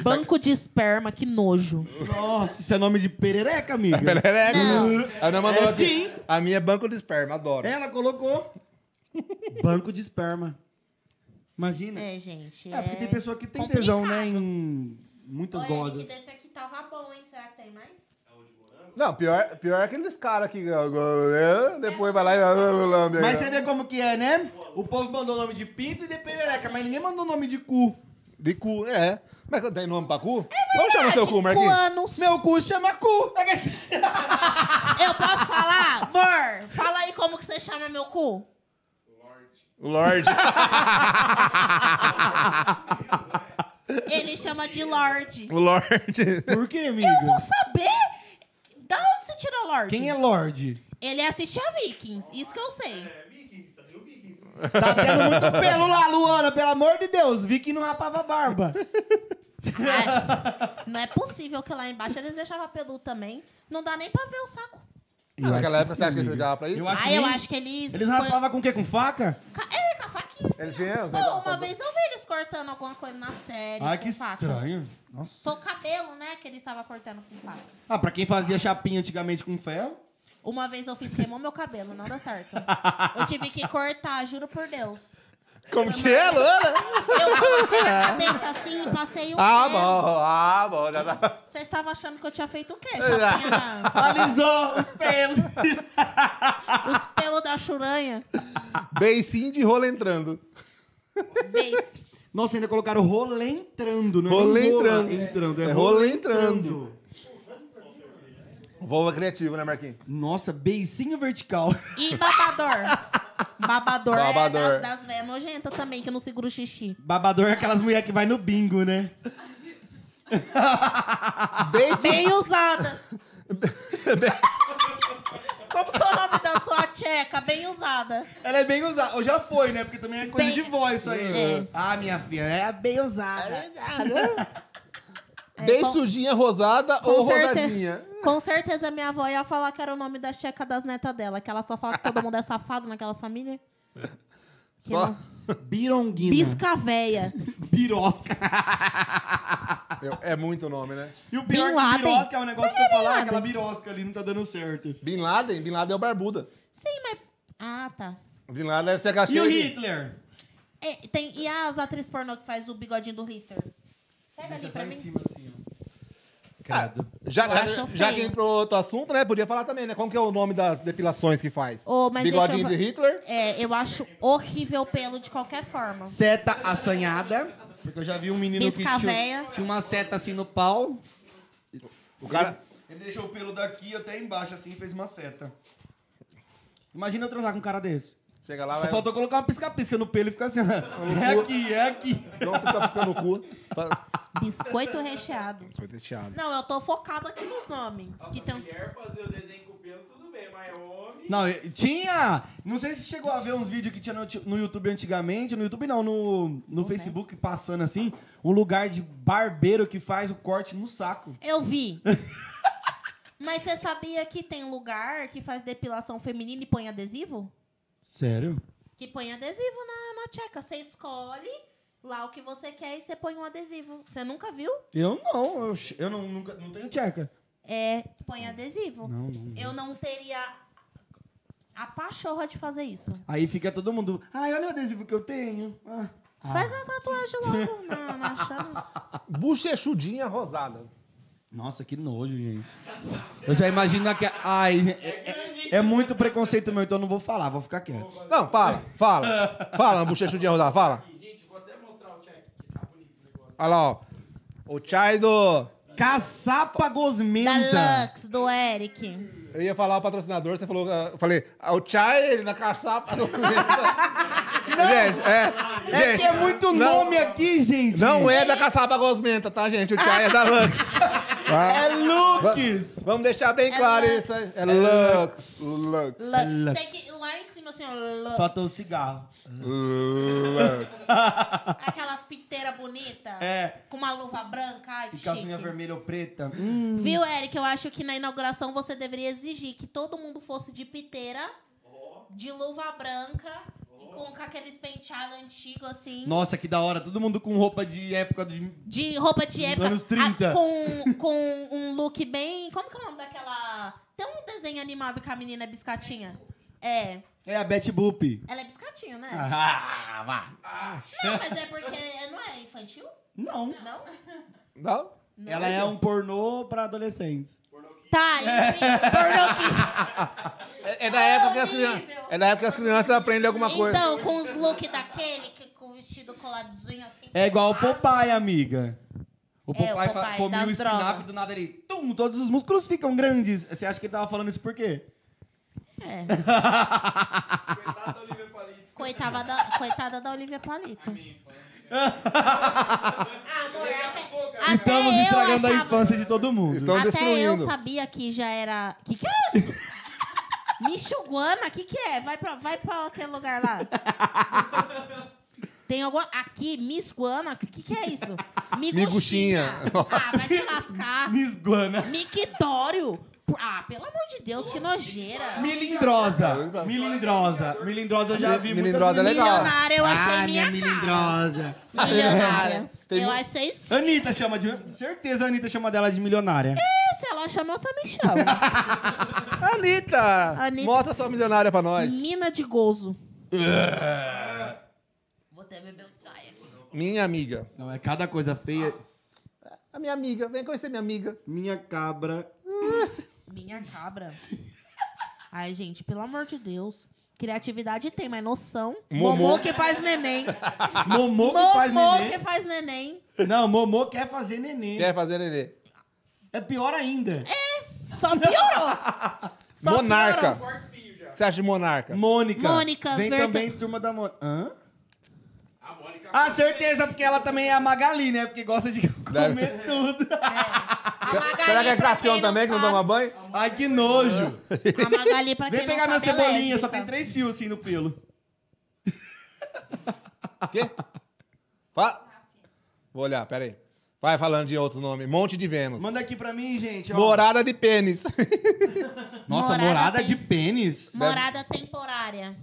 [SPEAKER 1] Banco de esperma, que nojo.
[SPEAKER 4] Nossa, isso é nome de perereca, amiga.
[SPEAKER 2] É Perereca.
[SPEAKER 1] Não.
[SPEAKER 2] A Ana né? mandou
[SPEAKER 4] É
[SPEAKER 2] aqui.
[SPEAKER 4] sim. É.
[SPEAKER 2] A minha é banco de esperma, adoro.
[SPEAKER 4] Ela colocou banco de esperma. Imagina. É,
[SPEAKER 1] É, gente.
[SPEAKER 4] porque tem pessoa que tem
[SPEAKER 1] complicado.
[SPEAKER 4] tesão, né, em muitas
[SPEAKER 1] Olha, Eric,
[SPEAKER 4] gozas.
[SPEAKER 1] desse aqui tava bom, hein? Será que tem mais?
[SPEAKER 2] Não, pior, pior é aqueles caras que. ah, Depois vai lá e.
[SPEAKER 4] Mas você vê como que é, né? O povo mandou o nome de pinto e de perereca, mas ninguém mandou o nome de cu.
[SPEAKER 2] De cu, é. Mas eu dei nome pra cu?
[SPEAKER 1] É
[SPEAKER 2] Vamos chamar seu cu, Marquinhos.
[SPEAKER 1] Cuanos.
[SPEAKER 4] Meu cu chama cu.
[SPEAKER 1] Eu posso falar? Amor, fala aí como que você chama meu cu.
[SPEAKER 2] O Lorde.
[SPEAKER 1] Ele chama de Lorde.
[SPEAKER 2] o Lorde.
[SPEAKER 4] Por quê, amiga?
[SPEAKER 1] Eu vou saber da onde você tirou Lorde.
[SPEAKER 4] Quem é Lorde?
[SPEAKER 1] Ele assistia Vikings, isso que eu sei.
[SPEAKER 4] Tá tendo muito pelo lá, Luana, pelo amor de Deus. Vi que não rapava a barba. É.
[SPEAKER 1] Ah, não é possível que lá embaixo eles deixavam pelu também. Não dá nem pra ver o saco.
[SPEAKER 4] Eu
[SPEAKER 2] Naquela
[SPEAKER 4] acho
[SPEAKER 2] época
[SPEAKER 4] que
[SPEAKER 2] você acha que
[SPEAKER 4] sim,
[SPEAKER 2] ele ligava pra isso?
[SPEAKER 4] Eu acho que
[SPEAKER 1] Aí eu
[SPEAKER 4] nem-
[SPEAKER 1] acho que eles.
[SPEAKER 4] Eles raspavam com o quê? Com faca?
[SPEAKER 1] Ca- É, com a faquinha.
[SPEAKER 2] Eles tinham os
[SPEAKER 1] Pô,
[SPEAKER 2] negócios né?
[SPEAKER 1] uma
[SPEAKER 2] pra-
[SPEAKER 1] vez eu vi eles cortando alguma coisa na série.
[SPEAKER 4] Ah,
[SPEAKER 1] É, com
[SPEAKER 4] que
[SPEAKER 1] faca.
[SPEAKER 4] estranho. Nossa.
[SPEAKER 1] Foi o cabelo, né, que eles estavam cortando com faca.
[SPEAKER 4] Ah, pra quem fazia chapinha antigamente com ferro?
[SPEAKER 1] Uma vez eu fiz, queimou meu cabelo, não deu certo. Eu tive que cortar, juro por Deus.
[SPEAKER 2] Como que é, Lana?
[SPEAKER 1] Eu coloquei a cabeça assim, passei o
[SPEAKER 2] Ah,
[SPEAKER 1] pé.
[SPEAKER 2] bom, ah, bom. Já tá.
[SPEAKER 1] Vocês estavam achando que eu tinha feito o quê? Chapinha,
[SPEAKER 4] Alisou os pelos.
[SPEAKER 1] os pelos da churanha.
[SPEAKER 2] Beicinho de rola entrando.
[SPEAKER 1] Vez.
[SPEAKER 4] Nossa, ainda colocaram rolê entrando, né?
[SPEAKER 2] Rolê
[SPEAKER 4] Não rola
[SPEAKER 2] entrando.
[SPEAKER 4] entrando. É
[SPEAKER 2] É
[SPEAKER 4] rolê
[SPEAKER 2] rolê
[SPEAKER 4] entrando.
[SPEAKER 2] O povo é criativo, né, Marquinhos?
[SPEAKER 4] Nossa, beicinho vertical.
[SPEAKER 1] E babador. Babador,
[SPEAKER 2] Babador.
[SPEAKER 1] é da- das velhas nojentas também, que não segura o xixi.
[SPEAKER 4] Babador é aquelas mulheres que vai no bingo, né?
[SPEAKER 2] Beicinho.
[SPEAKER 1] Bem usada. Como que é o nome da sua tcheca? Bem usada.
[SPEAKER 4] Ela é bem usada. Ou já foi, né? Porque também é coisa
[SPEAKER 1] Bem-
[SPEAKER 4] de voz isso aí.
[SPEAKER 1] É.
[SPEAKER 4] Ah, minha filha, é bem usada.
[SPEAKER 2] Bem
[SPEAKER 1] com-
[SPEAKER 2] sujinha rosada
[SPEAKER 1] É, Com
[SPEAKER 2] ou
[SPEAKER 1] certeza.
[SPEAKER 2] rosadinha?
[SPEAKER 1] Com certeza minha avó ia falar que era o nome da checa das netas dela, que ela só fala que todo mundo é safado naquela família. Que
[SPEAKER 2] Só.
[SPEAKER 1] não-
[SPEAKER 4] Bironguina.
[SPEAKER 1] Piscavéia.
[SPEAKER 4] Birosca.
[SPEAKER 2] Eu- é muito nome, né?
[SPEAKER 4] E o pior
[SPEAKER 1] Bin
[SPEAKER 4] é que
[SPEAKER 1] Laden.
[SPEAKER 4] birosca é um negócio que eu falar,
[SPEAKER 1] Laden?
[SPEAKER 4] aquela birosca ali não tá dando certo.
[SPEAKER 2] Bin Laden? Bin Laden é o Barbuda.
[SPEAKER 1] Sim, mas. Ah, tá.
[SPEAKER 2] Bin Laden deve ser aquela
[SPEAKER 4] E o
[SPEAKER 2] cheia de-
[SPEAKER 4] Hitler?
[SPEAKER 1] É, tem, e as atrizes pornô que faz o bigodinho do Hitler? Pega ali pra mim.
[SPEAKER 4] assim, ó. Ah, Credo.
[SPEAKER 2] Já,
[SPEAKER 1] Eu
[SPEAKER 2] já,
[SPEAKER 1] acho
[SPEAKER 2] já que
[SPEAKER 1] feio.
[SPEAKER 2] entrou outro assunto, né? Podia falar também, né? Como que é o nome das depilações que faz?
[SPEAKER 1] Ô, mas deixa eu
[SPEAKER 2] Bigodinho de
[SPEAKER 1] fa-
[SPEAKER 2] Hitler?
[SPEAKER 1] É, eu acho horrível o pelo de qualquer forma.
[SPEAKER 4] Seta assanhada. Porque eu já vi um menino que tinha,
[SPEAKER 1] Piscavéia.
[SPEAKER 4] tinha uma seta assim no pau.
[SPEAKER 2] O cara...
[SPEAKER 4] Ele deixou o pelo daqui até embaixo assim e fez uma seta. Imagina eu transar com um cara desse.
[SPEAKER 2] Chega lá,
[SPEAKER 4] Só
[SPEAKER 2] vai...
[SPEAKER 4] faltou colocar uma pisca-pisca no pelo e ficar assim, ó. É aqui, é aqui.
[SPEAKER 2] Dá um pisca-pisca no cu. Fala-
[SPEAKER 1] Biscoito recheado.
[SPEAKER 2] Foi deixado.
[SPEAKER 1] Não, eu tô focado aqui nos nomes. Que
[SPEAKER 3] Nossa,
[SPEAKER 1] tem... um
[SPEAKER 3] mulher fazer o desenho com o pelo, tudo bem, mas homem.
[SPEAKER 4] Não, eu- tinha! Não sei se você chegou a ver uns vídeos que tinha no, ti- no YouTube antigamente, no YouTube não, no, no Facebook passando assim, um lugar de barbeiro que faz o corte no saco.
[SPEAKER 1] Eu vi. Mas você sabia que tem lugar que faz depilação feminina e põe adesivo?
[SPEAKER 4] Sério?
[SPEAKER 1] Que põe adesivo na, na tcheca. Você escolhe lá o que você quer e você põe um adesivo. Você nunca viu?
[SPEAKER 4] Eu não, eu, che- eu não, nunca, não tenho tcheca.
[SPEAKER 1] É, põe adesivo.
[SPEAKER 4] Não, não.
[SPEAKER 1] Eu não teria A pachorra de fazer isso.
[SPEAKER 4] Aí fica todo mundo. Ai, olha o adesivo que eu tenho. Ah.
[SPEAKER 1] Faz um uma tatuagem logo na, na chama.
[SPEAKER 2] Bochechudinha rosada.
[SPEAKER 4] Nossa, que nojo, gente. Eu já imagino que. Ai, é, é- é muito preconceito meu, então eu não vou falar, vou ficar quieto.
[SPEAKER 2] Não, fala, fala. Fala, bochechudinha rosada, fala.
[SPEAKER 3] Aqui, gente, vou até mostrar o check, que tá bonito o negócio.
[SPEAKER 2] Olha lá, ó. O chai do...
[SPEAKER 4] Caçapa
[SPEAKER 1] Da
[SPEAKER 4] Gosmenta.
[SPEAKER 1] Lux, do Eric.
[SPEAKER 2] Eu ia falar o patrocinador, você falou... ah, Eu falei, ah, o chai, ele na caçapa... Não, gente, é...
[SPEAKER 4] É
[SPEAKER 2] gente,
[SPEAKER 4] que é muito
[SPEAKER 2] não-
[SPEAKER 4] nome aqui, gente.
[SPEAKER 2] Não é da caçapa gosmenta, tá, gente? O chai é da Lux. Tá?
[SPEAKER 4] É Lucas.
[SPEAKER 2] Vamos deixar bem claro
[SPEAKER 1] Lux.
[SPEAKER 2] isso aí. É Lux. Lux.
[SPEAKER 1] Lux.
[SPEAKER 4] Lux.
[SPEAKER 1] Tem que ir lá em cima, assim, ó. Lux.
[SPEAKER 4] Faltou o cigarro.
[SPEAKER 2] Lux.
[SPEAKER 1] Aquelas piteiras bonitas.
[SPEAKER 4] É.
[SPEAKER 1] Com uma luva branca. Ai, que
[SPEAKER 4] E calcinha
[SPEAKER 1] chique.
[SPEAKER 4] vermelha ou preta.
[SPEAKER 1] Viu, Eric? Eu acho que na inauguração você deveria exigir que todo mundo fosse de piteira, de luva branca e com, com aqueles penteados antigos, assim.
[SPEAKER 4] Nossa, que da hora. Todo mundo com roupa de época de.
[SPEAKER 1] De roupa de época.
[SPEAKER 4] anos 30.
[SPEAKER 1] a- com, com um look bem. Como que é o nome daquela. Tem um desenho animado que a menina é biscatinha. É.
[SPEAKER 4] É a Betty Boop.
[SPEAKER 1] Ela é biscatinha, né?
[SPEAKER 4] Ah, vá.
[SPEAKER 1] Não, mas é porque não é infantil?
[SPEAKER 4] Não.
[SPEAKER 1] Não?
[SPEAKER 2] Não?
[SPEAKER 1] Não.
[SPEAKER 4] Ela é um pornô pra adolescentes.
[SPEAKER 1] Tá, enfim. Porno
[SPEAKER 2] É, é da época que as crianças... É da época que as crianças aprendem alguma coisa.
[SPEAKER 1] Então, com os looks daquele, que, com o vestido coladozinho assim.
[SPEAKER 4] É igual o Popeye, amiga. O
[SPEAKER 1] É, o
[SPEAKER 4] Popeye, fa-
[SPEAKER 1] Popeye
[SPEAKER 4] comia
[SPEAKER 1] das
[SPEAKER 4] o espinafre
[SPEAKER 1] drogas.
[SPEAKER 4] do nada ele... Tum, todos os músculos ficam grandes. Você acha que ele tava falando isso por quê?
[SPEAKER 1] É.
[SPEAKER 3] Coitado da Olivia Palito.
[SPEAKER 1] Coitada da, coitada da Olivia Palito.
[SPEAKER 3] Minha infância.
[SPEAKER 1] Ah, Amor,
[SPEAKER 3] Pô, cara,
[SPEAKER 1] até
[SPEAKER 4] Estamos
[SPEAKER 1] eu
[SPEAKER 4] estragando a
[SPEAKER 1] achava-
[SPEAKER 4] infância de todo mundo.
[SPEAKER 2] Estamos
[SPEAKER 1] Até eu
[SPEAKER 2] destruindo.
[SPEAKER 1] sabia que já era. Que que é isso? Michuguana, que que é? Vai pra, vai pra aquele lugar lá. Tem alguma. Aqui, Miss Guana, que que é isso?
[SPEAKER 2] Miguxinha.
[SPEAKER 1] Ah, vai se lascar.
[SPEAKER 4] Miss Guana.
[SPEAKER 1] Miquitório. Ah, pelo amor de Deus, que nojeira.
[SPEAKER 4] Milindrosa. Milindrosa. Milindrosa eu já vi muitas
[SPEAKER 2] Milindrosa é legal.
[SPEAKER 1] Milionária, eu achei
[SPEAKER 4] Ah,
[SPEAKER 1] minha,
[SPEAKER 4] minha
[SPEAKER 1] cara.
[SPEAKER 4] milindrosa.
[SPEAKER 1] Milionária.
[SPEAKER 2] Tem
[SPEAKER 1] eu
[SPEAKER 2] mu-
[SPEAKER 1] achei isso.
[SPEAKER 4] Anitta chama de... Certeza a Anitta chama dela de milionária.
[SPEAKER 1] Se ela chama, eu também chamo.
[SPEAKER 2] Anitta,
[SPEAKER 1] Anitta.
[SPEAKER 2] mostra sua milionária pra nós.
[SPEAKER 1] Mina de gozo.
[SPEAKER 4] É.
[SPEAKER 1] Vou até beber um chai aqui.
[SPEAKER 2] Minha amiga.
[SPEAKER 4] Não, é cada coisa feia.
[SPEAKER 2] A minha amiga. Vem conhecer minha amiga.
[SPEAKER 4] Minha cabra.
[SPEAKER 1] Minha cabra. Ai, gente, pelo amor de Deus. Criatividade tem, mas noção.
[SPEAKER 2] Momô.
[SPEAKER 1] Momô, que faz neném.
[SPEAKER 4] Momô que faz
[SPEAKER 1] Momô
[SPEAKER 4] neném.
[SPEAKER 1] que faz neném.
[SPEAKER 4] Não, Momô quer fazer neném.
[SPEAKER 2] Quer fazer nenê?
[SPEAKER 4] É pior ainda.
[SPEAKER 1] Só piorou. Só
[SPEAKER 2] monarca.
[SPEAKER 1] piorou.
[SPEAKER 3] Quarto filho já.
[SPEAKER 2] O que você acha de monarca?
[SPEAKER 4] Mônica.
[SPEAKER 1] Mônica,
[SPEAKER 4] Vem
[SPEAKER 1] Verta-
[SPEAKER 4] também turma da Mônica. Hã?
[SPEAKER 3] A Mônica.
[SPEAKER 4] Ah, certeza, porque ela também é a Magali, né? Porque gosta de comer tudo.
[SPEAKER 1] A Magali,
[SPEAKER 2] Será que é
[SPEAKER 1] pra quem
[SPEAKER 2] Capião também que não
[SPEAKER 1] sabe-
[SPEAKER 2] toma banho?
[SPEAKER 4] Ai, que nojo.
[SPEAKER 1] A Magali, pra quem
[SPEAKER 4] Vem
[SPEAKER 1] não
[SPEAKER 4] pegar minha
[SPEAKER 1] sabe, ela é
[SPEAKER 4] cebolinha, só
[SPEAKER 1] lésbica.
[SPEAKER 4] tem três fios assim no pelo.
[SPEAKER 2] O quê? Fala. Vou olhar, peraí. Vai falando de outro nome. Monte de Vênus.
[SPEAKER 4] Manda aqui pra mim, gente. ó.
[SPEAKER 2] Morada de pênis.
[SPEAKER 4] Nossa,
[SPEAKER 1] Morada
[SPEAKER 4] morada,
[SPEAKER 1] tem-
[SPEAKER 4] de pênis.
[SPEAKER 1] Morada temporária.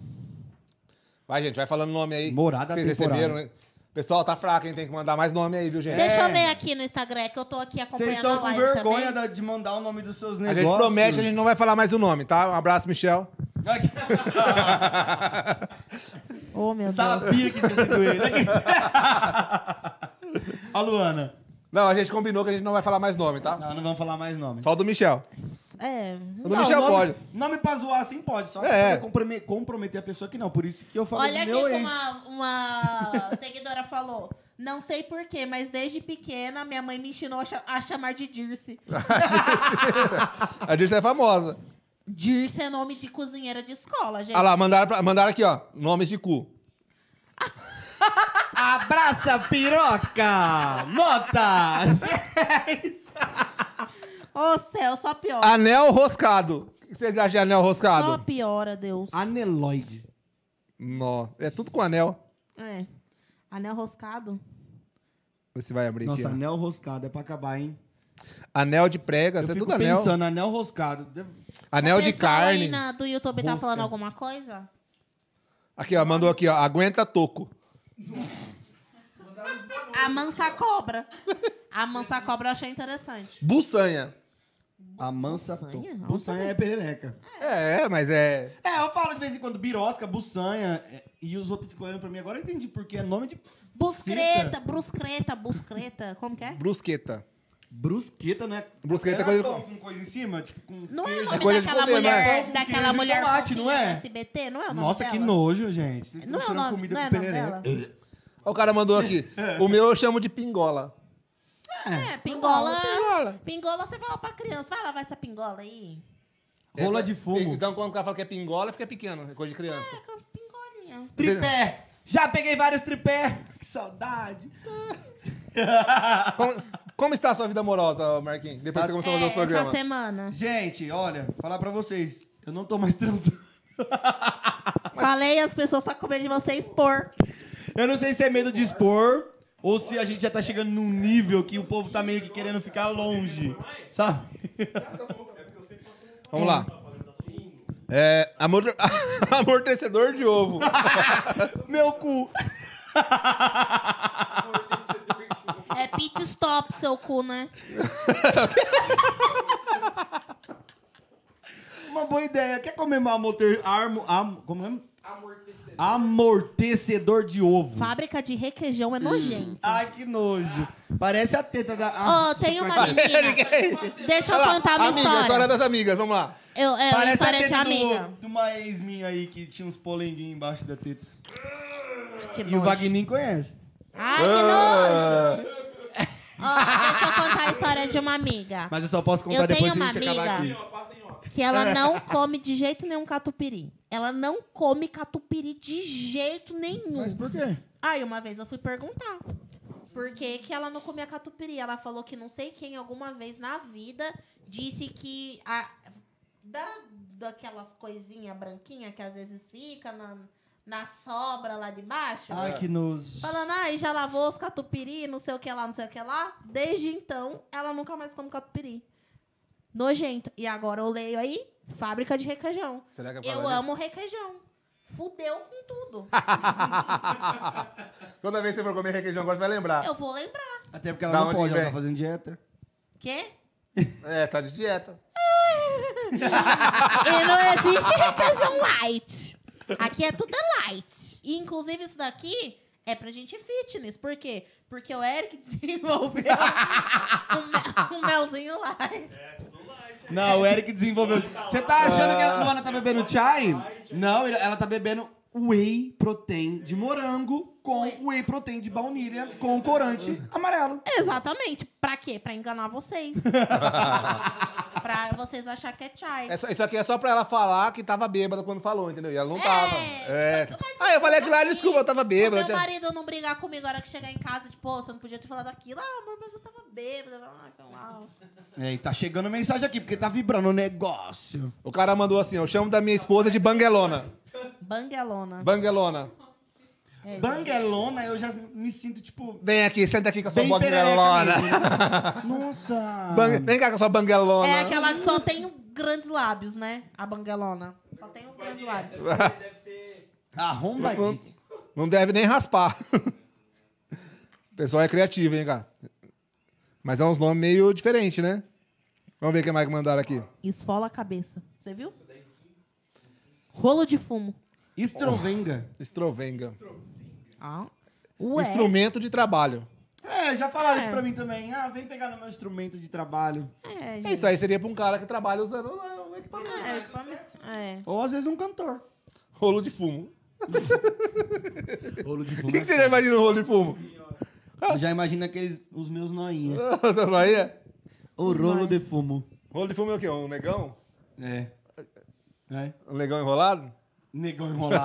[SPEAKER 2] Vai, gente, vai falando nome aí.
[SPEAKER 4] Morada
[SPEAKER 2] Vocês
[SPEAKER 4] temporária.
[SPEAKER 2] receberam, né? Pessoal, tá fraco, hein? Tem que mandar mais nome aí, viu, gente?
[SPEAKER 1] Deixa eu ver aqui no Instagram, é que eu tô aqui acompanhando
[SPEAKER 4] Vocês estão
[SPEAKER 1] a
[SPEAKER 4] com
[SPEAKER 1] live
[SPEAKER 4] vergonha
[SPEAKER 1] também.
[SPEAKER 4] da- de mandar o nome dos seus
[SPEAKER 2] A
[SPEAKER 4] negócios.
[SPEAKER 2] gente promete que a gente não vai falar mais o nome, tá? Um abraço, Michel.
[SPEAKER 1] Oh, meu Deus.
[SPEAKER 4] Sabia que tinha sido ele. a Luana.
[SPEAKER 2] Não, a gente combinou que a gente não vai falar mais nome, tá?
[SPEAKER 4] Não, não vamos falar mais nome.
[SPEAKER 2] Só o do Michel.
[SPEAKER 1] É.
[SPEAKER 2] O do Michel
[SPEAKER 4] nome,
[SPEAKER 2] pode.
[SPEAKER 4] Nome pra zoar assim pode, só
[SPEAKER 2] É.
[SPEAKER 4] pra comprome- comprometer a pessoa que não. Por isso que eu falei
[SPEAKER 1] Olha aqui
[SPEAKER 4] do meu
[SPEAKER 1] como
[SPEAKER 4] ex.
[SPEAKER 1] uma, uma seguidora falou. Não sei porquê, mas desde pequena minha mãe me ensinou a, cha- a chamar de Dirce.
[SPEAKER 2] A Dirce é famosa.
[SPEAKER 1] Dirce é nome de cozinheira de escola, gente.
[SPEAKER 2] Ah lá, mandaram, pra- mandaram aqui, ó. Nomes de cu.
[SPEAKER 4] Abraça piroca! Nota!
[SPEAKER 1] Ô céu, só piora.
[SPEAKER 2] Anel roscado. O que vocês acham de anel
[SPEAKER 1] só
[SPEAKER 2] Ah, roscado?
[SPEAKER 1] piora, Deus.
[SPEAKER 4] Aneloide.
[SPEAKER 2] Nó. É tudo com anel.
[SPEAKER 1] É. Anel roscado?
[SPEAKER 2] Você vai abrir
[SPEAKER 4] Nossa,
[SPEAKER 2] aqui. ó.
[SPEAKER 4] anel roscado é pra acabar, hein?
[SPEAKER 2] Anel de prega,
[SPEAKER 4] eu
[SPEAKER 2] isso é
[SPEAKER 4] fico
[SPEAKER 2] tudo anel.
[SPEAKER 4] pensando, anel roscado. Deve-
[SPEAKER 2] Anel
[SPEAKER 1] O
[SPEAKER 2] de
[SPEAKER 1] pessoal
[SPEAKER 2] carne.
[SPEAKER 1] Aí na- do YouTube tá
[SPEAKER 4] Rosca.
[SPEAKER 1] falando alguma coisa?
[SPEAKER 2] Aqui, ó. Mandou aqui, ó. Aguenta toco.
[SPEAKER 1] A mansa cobra. A mansa cobra eu achei interessante.
[SPEAKER 2] Buçanha.
[SPEAKER 4] Amansa
[SPEAKER 1] Buçanha?
[SPEAKER 4] Buçanha? Buçanha é perereca.
[SPEAKER 2] É, mas é.
[SPEAKER 4] É, eu falo de vez em quando birosca, buçanha, é, e os outros ficam olhando pra mim. Agora eu entendi porque é nome de
[SPEAKER 1] Buscreta, bruscreta, buscreta. Como que é?
[SPEAKER 2] Brusqueta.
[SPEAKER 4] brusqueta, né?
[SPEAKER 2] Brusqueta é
[SPEAKER 4] é
[SPEAKER 2] coisa-
[SPEAKER 4] pão com coisa em cima, tipo com
[SPEAKER 1] Não é o
[SPEAKER 4] queijo.
[SPEAKER 1] nome
[SPEAKER 2] coisa de
[SPEAKER 1] daquela
[SPEAKER 2] comer,
[SPEAKER 4] né?
[SPEAKER 1] mulher,
[SPEAKER 4] Pão com
[SPEAKER 1] daquela
[SPEAKER 4] queijo e
[SPEAKER 1] mulher
[SPEAKER 4] tomate, não
[SPEAKER 1] fofinha
[SPEAKER 4] é?
[SPEAKER 1] do SBT, não é o nome
[SPEAKER 4] Nossa, que
[SPEAKER 1] dela?
[SPEAKER 4] nojo, gente. Vocês
[SPEAKER 1] Não é o
[SPEAKER 4] misturam
[SPEAKER 1] nome,
[SPEAKER 4] comida
[SPEAKER 1] não é o
[SPEAKER 4] com
[SPEAKER 1] nome
[SPEAKER 4] perereca.
[SPEAKER 1] dela?
[SPEAKER 2] Ó, O cara mandou aqui. O meu eu chamo de pingola.
[SPEAKER 1] É, pingola.
[SPEAKER 2] Pingola.
[SPEAKER 1] Pingola, você fala pra criança, vai lavar essa pingola aí.
[SPEAKER 4] Rola de fumo.
[SPEAKER 2] Então, quando o cara fala que é pingola, é porque é pequeno, é coisa de criança.
[SPEAKER 1] É, com pingolinha.
[SPEAKER 4] Tripé! Já peguei vários tripé! Que saudade!
[SPEAKER 2] Como, como está a sua vida amorosa, Marquinhos?
[SPEAKER 4] Tá-
[SPEAKER 2] Depois que você começou a fazer
[SPEAKER 1] É,
[SPEAKER 2] os
[SPEAKER 1] essa
[SPEAKER 2] programas.
[SPEAKER 1] semana.
[SPEAKER 4] Gente, olha, falar pra vocês, eu não tô mais transando.
[SPEAKER 1] Falei, as pessoas só com medo de você expor.
[SPEAKER 4] Eu não sei se é medo de expor ou se a gente já tá chegando num nível que o povo tá meio que querendo ficar longe, sabe?
[SPEAKER 2] Vamos lá. É, amor, amortecedor de ovo.
[SPEAKER 4] Meu cu!
[SPEAKER 1] É pit stop, seu cu, né?
[SPEAKER 4] Uma boa ideia. Quer comer uma motor... Armo... Am... Como é?
[SPEAKER 3] Amortecedor.
[SPEAKER 4] Amortecedor de ovo.
[SPEAKER 1] Fábrica de requeijão é nojento.
[SPEAKER 4] Ai, que nojo. Parece a teta da...
[SPEAKER 1] Ô,
[SPEAKER 4] Ah,
[SPEAKER 1] tem uma menina. Deixa eu contar uma
[SPEAKER 2] Amiga, a história
[SPEAKER 1] história.
[SPEAKER 2] das amigas, vamos lá.
[SPEAKER 1] Eu, é, uma
[SPEAKER 4] Parece
[SPEAKER 1] história
[SPEAKER 4] a
[SPEAKER 1] de
[SPEAKER 4] teta
[SPEAKER 1] amiga.
[SPEAKER 4] do, de uma ex minha aí que tinha uns polenguinhos embaixo da teta.
[SPEAKER 1] Que
[SPEAKER 4] E o
[SPEAKER 1] nojo.
[SPEAKER 4] Vagninho conhece.
[SPEAKER 1] Ai, que nojo. Ah. Ó, deixa eu contar a história de uma amiga.
[SPEAKER 4] Mas eu só posso contar
[SPEAKER 1] Eu
[SPEAKER 4] depois
[SPEAKER 1] tenho
[SPEAKER 4] se
[SPEAKER 1] uma
[SPEAKER 4] a gente acabar
[SPEAKER 1] amiga.
[SPEAKER 4] aqui.
[SPEAKER 3] Ó, Passa em off.
[SPEAKER 1] Que ela não come de jeito nenhum catupiry. Ela não come catupiry de jeito nenhum.
[SPEAKER 4] Mas por quê?
[SPEAKER 1] Aí uma vez eu fui perguntar por que, que ela não comia catupiry. Ela falou que não sei quem alguma vez na vida disse que a, da, daquelas coisinhas branquinhas que às vezes fica na, na sobra lá de baixo.
[SPEAKER 4] Ai, que nojo.
[SPEAKER 1] Falando, ai, já lavou os catupiry, não sei o que lá, não sei o que lá. Desde então, ela nunca mais come catupiry. Nojento. E agora eu leio aí, fábrica de requeijão.
[SPEAKER 2] Será que é
[SPEAKER 1] Eu
[SPEAKER 2] palavra?
[SPEAKER 1] amo requeijão. Fudeu com tudo.
[SPEAKER 2] Toda vez que você for comer requeijão agora, você vai lembrar.
[SPEAKER 1] Eu vou lembrar.
[SPEAKER 4] Até porque ela
[SPEAKER 2] Da
[SPEAKER 4] não
[SPEAKER 2] onde
[SPEAKER 4] pode, ela
[SPEAKER 2] vem?
[SPEAKER 4] tá fazendo dieta.
[SPEAKER 1] Quê?
[SPEAKER 2] É, tá de dieta.
[SPEAKER 1] E não existe requeijão light. Aqui é tudo light. E, inclusive, isso daqui é pra gente fitness. Por quê? Porque o Eric desenvolveu o, mel, o melzinho light.
[SPEAKER 4] Não, o Eric desenvolveu. Você tá achando que a Luana tá bebendo chai? Não, ele- ela tá bebendo whey protein de morango com whey protein de baunilha com corante amarelo.
[SPEAKER 1] Exatamente. Pra quê? Pra enganar vocês. pra vocês achar que é chai.
[SPEAKER 2] É só- isso aqui é só pra ela falar que tava bêbada quando falou, entendeu? E ela não tava.
[SPEAKER 1] É,
[SPEAKER 2] É.
[SPEAKER 1] mas- mas-
[SPEAKER 2] Ah, eu falei aquilo lá, desculpa, eu tava
[SPEAKER 1] O
[SPEAKER 2] bêbada.
[SPEAKER 1] meu
[SPEAKER 2] eu tinha-
[SPEAKER 1] marido não brigar comigo a hora que chegar em casa, tipo, "Ô, você não podia ter falado aquilo. Ah, amor, mas eu tava bêbada. Ah, foi mal.
[SPEAKER 4] É, e tá chegando mensagem aqui, porque tá vibrando o negócio.
[SPEAKER 2] O cara mandou assim, eu chamo da minha esposa de banguelona.
[SPEAKER 1] Banguelona.
[SPEAKER 2] Banguelona.
[SPEAKER 4] Banguelona, eu já me sinto, tipo,
[SPEAKER 2] Vem aqui, senta aqui com a sua
[SPEAKER 4] bem
[SPEAKER 2] banguelona.
[SPEAKER 4] perereca mesmo. Nossa.
[SPEAKER 2] Bang- Vem cá com a sua banguelona.
[SPEAKER 1] É aquela que só tem grandes lábios, né? A banguelona. Só tem os grandes lábios.
[SPEAKER 3] Você deve ser.
[SPEAKER 4] Arrombadinha.
[SPEAKER 2] Não deve nem raspar. O pessoal é criativo, hein, cara? Mas é uns nomes meio diferentes, né? Vamos ver o que mais que mandaram aqui.
[SPEAKER 1] Esfola a cabeça. Você viu? Rolo de fumo.
[SPEAKER 4] Estrovenga.
[SPEAKER 2] Estrovenga.
[SPEAKER 1] Ah. Ué.
[SPEAKER 2] Instrumento de trabalho.
[SPEAKER 4] É, já falaram isso
[SPEAKER 1] É.
[SPEAKER 4] pra mim também. Ah, vem pegar no meu instrumento de trabalho.
[SPEAKER 1] É, gente.
[SPEAKER 2] Isso aí seria pra um cara que trabalha usando ah, o equipamento.
[SPEAKER 1] É, equipamento. É.
[SPEAKER 4] Ou às vezes um cantor.
[SPEAKER 2] Rolo de fumo.
[SPEAKER 4] Rolo de
[SPEAKER 2] O que, que você já imagina um rolo de fumo?
[SPEAKER 4] Eu já imagino aqueles, os meus noinha.
[SPEAKER 2] Tá só aí?
[SPEAKER 4] O rolo de fumo.
[SPEAKER 2] Rolo de fumo é o quê? Um negão?
[SPEAKER 4] É. É.
[SPEAKER 2] Um negão enrolado?
[SPEAKER 4] Negão enrolado.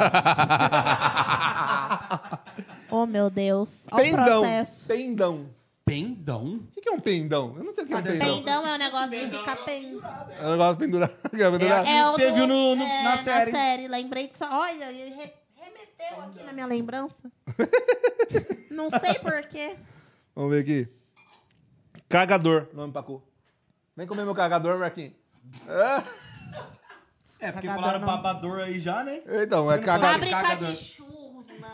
[SPEAKER 1] Oh, meu Deus. Olha o
[SPEAKER 2] pendão.
[SPEAKER 1] processo.
[SPEAKER 2] Pendão.
[SPEAKER 4] Pendão?
[SPEAKER 2] O que que é um pendão? Eu não sei o que é um
[SPEAKER 4] Ah, deve ser
[SPEAKER 2] pendão.
[SPEAKER 1] Pendão é um negócio de ficar pen.
[SPEAKER 2] É um negócio pendurado. É pendurado.
[SPEAKER 4] É que você viu no- no- na série.
[SPEAKER 1] Na série. Lembrei disso. Olha, ele re- remeteu aqui na minha lembrança. Não sei porquê.
[SPEAKER 2] Vamos ver aqui. Cargador. Nome pra cu. Vem comer meu cargador, Marquinhos.
[SPEAKER 4] É, porque
[SPEAKER 1] Cagador
[SPEAKER 4] falaram
[SPEAKER 1] não.
[SPEAKER 4] babador aí já, né?
[SPEAKER 2] Então, é
[SPEAKER 4] Eu não
[SPEAKER 2] cargador.
[SPEAKER 4] falei.
[SPEAKER 1] Fábrica
[SPEAKER 4] cagador.
[SPEAKER 1] de churros, não.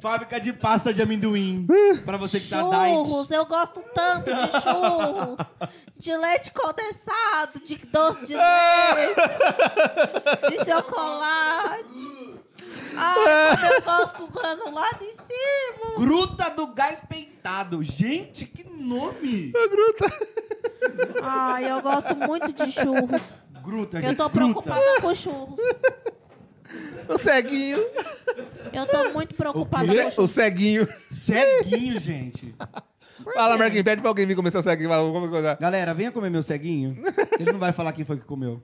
[SPEAKER 4] Fábrica de pasta de amendoim. pra você que tá diet.
[SPEAKER 1] Churros, eu gosto tanto de churros, de leite condensado, de doce de leite, de chocolate. Ah, eu gosto com granulado em cima.
[SPEAKER 4] Gruta do gás peitado. Gente, que nome!
[SPEAKER 1] Ai, eu gosto muito de churros.
[SPEAKER 6] Gruta, gente.
[SPEAKER 1] Eu tô
[SPEAKER 6] gruta.
[SPEAKER 1] preocupada com churros.
[SPEAKER 2] O ceguinho.
[SPEAKER 1] Eu tô muito preocupada com
[SPEAKER 2] O
[SPEAKER 1] churros.
[SPEAKER 2] ceguinho.
[SPEAKER 4] Ceguinho, gente.
[SPEAKER 2] Fala, Marquinhos, pede pra alguém vir comer seu ceguinho. Fala, vamos coisa.
[SPEAKER 4] Galera, venha comer meu ceguinho. Ele não vai falar quem foi que comeu.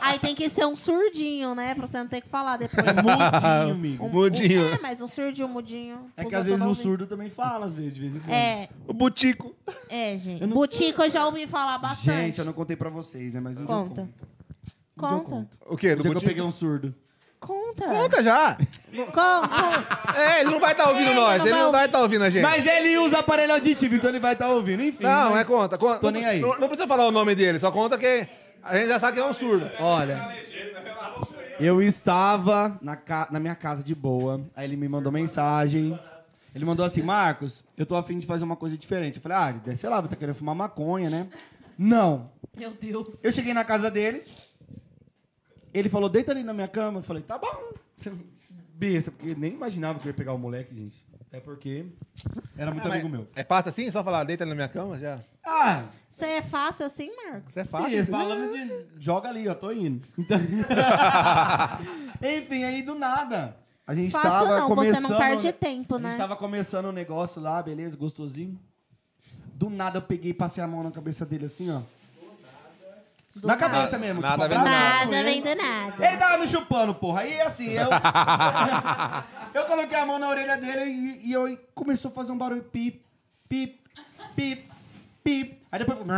[SPEAKER 1] Aí tem que ser um surdinho, né? Pra você não ter que falar depois.
[SPEAKER 4] É Mudinho, amigo.
[SPEAKER 1] Um-
[SPEAKER 2] Mudinho.
[SPEAKER 1] Um, é, mas um surdinho, um mudinho.
[SPEAKER 4] É
[SPEAKER 1] Os
[SPEAKER 4] que às
[SPEAKER 1] outros
[SPEAKER 4] vezes
[SPEAKER 1] eu não
[SPEAKER 4] um
[SPEAKER 1] ouvi.
[SPEAKER 4] surdo também fala, às vezes, de vez em quando.
[SPEAKER 1] É,
[SPEAKER 2] O butico.
[SPEAKER 1] é, gente.
[SPEAKER 6] Eu não-
[SPEAKER 1] Boutique eu já ouvi falar bastante.
[SPEAKER 6] Gente, eu não contei pra vocês, né? Mas um dia eu
[SPEAKER 1] Conta.
[SPEAKER 6] conto. Um dia eu
[SPEAKER 1] Conta.
[SPEAKER 6] conto.
[SPEAKER 2] O quê?
[SPEAKER 6] Um
[SPEAKER 2] Do
[SPEAKER 6] dia que eu peguei
[SPEAKER 2] butico?
[SPEAKER 6] um surdo.
[SPEAKER 1] Conta.
[SPEAKER 2] Conta já.
[SPEAKER 1] Conta.
[SPEAKER 2] É, ele não vai estar ouvindo
[SPEAKER 1] É,
[SPEAKER 2] nós.
[SPEAKER 1] ele
[SPEAKER 2] Ele
[SPEAKER 1] não
[SPEAKER 2] não
[SPEAKER 1] vai-
[SPEAKER 2] vai estar ouvindo a gente.
[SPEAKER 4] Mas ele usa aparelho auditivo, então ele vai estar ouvindo. Enfim.
[SPEAKER 2] não,
[SPEAKER 4] mas-
[SPEAKER 2] é conta. conta.
[SPEAKER 4] Tô nem aí.
[SPEAKER 2] Não, não precisa falar o nome dele, só conta que a gente já sabe que é um surdo.
[SPEAKER 4] Olha,
[SPEAKER 7] Tá Legenda, né? pelo amor de Deus.
[SPEAKER 4] eu estava na, ca- na minha casa de boa, aí ele me mandou mensagem. Ele mandou assim, Marcos, eu tô afim de fazer uma coisa diferente. Eu falei, ah, deve- sei lá, tá querendo fumar maconha, né? Não.
[SPEAKER 1] Meu Deus.
[SPEAKER 4] Eu cheguei na casa dele, ele falou, deita ali na minha cama. Eu falei, tá bom. Besta, porque nem imaginava que eu ia pegar o moleque, gente. Até porque era muito
[SPEAKER 2] Ah, mas
[SPEAKER 4] amigo meu.
[SPEAKER 2] É fácil assim? Só falar, deita na minha cama já?
[SPEAKER 4] Ah,
[SPEAKER 1] Você é fácil assim, Marcos?
[SPEAKER 2] Isso é
[SPEAKER 4] Ih,
[SPEAKER 2] fácil. assim.
[SPEAKER 4] falando de. Joga ali, ó, tô indo. Então- Enfim, aí do nada. A gente
[SPEAKER 1] Fácil
[SPEAKER 4] tava
[SPEAKER 1] não, você
[SPEAKER 4] começando.
[SPEAKER 1] não perde
[SPEAKER 4] A
[SPEAKER 1] tempo,
[SPEAKER 4] gente
[SPEAKER 1] né?
[SPEAKER 4] tava começando o negócio lá, beleza, gostosinho. Do nada eu peguei e passei a mão na cabeça dele assim, ó.
[SPEAKER 1] Do
[SPEAKER 4] na
[SPEAKER 1] nada.
[SPEAKER 4] cabeça mesmo,
[SPEAKER 2] Nada vem
[SPEAKER 4] tipo,
[SPEAKER 2] do
[SPEAKER 4] abraçado
[SPEAKER 1] Nada,
[SPEAKER 4] com ele.
[SPEAKER 1] vem do nada.
[SPEAKER 4] Ele tava me chupando, porra. Aí assim, eu. eu coloquei a mão na orelha dele e, e eu e começou a fazer um barulho pip, pip, pip, pip. Aí depois ficou.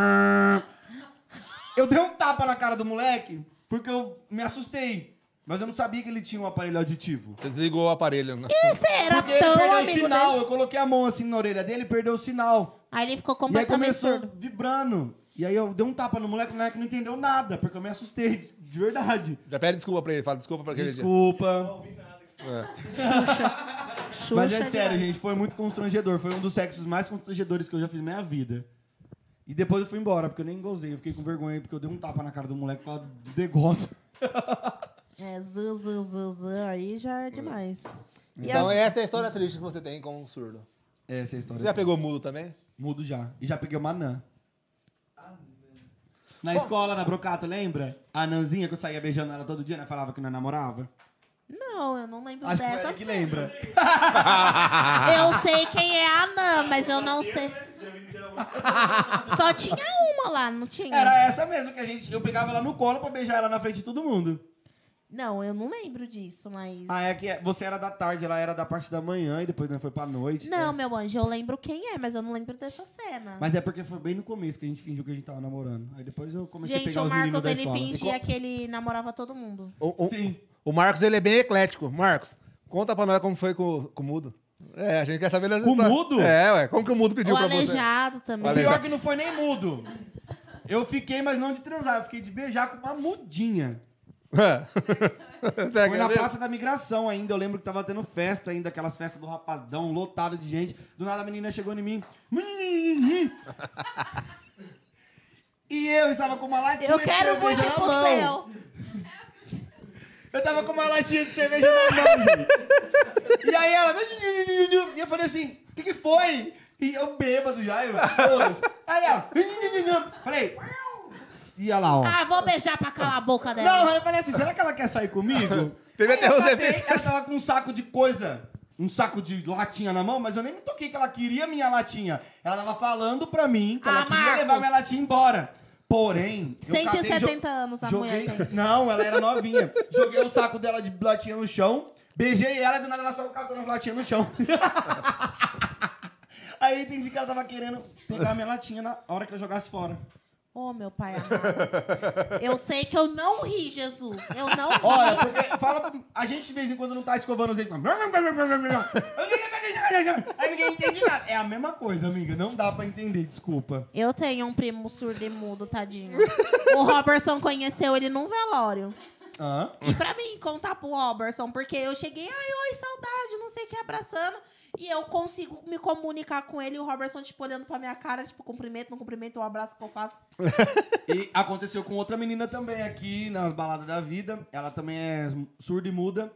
[SPEAKER 4] Eu dei um tapa na cara do moleque porque eu me assustei. Mas eu não sabia que ele tinha um aparelho auditivo.
[SPEAKER 2] Você desligou o aparelho. né?
[SPEAKER 1] Você era
[SPEAKER 4] Porque ele
[SPEAKER 1] tão
[SPEAKER 4] perdeu o
[SPEAKER 1] amigo
[SPEAKER 4] sinal.
[SPEAKER 1] dele.
[SPEAKER 4] Eu coloquei a mão assim na orelha dele e perdeu o sinal.
[SPEAKER 1] Aí ele ficou
[SPEAKER 4] E aí
[SPEAKER 1] completamente
[SPEAKER 4] começou
[SPEAKER 1] surdo.
[SPEAKER 4] vibrando. E aí eu dei um tapa no moleque, o moleque não entendeu nada, porque eu me assustei, de- de verdade.
[SPEAKER 2] Já pede desculpa pra ele. Fala desculpa pra aquele
[SPEAKER 4] Desculpa.
[SPEAKER 1] Xuxa
[SPEAKER 4] Mas é sério,
[SPEAKER 1] demais.
[SPEAKER 4] gente, foi muito constrangedor. Foi um dos sexos mais constrangedores que eu já fiz na minha vida. E depois eu fui embora, porque eu nem gozei. Eu fiquei com vergonha, porque eu dei um tapa na cara do moleque por causa do negócio.
[SPEAKER 1] É, zu, zu, zu, zu, aí já é demais.
[SPEAKER 2] dia.
[SPEAKER 1] E
[SPEAKER 2] Então,
[SPEAKER 1] as-
[SPEAKER 2] essa é a história triste que você tem com um surdo.
[SPEAKER 4] É, Essa é a história.
[SPEAKER 2] Você já pegou mudo também?
[SPEAKER 4] Mudo já. E já peguei uma anã. Na escola, na Brocato, lembra? A anãzinha que eu saía beijando ela todo dia, né? Falava que não namorava.
[SPEAKER 1] Não, eu não lembro
[SPEAKER 4] Acho que
[SPEAKER 1] dessa.
[SPEAKER 4] era que lembra.
[SPEAKER 1] Eu sei quem é a Anã, mas eu não sei.
[SPEAKER 3] um
[SPEAKER 1] Só tinha uma lá, não tinha?
[SPEAKER 4] Era essa mesmo que a gente... Eu pegava ela no colo pra beijar ela na frente de todo mundo.
[SPEAKER 1] Não, eu não lembro disso, mas.
[SPEAKER 4] Ah, é que você era da tarde, ela era da parte da manhã e depois né, foi pra noite.
[SPEAKER 1] Não, meu anjo, eu lembro quem é, mas eu não lembro dessa cena.
[SPEAKER 4] Mas é porque foi bem no começo que a gente fingiu que a gente tava namorando. Aí depois eu comecei a
[SPEAKER 1] Gente,
[SPEAKER 4] pegar
[SPEAKER 1] o
[SPEAKER 4] os meninos
[SPEAKER 1] Marcos,
[SPEAKER 4] da
[SPEAKER 1] ele
[SPEAKER 4] escola.
[SPEAKER 1] fingia que ele namorava todo mundo.
[SPEAKER 2] O, o-
[SPEAKER 4] Sim.
[SPEAKER 2] o Marcos, ele é bem eclético. Marcos, conta pra nós como foi com, com o mudo. É, a gente quer saber das
[SPEAKER 4] Com o
[SPEAKER 2] histórias.
[SPEAKER 4] mudo?
[SPEAKER 2] É, ué. Como que o mudo pediu
[SPEAKER 1] o
[SPEAKER 2] pra
[SPEAKER 1] aleijado também.
[SPEAKER 2] O ale-
[SPEAKER 4] Pior é que não foi nem mudo. Eu fiquei, mas não de transar. Eu fiquei de beijar com uma mudinha.
[SPEAKER 2] você? É.
[SPEAKER 4] Foi na Praça da Migração ainda. Eu lembro que tava tendo festa ainda, aquelas festas do Rapadão, lotado de gente. Do nada a menina chegou em mim. E eu estava com uma latinha
[SPEAKER 1] Eu
[SPEAKER 4] de
[SPEAKER 1] quero muito
[SPEAKER 4] cerveja
[SPEAKER 1] ir
[SPEAKER 4] na
[SPEAKER 1] pro
[SPEAKER 4] mão.
[SPEAKER 1] céu.
[SPEAKER 4] Eu tava com uma latinha de cerveja na mão, gente. E aí ela. E eu falei assim: o que, que foi? E eu bêbado já, eu. foda-se. Aí ela. Falei. E olha lá, ó.
[SPEAKER 1] Ah, vou beijar pra calar a boca
[SPEAKER 4] Não,
[SPEAKER 1] dela.
[SPEAKER 4] aí eu falei assim: será que ela quer sair comigo?
[SPEAKER 2] Teve
[SPEAKER 4] Aí
[SPEAKER 2] até
[SPEAKER 4] eu
[SPEAKER 2] uns
[SPEAKER 4] catei,
[SPEAKER 2] efeitos.
[SPEAKER 4] Ela tava com um saco de coisa. Um saco de latinha na mão, mas eu nem me toquei que ela queria minha latinha. Ela tava falando pra mim que ela
[SPEAKER 1] Ah,
[SPEAKER 4] queria
[SPEAKER 1] Marcos.
[SPEAKER 4] levar minha latinha embora. Porém, eu catei e jo-
[SPEAKER 1] 170 anos a mulher
[SPEAKER 4] Joguei...
[SPEAKER 1] tem.
[SPEAKER 4] Não, ela era novinha. Joguei o saco dela de latinha no chão, beijei ela e do nada ela saiu catando as latinhas no chão. Aí eu entendi que ela tava querendo pegar minha latinha na hora que eu jogasse fora.
[SPEAKER 1] Ô, meu pai amado. Eu sei que eu não ri, Jesus. Eu não ri.
[SPEAKER 4] Olha, porque fala, a gente de vez em quando não tá escovando os dentes. mas- Aí ninguém entende nada. É a mesma coisa, amiga. Não dá pra entender, desculpa.
[SPEAKER 1] Eu tenho um primo surdo e mudo, tadinho. O Robertson conheceu ele num velório.
[SPEAKER 4] Hã?
[SPEAKER 1] E pra mim, contar pro Robertson, porque eu cheguei, ai, oi, saudade, não sei o meio que abraçando. E eu consigo me comunicar com ele e o Robertson, tipo, olhando pra minha cara, tipo, cumprimento, não cumprimento, o abraço que eu faço.
[SPEAKER 4] E aconteceu com outra menina também aqui nas baladas da vida. Ela também é surda e muda.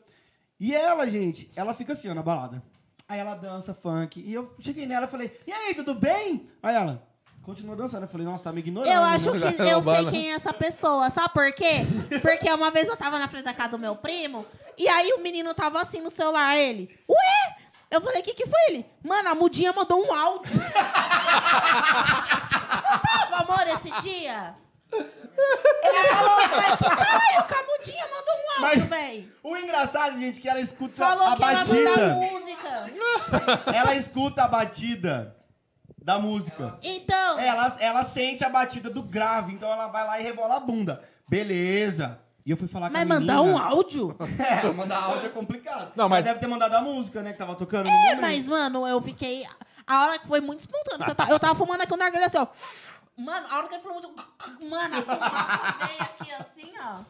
[SPEAKER 4] E ela, gente, ela fica assim, ó, na balada. Aí ela dança funk. E eu cheguei nela e falei, e aí, tudo bem? Aí ela continua dançando. Eu falei, nossa, tá me ignorando.
[SPEAKER 1] Eu
[SPEAKER 4] né?"
[SPEAKER 1] acho que
[SPEAKER 2] É
[SPEAKER 1] eu
[SPEAKER 2] o bala.
[SPEAKER 1] sei quem é essa pessoa, sabe por quê? Porque uma vez eu tava na frente da casa do meu primo, e aí o menino tava assim no celular, ele, ué? Eu falei, o que que foi ele? Mano, a mudinha mandou um áudio. Você tava, amor, esse dia? Ele falou, mas que caralho, que a mudinha mandou um áudio,
[SPEAKER 4] Mas-
[SPEAKER 1] velho.
[SPEAKER 4] O engraçado, gente, é que ela escuta
[SPEAKER 1] Falou
[SPEAKER 4] a
[SPEAKER 1] que ia mandar
[SPEAKER 4] batida.
[SPEAKER 1] música.
[SPEAKER 4] Ela escuta a batida da música.
[SPEAKER 1] Então,
[SPEAKER 4] Ela, ela sente a batida do grave, então ela vai lá e rebola a bunda. Beleza. E eu fui falar
[SPEAKER 1] mas
[SPEAKER 4] com a menina.
[SPEAKER 1] mandar um áudio?
[SPEAKER 4] É, mandar áudio é complicado.
[SPEAKER 2] Não,
[SPEAKER 4] Não,
[SPEAKER 2] mas-
[SPEAKER 4] mas... deve ter mandado a música, né? Que tava tocando no
[SPEAKER 1] É,
[SPEAKER 4] momento.
[SPEAKER 1] mas, mano, eu fiquei. A hora que foi muito espontâneo. porque Eu tava, eu tava fumando aqui o narguilé assim, ó. Mano, a hora que ele falou muito. Mano, a fumaça veio aqui assim, ó.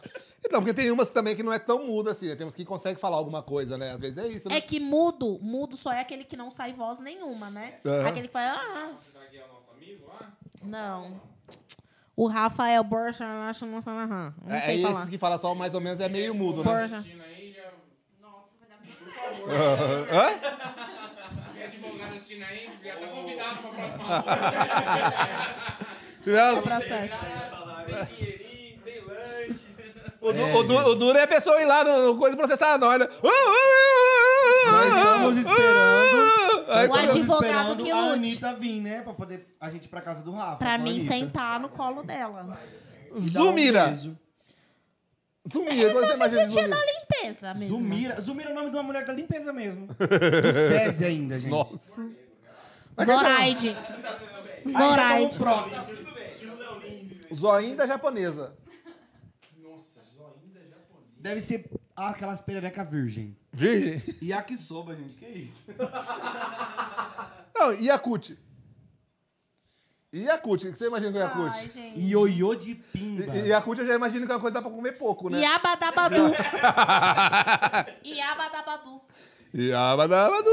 [SPEAKER 2] Então, porque tem umas também que não é tão muda assim, né? Temos que consegue falar alguma coisa, né? Às vezes é isso, né?
[SPEAKER 1] É que mudo, mudo só é aquele que não sai voz nenhuma, né?
[SPEAKER 2] Aham.
[SPEAKER 1] Aquele que faz. Ah,
[SPEAKER 3] Daqui é o nosso amigo lá?
[SPEAKER 1] não. O Rafael Borja, não
[SPEAKER 2] É,
[SPEAKER 1] sei
[SPEAKER 2] esse
[SPEAKER 1] falar.
[SPEAKER 2] que fala só mais ou menos é meio mudo, né?
[SPEAKER 1] Borja. tá
[SPEAKER 3] Cristina aí já.
[SPEAKER 2] Hã?
[SPEAKER 3] Quem é advogado assistindo aí, já tá convidado pra próxima aula.
[SPEAKER 2] Não,
[SPEAKER 1] Processo.
[SPEAKER 3] Tem dinheirinho, tem lanche.
[SPEAKER 2] o, du- o du- o duro é a pessoa ir lá no, no coisa e processar nós, né? Nós
[SPEAKER 4] estamos esperando.
[SPEAKER 1] O advogado
[SPEAKER 4] esperando
[SPEAKER 1] que
[SPEAKER 4] a
[SPEAKER 1] lute.
[SPEAKER 4] Anitta vir, né? Pra poder a gente ir pra casa do Rafa.
[SPEAKER 1] Pra
[SPEAKER 4] com a
[SPEAKER 1] mim,
[SPEAKER 4] Anitta.
[SPEAKER 1] sentar no colo dela.
[SPEAKER 4] E dar um
[SPEAKER 2] Zumira.
[SPEAKER 4] beijo.
[SPEAKER 2] Zumira, coisa mais
[SPEAKER 1] Mas tinha da limpeza mesmo. né?
[SPEAKER 4] Zumira. Zumira é o nome de uma mulher da limpeza mesmo. Do SESI ainda, gente.
[SPEAKER 2] Nossa.
[SPEAKER 1] Zoraide.
[SPEAKER 3] Então,
[SPEAKER 4] Ainda
[SPEAKER 1] Zoraide.
[SPEAKER 4] como prox.
[SPEAKER 2] Zoinda japonesa.
[SPEAKER 4] Deve ser ah, aquelas perereca virgem.
[SPEAKER 2] Virgem.
[SPEAKER 4] E a que soba, gente. Que isso?
[SPEAKER 2] Não, Yakut. Yakut, o que você imagina com
[SPEAKER 1] Ai,
[SPEAKER 2] Yakut?
[SPEAKER 1] gente.
[SPEAKER 4] Ioiô de pimba.
[SPEAKER 2] E- e Yakut eu já imagino que é uma coisa que dá pra comer pouco, né?
[SPEAKER 1] Iabadabadu. Iabadabadu.
[SPEAKER 2] Yabadabadu.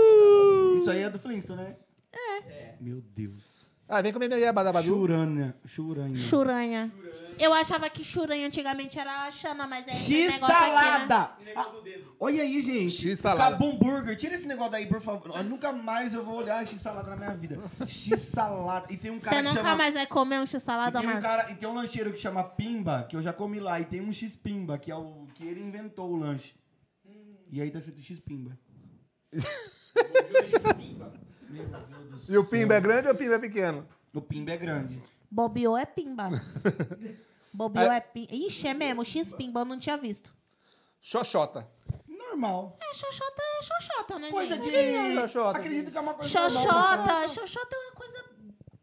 [SPEAKER 4] Isso aí é do Flintstone, né? É. Meu Deus.
[SPEAKER 2] Ah, vem comer minha Yabadabadu.
[SPEAKER 4] Churana. Churanha.
[SPEAKER 1] Churanha. Eu achava que churanha antigamente era a Xana, mas é esse negócio aqui, né?
[SPEAKER 4] X-salada! Ah, olha aí, gente.
[SPEAKER 2] X-salada.
[SPEAKER 4] Cabumburger. Tira esse negócio daí, por favor. Ó, nunca mais eu vou olhar X-salada na minha vida. X-salada. E tem um cara
[SPEAKER 1] Você
[SPEAKER 4] que
[SPEAKER 1] nunca
[SPEAKER 4] chama...
[SPEAKER 1] mais vai comer um
[SPEAKER 4] E
[SPEAKER 1] x-salada,
[SPEAKER 4] tem, um
[SPEAKER 1] Marcos?
[SPEAKER 4] cara, e tem um lancheiro que chama Pimba, que eu já comi lá, e tem um X-Pimba, que é o que ele inventou o lanche.
[SPEAKER 1] Hum.
[SPEAKER 4] E aí tá escrito X-Pimba. Meu Deus do
[SPEAKER 2] E o Pimba é
[SPEAKER 4] céu.
[SPEAKER 2] grande ou o Pimba é pequeno?
[SPEAKER 4] O Pimba é grande.
[SPEAKER 1] Bobiô é pimba. Bobiô é pimba. Ixi, é mesmo. X-pimba, eu não tinha visto.
[SPEAKER 2] Xoxota.
[SPEAKER 4] Normal.
[SPEAKER 1] É, xoxota é xoxota, né,
[SPEAKER 4] Coisa de.
[SPEAKER 1] gente?
[SPEAKER 2] Xoxota.
[SPEAKER 4] Acredito que é uma coisa normal. né?
[SPEAKER 1] Xoxota. Xoxota é uma coisa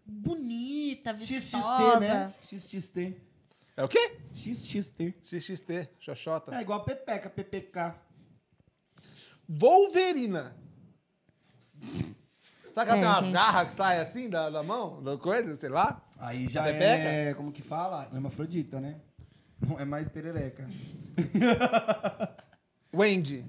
[SPEAKER 1] bonita,
[SPEAKER 4] XXT,
[SPEAKER 1] vistosa.
[SPEAKER 4] né? XXT.
[SPEAKER 2] É o quê?
[SPEAKER 4] XXT.
[SPEAKER 2] XXT, Xoxota.
[SPEAKER 4] É igual a Pepeca, PPK.
[SPEAKER 2] Wolverina. Sabe que ela
[SPEAKER 1] É,
[SPEAKER 2] tem umas
[SPEAKER 1] gente.
[SPEAKER 2] garras que saem assim da, da mão? Da coisa, sei lá?
[SPEAKER 4] Aí já
[SPEAKER 2] A pepeca?
[SPEAKER 4] é, como que fala? Hermafrodita, né? Não é mais perereca.
[SPEAKER 2] Wendy.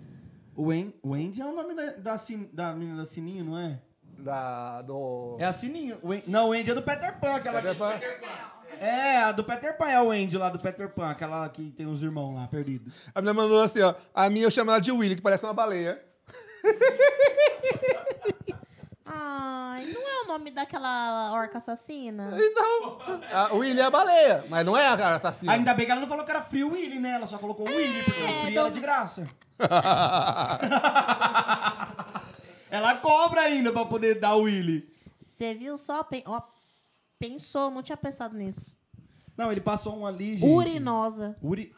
[SPEAKER 4] O Wen- o Wendy é o nome da, da, Sin- da menina da Sininho, não é?
[SPEAKER 2] Da. Do.
[SPEAKER 4] É a Sininho. O Wen- não, o Wendy é do Peter Pan. Aquela
[SPEAKER 2] Peter Pan.
[SPEAKER 4] É, a do Peter Pan é o Wendy lá do Peter Pan. Aquela que tem os irmãos lá, perdidos.
[SPEAKER 2] A menina mandou assim, ó. A minha eu chamo ela de Willy, que parece uma baleia.
[SPEAKER 1] Ai, não é o nome daquela orca assassina?
[SPEAKER 2] Então, a Willy é a baleia, mas não é a assassina.
[SPEAKER 4] Ainda bem que ela não falou que era Free Willy, né? Ela só colocou o Willy, porque o Free
[SPEAKER 1] do-
[SPEAKER 4] era de graça. ela cobra ainda pra poder dar o Willy.
[SPEAKER 1] Você viu só? Pen- ó, pensou, não tinha pensado nisso.
[SPEAKER 4] Não, ele passou um ali, gente.
[SPEAKER 1] Urinosa.
[SPEAKER 4] Uri...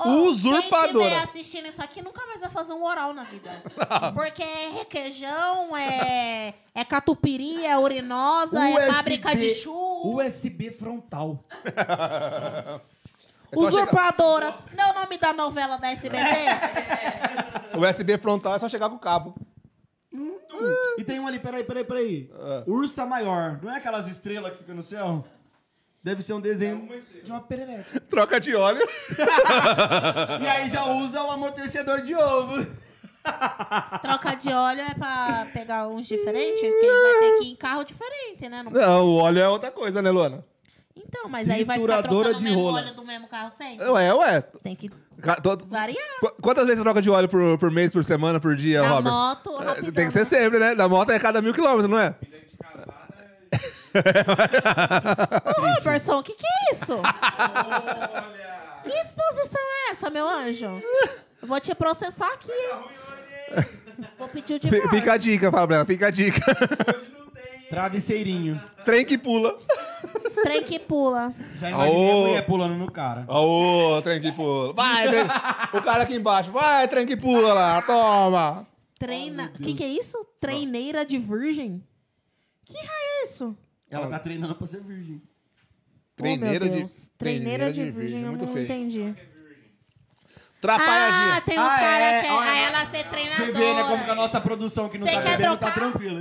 [SPEAKER 1] Quem
[SPEAKER 2] Usurpadora.
[SPEAKER 1] estiver assistindo isso aqui nunca mais vai fazer um oral na vida. Porque é requeijão, é, é catupiry, é urinosa, é
[SPEAKER 4] USB.
[SPEAKER 1] fábrica de churro.
[SPEAKER 4] USB frontal.
[SPEAKER 1] Usurpadora. Não é o nome da novela da
[SPEAKER 2] É.
[SPEAKER 1] SBT?
[SPEAKER 2] O USB frontal é só chegar com o cabo.
[SPEAKER 4] E tem um ali, peraí, peraí, peraí.
[SPEAKER 2] Ah.
[SPEAKER 4] é Ursa Maior. Não é aquelas estrelas que ficam no céu? Deve ser um desenho de uma perereca.
[SPEAKER 2] Troca de óleo.
[SPEAKER 4] e aí já usa o amortecedor de ovo.
[SPEAKER 1] Troca de óleo é pra pegar uns diferentes, porque ele vai ter que ir em carro diferente, né? Não-
[SPEAKER 2] Não, o óleo é outra coisa, né, Luana?
[SPEAKER 1] Então, mas aí vai ficar
[SPEAKER 4] Trituradora
[SPEAKER 1] trocando o
[SPEAKER 4] de
[SPEAKER 1] mesmo
[SPEAKER 4] rola.
[SPEAKER 1] óleo do mesmo carro sempre?
[SPEAKER 2] Ué, é, ué.
[SPEAKER 1] Tem que
[SPEAKER 2] Ca- to-
[SPEAKER 1] variar.
[SPEAKER 2] Qu- Quantas vezes você troca de óleo por, por mês, por semana, por dia,
[SPEAKER 1] Na
[SPEAKER 2] Robert?
[SPEAKER 1] moto,
[SPEAKER 2] É,
[SPEAKER 1] rapidão,
[SPEAKER 2] Tem que ser
[SPEAKER 1] né?
[SPEAKER 2] sempre, né? Da moto é cada mil quilômetros, não é?
[SPEAKER 1] Ô, Robertson, o que que é isso?
[SPEAKER 3] Olha!
[SPEAKER 1] que exposição é essa, meu anjo? Eu vou te processar aqui, Tá hein? Vou pedir o
[SPEAKER 2] Fi-
[SPEAKER 1] divórcio.
[SPEAKER 2] Fica a dica, Fabrela, fica a dica.
[SPEAKER 4] Travesseirinho.
[SPEAKER 2] Trem que pula.
[SPEAKER 1] Trem que pula.
[SPEAKER 4] Já imaginei
[SPEAKER 2] Aô.
[SPEAKER 4] a mulher pulando no cara.
[SPEAKER 2] Ô, trem que pula. Vai, trem. O cara aqui embaixo. Vai, trem que pula lá. Toma.
[SPEAKER 1] Treina. O que que é isso? Treineira de virgem? Que raio é isso?
[SPEAKER 4] Ela tá treinando pra ser virgem.
[SPEAKER 1] Oh,
[SPEAKER 2] Treineira
[SPEAKER 1] meu
[SPEAKER 2] de-
[SPEAKER 1] Deus. Treineira, de, virgem, eu
[SPEAKER 2] é muito
[SPEAKER 1] não
[SPEAKER 2] feio.
[SPEAKER 1] entendi. Ah,
[SPEAKER 2] Trapalhadinha.
[SPEAKER 1] tem uns
[SPEAKER 4] Ah,
[SPEAKER 1] caras
[SPEAKER 4] é,
[SPEAKER 1] que.
[SPEAKER 4] olha.
[SPEAKER 1] Aí ela ser treinadora.
[SPEAKER 4] Você vê, né, como que a nossa produção que não
[SPEAKER 1] Você
[SPEAKER 4] tá
[SPEAKER 1] quer
[SPEAKER 4] bebendo tá
[SPEAKER 1] trocar?
[SPEAKER 4] tranquila.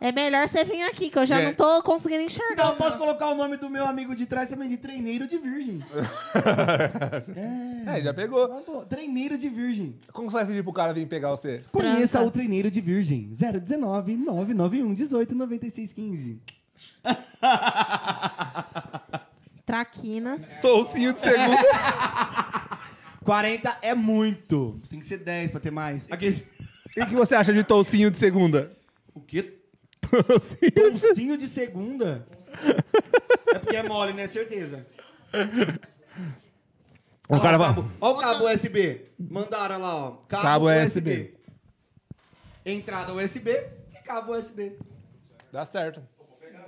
[SPEAKER 1] É melhor você vir aqui, que eu já
[SPEAKER 2] É.
[SPEAKER 1] não tô conseguindo enxergar.
[SPEAKER 4] Então eu posso colocar o nome do meu amigo de trás também de treineiro de virgem.
[SPEAKER 2] É, já pegou.
[SPEAKER 4] Ah, pô, treineiro de virgem.
[SPEAKER 2] Como você vai pedir pro cara vir pegar você?
[SPEAKER 4] Conheça
[SPEAKER 1] Trança.
[SPEAKER 4] o treineiro de virgem. 019 991 18 96 15.
[SPEAKER 1] Traquinas.
[SPEAKER 2] Toucinho de segunda.
[SPEAKER 4] 40 é muito. Tem que ser 10 pra ter mais. Aqui,
[SPEAKER 2] E o que você acha de toucinho de segunda?
[SPEAKER 4] o quê?
[SPEAKER 2] Toucinho.
[SPEAKER 4] Pulsinho de segunda? É porque é mole, né? Certeza.
[SPEAKER 2] O Um cara
[SPEAKER 4] Olha
[SPEAKER 2] vai.
[SPEAKER 4] o cabo, ó o cabo USB. Mandaram lá, ó. Cabo,
[SPEAKER 2] Cabo
[SPEAKER 4] USB.
[SPEAKER 2] USB.
[SPEAKER 4] Entrada USB e cabo USB.
[SPEAKER 2] Dá certo.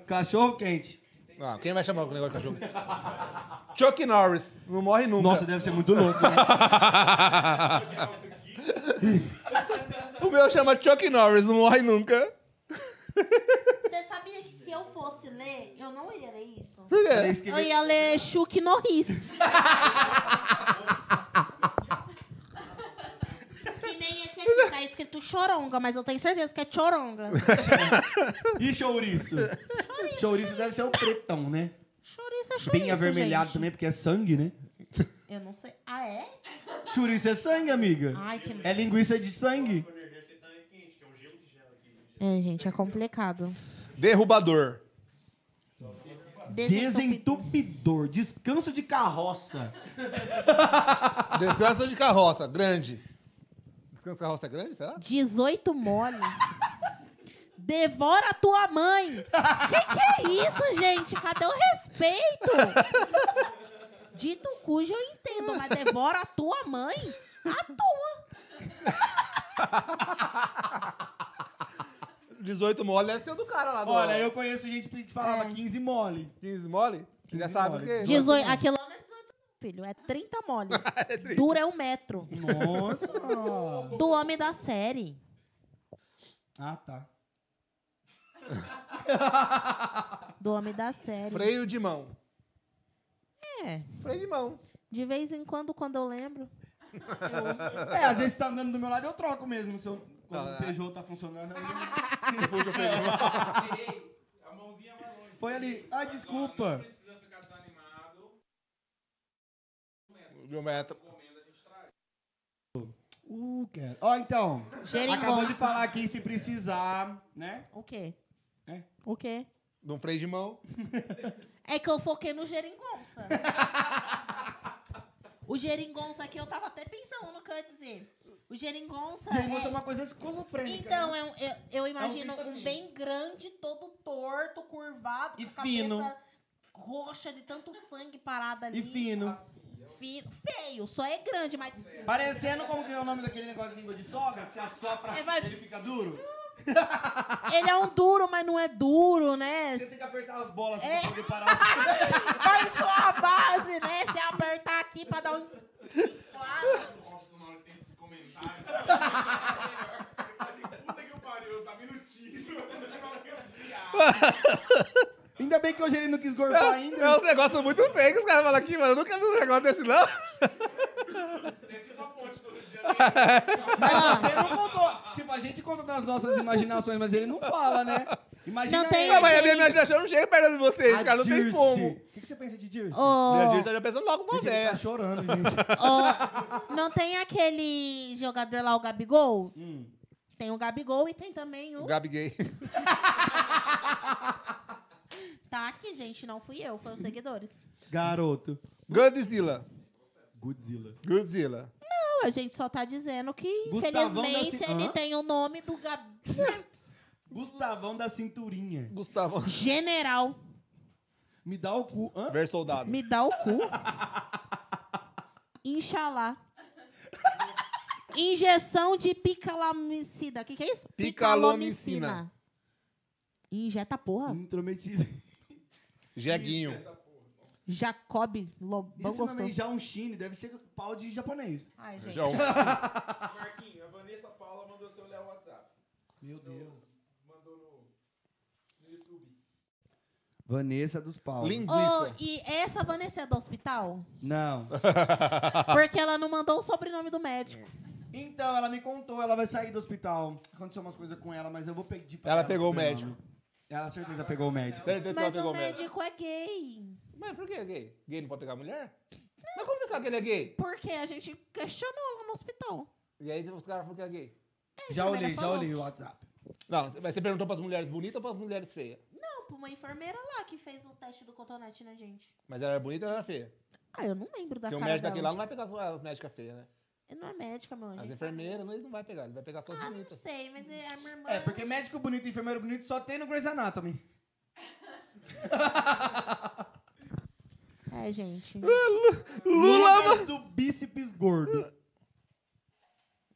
[SPEAKER 4] Cachorro quente.
[SPEAKER 2] Ah, quem vai chamar o negócio de cachorro? Chuck Norris. Não morre nunca.
[SPEAKER 4] Nossa, deve ser muito louco, né?
[SPEAKER 2] O meu chama Chuck Norris, não morre nunca.
[SPEAKER 1] Você sabia que se eu fosse ler, eu não ia ler isso?
[SPEAKER 2] Por
[SPEAKER 4] Era
[SPEAKER 2] quê?
[SPEAKER 4] É isso que
[SPEAKER 1] Eu
[SPEAKER 4] ele-
[SPEAKER 1] ia ler Chuck Norris. que nem esse aqui, tá escrito Choronga, mas eu tenho certeza que é Choronga.
[SPEAKER 4] E chouriço? chouriço deve ser o pretão, né?
[SPEAKER 1] Chouriço é chouriço,
[SPEAKER 4] Bem avermelhado
[SPEAKER 1] gente.
[SPEAKER 4] também, porque é sangue, né?
[SPEAKER 1] Eu não sei. Ah, é?
[SPEAKER 4] Chouriço é sangue, amiga.
[SPEAKER 1] Ai, que...
[SPEAKER 4] É linguiça de sangue.
[SPEAKER 1] É, gente, é complicado.
[SPEAKER 2] Derrubador.
[SPEAKER 1] Desentupi-
[SPEAKER 4] Desentupidor. Descanso de carroça.
[SPEAKER 2] Descanso de carroça, grande. Descanso de carroça grande, será?
[SPEAKER 1] 18 mole. Devora tua mãe. Que que é isso, gente? Cadê o respeito? Dito cujo eu entendo, mas devora a tua mãe? A tua.
[SPEAKER 2] 18 mole deve ser o do cara lá. Do...
[SPEAKER 4] Olha, eu conheço gente que falava
[SPEAKER 1] É.
[SPEAKER 4] 15 mole.
[SPEAKER 2] 15 mole? Você já
[SPEAKER 4] 15
[SPEAKER 2] sabe
[SPEAKER 4] mole.
[SPEAKER 2] o quê?
[SPEAKER 1] 18, aquilo não é 18 filho, é 30 mole. Dura é um metro.
[SPEAKER 4] Nossa.
[SPEAKER 1] Do homem da série.
[SPEAKER 4] ah, tá.
[SPEAKER 1] Do homem da série.
[SPEAKER 2] Freio de mão.
[SPEAKER 1] É,
[SPEAKER 2] Freio de mão.
[SPEAKER 1] de vez em quando, quando eu lembro.
[SPEAKER 4] É, às vezes você tá andando do meu lado, eu troco mesmo. Se eu- quando
[SPEAKER 2] Ah,
[SPEAKER 4] o Peugeot tá funcionando. eu-
[SPEAKER 3] Tirei. A mãozinha vai longe.
[SPEAKER 4] Foi ali. Ah,
[SPEAKER 3] Não
[SPEAKER 4] desculpa.
[SPEAKER 3] precisa ficar desanimado.
[SPEAKER 2] Meu meta.
[SPEAKER 3] Comendo, a gente traz.
[SPEAKER 4] Uh, quero. Ó, então.
[SPEAKER 1] Geringonça.
[SPEAKER 4] Acabou de falar aqui, se precisar, né?
[SPEAKER 1] O quê?
[SPEAKER 4] É.
[SPEAKER 1] O quê?
[SPEAKER 2] De um freio de mão.
[SPEAKER 1] É que eu foquei no geringonça. o geringonça aqui, eu tava até pensando no que eu ia dizer. O geringonça,
[SPEAKER 4] Geringonça é
[SPEAKER 1] é...
[SPEAKER 4] uma coisa esquizofrênica.
[SPEAKER 1] Então,
[SPEAKER 4] né?
[SPEAKER 1] é um- eu, eu imagino
[SPEAKER 4] bico
[SPEAKER 1] um
[SPEAKER 4] assim.
[SPEAKER 1] bem grande, todo torto, curvado.
[SPEAKER 4] E
[SPEAKER 1] com a
[SPEAKER 4] fino.
[SPEAKER 1] cabeça roxa de tanto sangue parado ali.
[SPEAKER 4] E fino.
[SPEAKER 1] Fi- Feio, só é grande, mas...
[SPEAKER 4] Parecendo como que é o nome daquele negócio de língua de sogra, que você assopra
[SPEAKER 1] É, vai-
[SPEAKER 4] ele fica duro.
[SPEAKER 1] Ele é um duro, mas não é duro, né?
[SPEAKER 4] Você tem que apertar as bolas
[SPEAKER 1] É.
[SPEAKER 4] pra poder parar assim.
[SPEAKER 1] Vai só a base, né? Se apertar aqui pra dar um... Claro.
[SPEAKER 3] Robson, na hora que tem esses comentários. Eu falei assim, puta que eu pariu, tá vindo tiro.
[SPEAKER 4] ainda bem que hoje ele não quis gorfar ainda.
[SPEAKER 2] É uns negócios muito feios que os caras falam aqui, mano. Eu nunca vi um negócio desse, não.
[SPEAKER 1] É,
[SPEAKER 3] Você tira uma ponte todo dia.
[SPEAKER 4] Mas você não contou. Tipo, a gente conta nas nossas imaginações, mas ele não fala, né? Imagina
[SPEAKER 1] Não tem-
[SPEAKER 2] Ah, mas a minha imaginação não chega perto de vocês,
[SPEAKER 4] a
[SPEAKER 2] cara. Não tem
[SPEAKER 4] Dirce.
[SPEAKER 2] como.
[SPEAKER 4] O que, que você pensa de Dirce?
[SPEAKER 1] Ô,
[SPEAKER 2] Minha Dirce já pensando logo com uma
[SPEAKER 4] Gente, ele
[SPEAKER 2] ideia.
[SPEAKER 4] tá chorando, gente.
[SPEAKER 1] ô, não tem aquele jogador lá, o Gabigol?
[SPEAKER 4] Hum.
[SPEAKER 1] Tem o Gabigol e tem também o.
[SPEAKER 2] O Gabi gay.
[SPEAKER 1] Tá aqui, gente, não fui eu, foi os seguidores.
[SPEAKER 4] Garoto.
[SPEAKER 2] Godzilla.
[SPEAKER 4] Godzilla.
[SPEAKER 2] Godzilla.
[SPEAKER 1] Não, a gente só tá dizendo que,
[SPEAKER 4] Gustavão da
[SPEAKER 1] infelizmente,
[SPEAKER 4] Ci-
[SPEAKER 1] ele
[SPEAKER 4] Hã?
[SPEAKER 1] tem o nome do Gab...
[SPEAKER 4] Gustavão da cinturinha.
[SPEAKER 2] Gustavo.
[SPEAKER 1] General.
[SPEAKER 4] Me dá o cu. Hã?
[SPEAKER 2] Ver soldado.
[SPEAKER 1] Me dá o cu. Inxalá. Injeção de picalomicida. O que, que é isso?
[SPEAKER 2] Picalomicina.
[SPEAKER 1] Injeta porra.
[SPEAKER 4] Intrometido.
[SPEAKER 2] Jeguinho.
[SPEAKER 1] Jacob Lobão
[SPEAKER 4] Esse nome aí
[SPEAKER 1] gostou.
[SPEAKER 4] já é um Shine, deve ser pau de japonês.
[SPEAKER 1] Ai, gente.
[SPEAKER 2] João.
[SPEAKER 3] Marquinho, a Vanessa Paula mandou você olhar o WhatsApp.
[SPEAKER 4] Meu Deus.
[SPEAKER 3] Mandou no, no YouTube.
[SPEAKER 4] Vanessa dos Paulos.
[SPEAKER 1] Ô,
[SPEAKER 2] Linguiça.
[SPEAKER 1] e essa Vanessa é do hospital?
[SPEAKER 4] Não.
[SPEAKER 1] Porque ela não mandou o sobrenome do médico.
[SPEAKER 4] Então, ela me contou, ela vai sair do hospital. Aconteceu umas coisas com ela, mas eu vou pedir pra
[SPEAKER 2] Ela
[SPEAKER 4] ela
[SPEAKER 2] pegou o
[SPEAKER 4] sobrenome.
[SPEAKER 2] médico.
[SPEAKER 4] Ela certeza pegou o médico.
[SPEAKER 2] Certeza que ela
[SPEAKER 1] Mas
[SPEAKER 2] pegou
[SPEAKER 1] o
[SPEAKER 2] o tá médico.
[SPEAKER 1] médico é gay.
[SPEAKER 2] Mas por que é gay? Gay não pode pegar mulher? Mas como você sabe que ele é gay?
[SPEAKER 1] Porque a gente questionou lá no hospital.
[SPEAKER 2] E aí os caras falaram que é gay.
[SPEAKER 4] Já
[SPEAKER 1] enfermeira
[SPEAKER 4] olhei, já
[SPEAKER 1] falou.
[SPEAKER 4] olhei o WhatsApp.
[SPEAKER 2] Não, mas você perguntou pras mulheres bonitas ou pras mulheres feias?
[SPEAKER 1] Não, pra uma enfermeira lá que fez o teste do cotonete na gente.
[SPEAKER 2] Mas ela era bonita ou ela era feia?
[SPEAKER 1] Ah, eu não lembro da
[SPEAKER 2] Porque o
[SPEAKER 1] cara
[SPEAKER 2] médico tá aqui
[SPEAKER 1] dela.
[SPEAKER 2] lá não vai pegar só as médicas feias, né?
[SPEAKER 1] Não é médica, meu anjo.
[SPEAKER 2] As enfermeiras, não, ele não vai pegar, ele vai pegar só as
[SPEAKER 1] Ah, não
[SPEAKER 2] bonitas.
[SPEAKER 1] sei, mas é- a minha irmã...
[SPEAKER 4] É, porque médico bonito e enfermeiro bonito só tem no Grey's Anatomy.
[SPEAKER 1] É, gente.
[SPEAKER 4] Lula do bíceps gordo.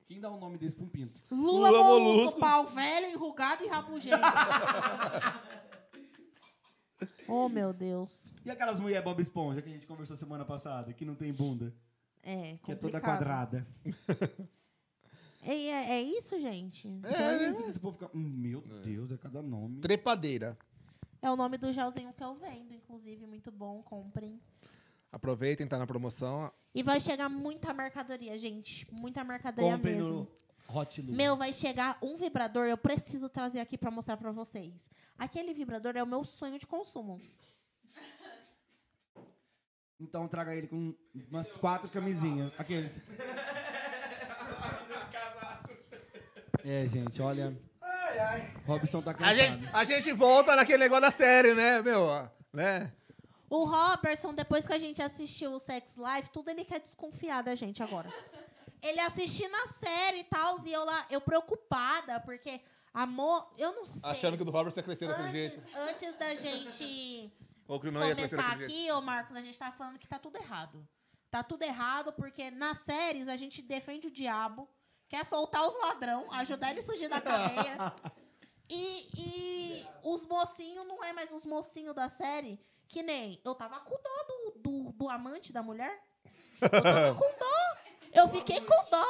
[SPEAKER 4] Quem dá o nome desse pra um pinto?
[SPEAKER 1] Lula,
[SPEAKER 2] Lula
[SPEAKER 1] Molusco,
[SPEAKER 2] Molusco.
[SPEAKER 1] pau velho, enrugado e rabugento. oh, meu Deus.
[SPEAKER 4] E aquelas mulher Bob Esponja que a gente conversou semana passada, que não tem bunda,
[SPEAKER 1] É,
[SPEAKER 4] que é
[SPEAKER 1] complicado.
[SPEAKER 4] toda quadrada.
[SPEAKER 1] É, é- é isso, gente?
[SPEAKER 4] É, isso que esse povo fica. "Hum, Meu Deus, é cada nome.
[SPEAKER 1] Tá
[SPEAKER 2] Trepadeira.
[SPEAKER 1] É o nome do gelzinho que eu vendo, inclusive. Muito bom, comprem.
[SPEAKER 2] Aproveitem, tá na promoção.
[SPEAKER 1] E vai chegar muita mercadoria, gente. Muita mercadoria
[SPEAKER 4] Comprem
[SPEAKER 1] mesmo.
[SPEAKER 4] no Hot Lu.
[SPEAKER 1] Meu, vai chegar um vibrador, eu preciso trazer aqui pra mostrar pra vocês. Aquele vibrador é o meu sonho de consumo.
[SPEAKER 4] Então traga ele com umas quatro camisinhas. Aqueles. É, gente, olha. Robson tá
[SPEAKER 2] A
[SPEAKER 4] cansado.
[SPEAKER 2] gente, a gente volta naquele negócio da série, né, meu? Ó, Né?
[SPEAKER 1] O Robertson, depois que a gente assistiu o Sex Life, tudo ele quer desconfiar da gente agora. Ele assistindo a série e tal, e eu lá, eu preocupada, porque, amor, eu não sei.
[SPEAKER 2] Achando que o do Robert ia crescer daquele jeito.
[SPEAKER 1] antes, antes da gente
[SPEAKER 2] Ou que não ia crescer
[SPEAKER 1] começar
[SPEAKER 2] daquele jeito.
[SPEAKER 1] aqui, ô Marcos, a gente tá falando que tá tudo errado. Tá tudo errado porque nas séries a gente defende o diabo, quer soltar os ladrão, ajudar ele a surgir da cadeia. E, e os mocinhos não é mais os mocinhos da série, que nem eu tava com dó do, do, do amante da mulher. Eu tava com dó. Eu fiquei com dó.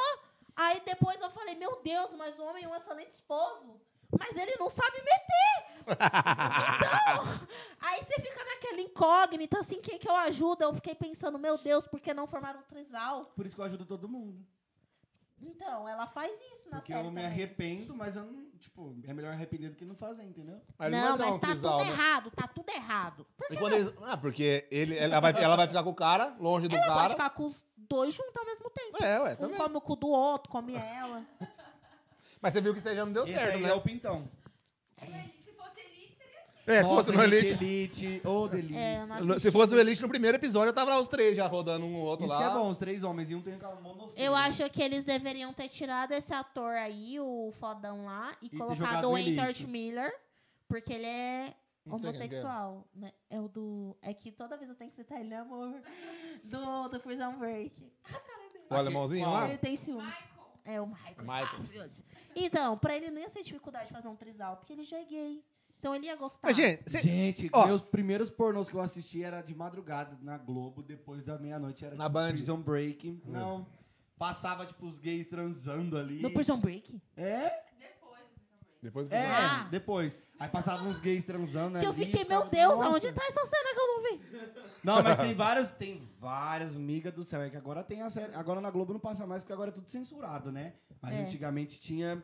[SPEAKER 1] Aí depois eu falei, meu Deus, mas o homem é um excelente esposo. Mas ele não sabe meter. Então, aí você fica naquela incógnita, assim, quem que eu ajudo? Eu fiquei pensando, meu Deus, por que não formar um trisal?
[SPEAKER 4] Por isso que eu ajudo todo mundo.
[SPEAKER 1] Então, ela faz isso na
[SPEAKER 4] Porque
[SPEAKER 1] série
[SPEAKER 4] eu me
[SPEAKER 1] também.
[SPEAKER 4] arrependo, mas eu não. Tipo, é melhor arrepender do que não fazer, entendeu?
[SPEAKER 2] Mas ele vai dar
[SPEAKER 1] não, mas
[SPEAKER 2] um
[SPEAKER 1] tá
[SPEAKER 2] trisal,
[SPEAKER 1] tudo
[SPEAKER 2] né?
[SPEAKER 1] errado, tá tudo errado. Por
[SPEAKER 2] E
[SPEAKER 1] que
[SPEAKER 2] quando
[SPEAKER 1] não?
[SPEAKER 2] ele- ah, porque ele, ela, vai, ela vai ficar com o cara, longe do
[SPEAKER 1] Ela
[SPEAKER 2] cara.
[SPEAKER 1] pode ficar com os dois juntos ao mesmo tempo.
[SPEAKER 2] É, ué,
[SPEAKER 1] Um
[SPEAKER 2] também.
[SPEAKER 1] come o cu do outro, come ela.
[SPEAKER 2] Mas você viu que isso aí já não deu
[SPEAKER 4] Esse
[SPEAKER 2] certo,
[SPEAKER 4] aí
[SPEAKER 2] né?
[SPEAKER 4] é o pintão.
[SPEAKER 8] Se fosse elite, seria
[SPEAKER 2] É, se fosse no
[SPEAKER 4] gente,
[SPEAKER 2] Elite.
[SPEAKER 4] Elite. Ô, delícia.
[SPEAKER 1] É, eu não
[SPEAKER 2] no- Se
[SPEAKER 1] assisti.
[SPEAKER 2] fosse no Elite no primeiro episódio, eu tava lá os três já rodando um ou outro
[SPEAKER 4] Isso
[SPEAKER 2] lá.
[SPEAKER 4] que é bom, os três homens e um tem aquela monocelha.
[SPEAKER 1] Eu acho que eles deveriam ter tirado esse ator aí, o fodão lá, e,
[SPEAKER 4] ter
[SPEAKER 1] colocado
[SPEAKER 4] jogado
[SPEAKER 1] o
[SPEAKER 4] no Elite.
[SPEAKER 1] Anthony Miller, porque ele é
[SPEAKER 2] Não sei quem que é.
[SPEAKER 1] homossexual. né? É o do. É que toda vez eu tenho que citar ele, amor. Do, do Prison Break.
[SPEAKER 2] O alemãozinho lá?
[SPEAKER 1] Ele tem ciúmes. É o Michael,
[SPEAKER 2] Michael.
[SPEAKER 1] Scarfield. Então, pra ele não ia ser dificuldade de fazer um trisal, porque ele já é gay. Então ele ia gostar.
[SPEAKER 2] Mas, gente, cê-
[SPEAKER 4] Gente,
[SPEAKER 2] Ó.
[SPEAKER 4] meus primeiros pornôs que eu assisti era de madrugada na Globo, depois da meia-noite era
[SPEAKER 2] Na
[SPEAKER 4] tipo,
[SPEAKER 2] Band.
[SPEAKER 4] Prison Break.
[SPEAKER 1] Hum.
[SPEAKER 4] Não. Passava, tipo, os gays transando ali.
[SPEAKER 1] No Prison Break.
[SPEAKER 4] É?
[SPEAKER 8] depois.
[SPEAKER 2] Depois
[SPEAKER 4] É,
[SPEAKER 1] Ah.
[SPEAKER 4] depois. Aí passavam uns gays transando
[SPEAKER 1] Que eu
[SPEAKER 4] ali,
[SPEAKER 1] fiquei,
[SPEAKER 4] ficava,
[SPEAKER 1] meu Deus,
[SPEAKER 4] nossa.
[SPEAKER 1] aonde tá essa cena que eu não vi?
[SPEAKER 4] Não, mas tem vários, tem várias, miga do céu. É que agora tem a série. Agora na Globo não passa mais, porque agora é tudo censurado, né? Mas
[SPEAKER 1] É.
[SPEAKER 4] antigamente tinha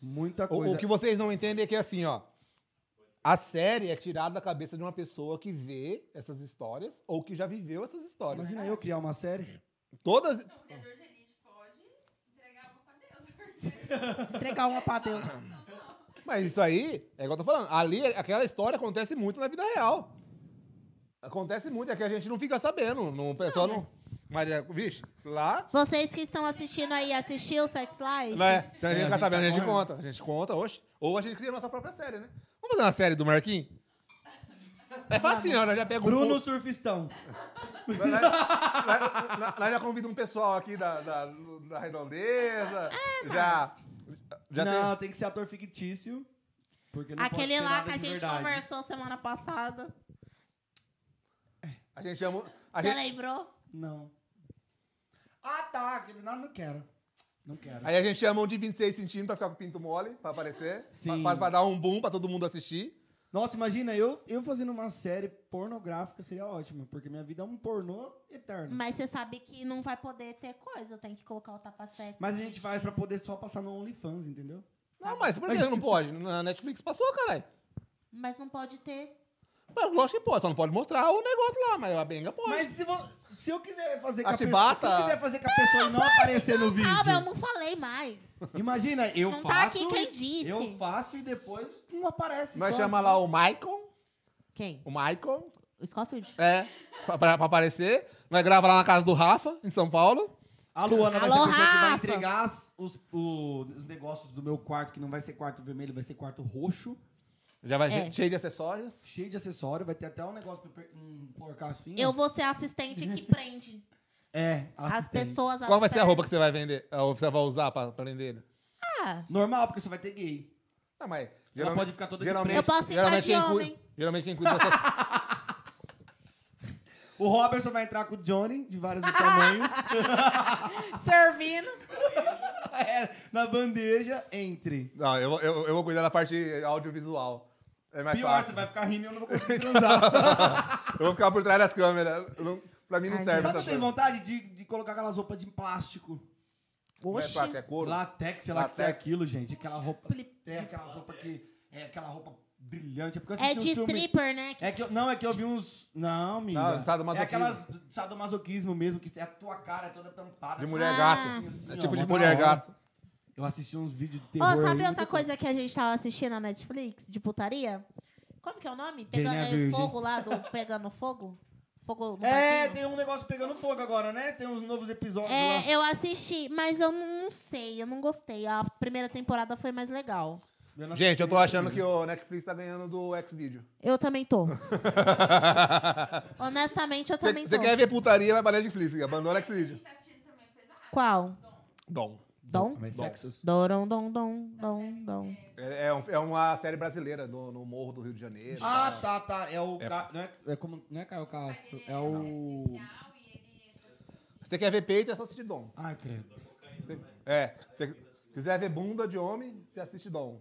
[SPEAKER 4] muita
[SPEAKER 2] O,
[SPEAKER 4] coisa.
[SPEAKER 2] o que vocês não entendem é que é assim, ó. A série é tirada da cabeça de uma pessoa que vê essas histórias ou que já viveu essas histórias.
[SPEAKER 4] Imagina eu criar uma série.
[SPEAKER 2] Todas.
[SPEAKER 8] Então, o criador de elite pode entregar uma pra Deus. porque-
[SPEAKER 1] Entregar uma pra Deus.
[SPEAKER 2] Mas isso aí, é igual eu tô falando. Ali, aquela história acontece muito na vida real. Acontece muito, é que a gente não fica sabendo. Não, o pessoal não. Mas, é, vixe, lá.
[SPEAKER 1] Vocês que estão assistindo aí, assistiu Sex Life?
[SPEAKER 2] Né? Se a gente
[SPEAKER 4] É,
[SPEAKER 2] não ficar
[SPEAKER 4] a gente
[SPEAKER 2] sabendo, a gente
[SPEAKER 4] apoia.
[SPEAKER 2] conta. A gente conta, oxe. Ou a gente cria a nossa própria série, né? Vamos fazer uma série do Marquinhos? É fácil, né? Nós já pega um
[SPEAKER 4] Bruno
[SPEAKER 2] pouco-
[SPEAKER 4] Surfistão.
[SPEAKER 2] Nós, nós- nós- nós já convida um pessoal aqui da, da, da redondeza.
[SPEAKER 4] É,
[SPEAKER 2] já. Já
[SPEAKER 4] não,
[SPEAKER 2] tem.
[SPEAKER 4] tem... que ser ator fictício. Porque não pode
[SPEAKER 1] Aquele
[SPEAKER 4] ser
[SPEAKER 1] lá
[SPEAKER 4] nada
[SPEAKER 1] que a
[SPEAKER 4] de
[SPEAKER 1] gente
[SPEAKER 4] verdade.
[SPEAKER 1] conversou semana passada.
[SPEAKER 2] A gente chama. A
[SPEAKER 1] Você
[SPEAKER 2] gente-
[SPEAKER 1] lembrou?
[SPEAKER 4] Não. Ah, tá. aquele- Não, não quero. Não quero.
[SPEAKER 2] Aí a gente chama um de 26 centímetros pra ficar com o pinto mole, pra aparecer.
[SPEAKER 4] Sim.
[SPEAKER 2] Pra, pra- pra dar um boom pra todo mundo assistir.
[SPEAKER 4] Nossa, imagina, eu, eu fazendo uma série pornográfica seria ótimo, porque minha vida é um pornô eterno.
[SPEAKER 1] Mas você sabe que não vai poder ter coisa. Tem que colocar o tapa-sexo.
[SPEAKER 4] Mas a gente faz pra poder só passar no OnlyFans, entendeu?
[SPEAKER 2] Não, mas por que não pode? Na Netflix passou, caralho.
[SPEAKER 1] Mas não pode ter.
[SPEAKER 2] Mas Lógico que pode, só não pode mostrar o negócio lá, mas a benga pode.
[SPEAKER 4] Mas se, vo- se eu quiser fazer com a
[SPEAKER 2] A
[SPEAKER 4] pessoa. Se
[SPEAKER 2] chibata?
[SPEAKER 4] eu quiser fazer com a pessoa e não aparecer no vídeo.
[SPEAKER 1] Calma, eu não falei mais.
[SPEAKER 4] Imagina, eu
[SPEAKER 1] Não tá
[SPEAKER 4] faço.
[SPEAKER 1] aqui quem
[SPEAKER 4] e-
[SPEAKER 1] disse.
[SPEAKER 4] Eu faço e depois não aparece.
[SPEAKER 2] Nós
[SPEAKER 4] só.
[SPEAKER 2] chama lá o Michael,
[SPEAKER 1] Quem?
[SPEAKER 2] o Michael,
[SPEAKER 1] O Scofield?
[SPEAKER 2] é, pra, pra- pra aparecer. Nós grava lá na casa do Rafa, em São Paulo.
[SPEAKER 4] A Luana vai ser
[SPEAKER 1] Alô,
[SPEAKER 4] a pessoa que vai
[SPEAKER 1] Rafa.
[SPEAKER 4] entregar as- os, o- os negócios do meu quarto, que não vai ser quarto vermelho, vai ser quarto roxo,
[SPEAKER 2] Já vai
[SPEAKER 1] É.
[SPEAKER 2] che- cheio de acessórios.
[SPEAKER 4] cheio de acessório, vai ter até um negócio pra per- enforcar assim.
[SPEAKER 1] Eu
[SPEAKER 4] ó.
[SPEAKER 1] vou ser a assistente que prende
[SPEAKER 4] É,
[SPEAKER 1] as
[SPEAKER 4] assistente.
[SPEAKER 1] pessoas.
[SPEAKER 2] Qual vai ser a roupa que você vai vender? Ou você vai usar pra prender ele?
[SPEAKER 1] Ah,
[SPEAKER 4] Normal, porque você vai ter gay.
[SPEAKER 2] Não, mas.
[SPEAKER 4] pode ficar toda de
[SPEAKER 2] geralmente,
[SPEAKER 1] preto. Eu posso ficar
[SPEAKER 2] geralmente
[SPEAKER 1] de
[SPEAKER 2] quem cu-
[SPEAKER 1] homem.
[SPEAKER 2] geralmente quem cuida dessas
[SPEAKER 4] O Robertson vai entrar com o Johnny, de vários tamanhos,
[SPEAKER 1] servindo.
[SPEAKER 4] é, na bandeja, entre.
[SPEAKER 2] Não, eu, vou- eu, eu vou cuidar da parte audiovisual. É mais
[SPEAKER 4] Pior,
[SPEAKER 2] fácil.
[SPEAKER 4] você
[SPEAKER 2] Então,
[SPEAKER 4] vai ficar rindo e eu não vou conseguir transar.
[SPEAKER 2] Eu vou ficar por trás das câmeras. Eu não- pra mim não
[SPEAKER 1] Ai,
[SPEAKER 2] serve essa
[SPEAKER 4] Sabe eu
[SPEAKER 2] coisa.
[SPEAKER 4] tenho vontade de, de colocar aquelas roupas de plástico?
[SPEAKER 2] Não é
[SPEAKER 1] Oxi.
[SPEAKER 2] plástico, é couro.
[SPEAKER 4] Latex, sei lá que é
[SPEAKER 2] Latex.
[SPEAKER 4] aquilo, gente. Aquela roupa.
[SPEAKER 1] Pli-
[SPEAKER 4] É aquela roupa que. É aquela roupa brilhante. É, porque eu
[SPEAKER 1] É
[SPEAKER 4] assisti
[SPEAKER 1] de
[SPEAKER 4] um filme-
[SPEAKER 1] stripper, né?
[SPEAKER 4] É que eu, não, é que eu vi uns. Não, minha.
[SPEAKER 2] Não, sadomasoquismo.
[SPEAKER 4] É aquelas do- sadomasoquismo mesmo, que é a tua cara é toda tampada.
[SPEAKER 2] De
[SPEAKER 4] assim,
[SPEAKER 2] mulher
[SPEAKER 1] Ah.
[SPEAKER 2] gato.
[SPEAKER 4] assim,
[SPEAKER 2] É
[SPEAKER 4] ó,
[SPEAKER 2] tipo de
[SPEAKER 4] mó da
[SPEAKER 2] mulher
[SPEAKER 4] hora.
[SPEAKER 2] gato.
[SPEAKER 4] Eu assisti uns vídeos de
[SPEAKER 1] Ô,
[SPEAKER 4] terror.
[SPEAKER 1] sabe
[SPEAKER 4] aí,
[SPEAKER 1] outra
[SPEAKER 4] muito-
[SPEAKER 1] coisa que a gente tava assistindo na Netflix? De putaria? Como que é o nome?
[SPEAKER 4] Jane
[SPEAKER 1] Pegando
[SPEAKER 4] a
[SPEAKER 1] eh,
[SPEAKER 4] Virgem.
[SPEAKER 1] fogo lá, do Pegando Fogo? Fogo no
[SPEAKER 4] É,
[SPEAKER 1] barquinho?
[SPEAKER 4] tem um negócio pegando fogo agora, né? Tem uns novos episódios lá.
[SPEAKER 1] É, eu assisti, mas eu não sei, eu não gostei. A primeira temporada foi mais legal.
[SPEAKER 4] não
[SPEAKER 2] Gente, eu tô achando que o Netflix tá ganhando do X-Video.
[SPEAKER 1] Eu também tô. Honestamente, eu também
[SPEAKER 2] Você
[SPEAKER 1] tô.
[SPEAKER 2] quer ver putaria, vai pra Netflix. Abandona o
[SPEAKER 8] A
[SPEAKER 2] X-Video.
[SPEAKER 8] gente tá assistindo também, pesado.
[SPEAKER 1] Qual?
[SPEAKER 2] Dom.
[SPEAKER 1] Dom?
[SPEAKER 4] Mas
[SPEAKER 2] Bom.
[SPEAKER 4] sexos?
[SPEAKER 1] Dorom, dom, dom, dom, dom.
[SPEAKER 2] É, é um- é uma série brasileira do- no Morro do Rio de Janeiro.
[SPEAKER 4] Ah, tá, tá. É o.
[SPEAKER 2] É.
[SPEAKER 4] Ca- Não, é, é como... não é Caio Castro. É
[SPEAKER 8] Ele
[SPEAKER 4] o.
[SPEAKER 8] é policial e ele
[SPEAKER 2] Você quer ver peito, é só assistir Dom.
[SPEAKER 4] Ai, credo.
[SPEAKER 2] Cê- é. Se quiser ver bunda de homem, você assiste Dom.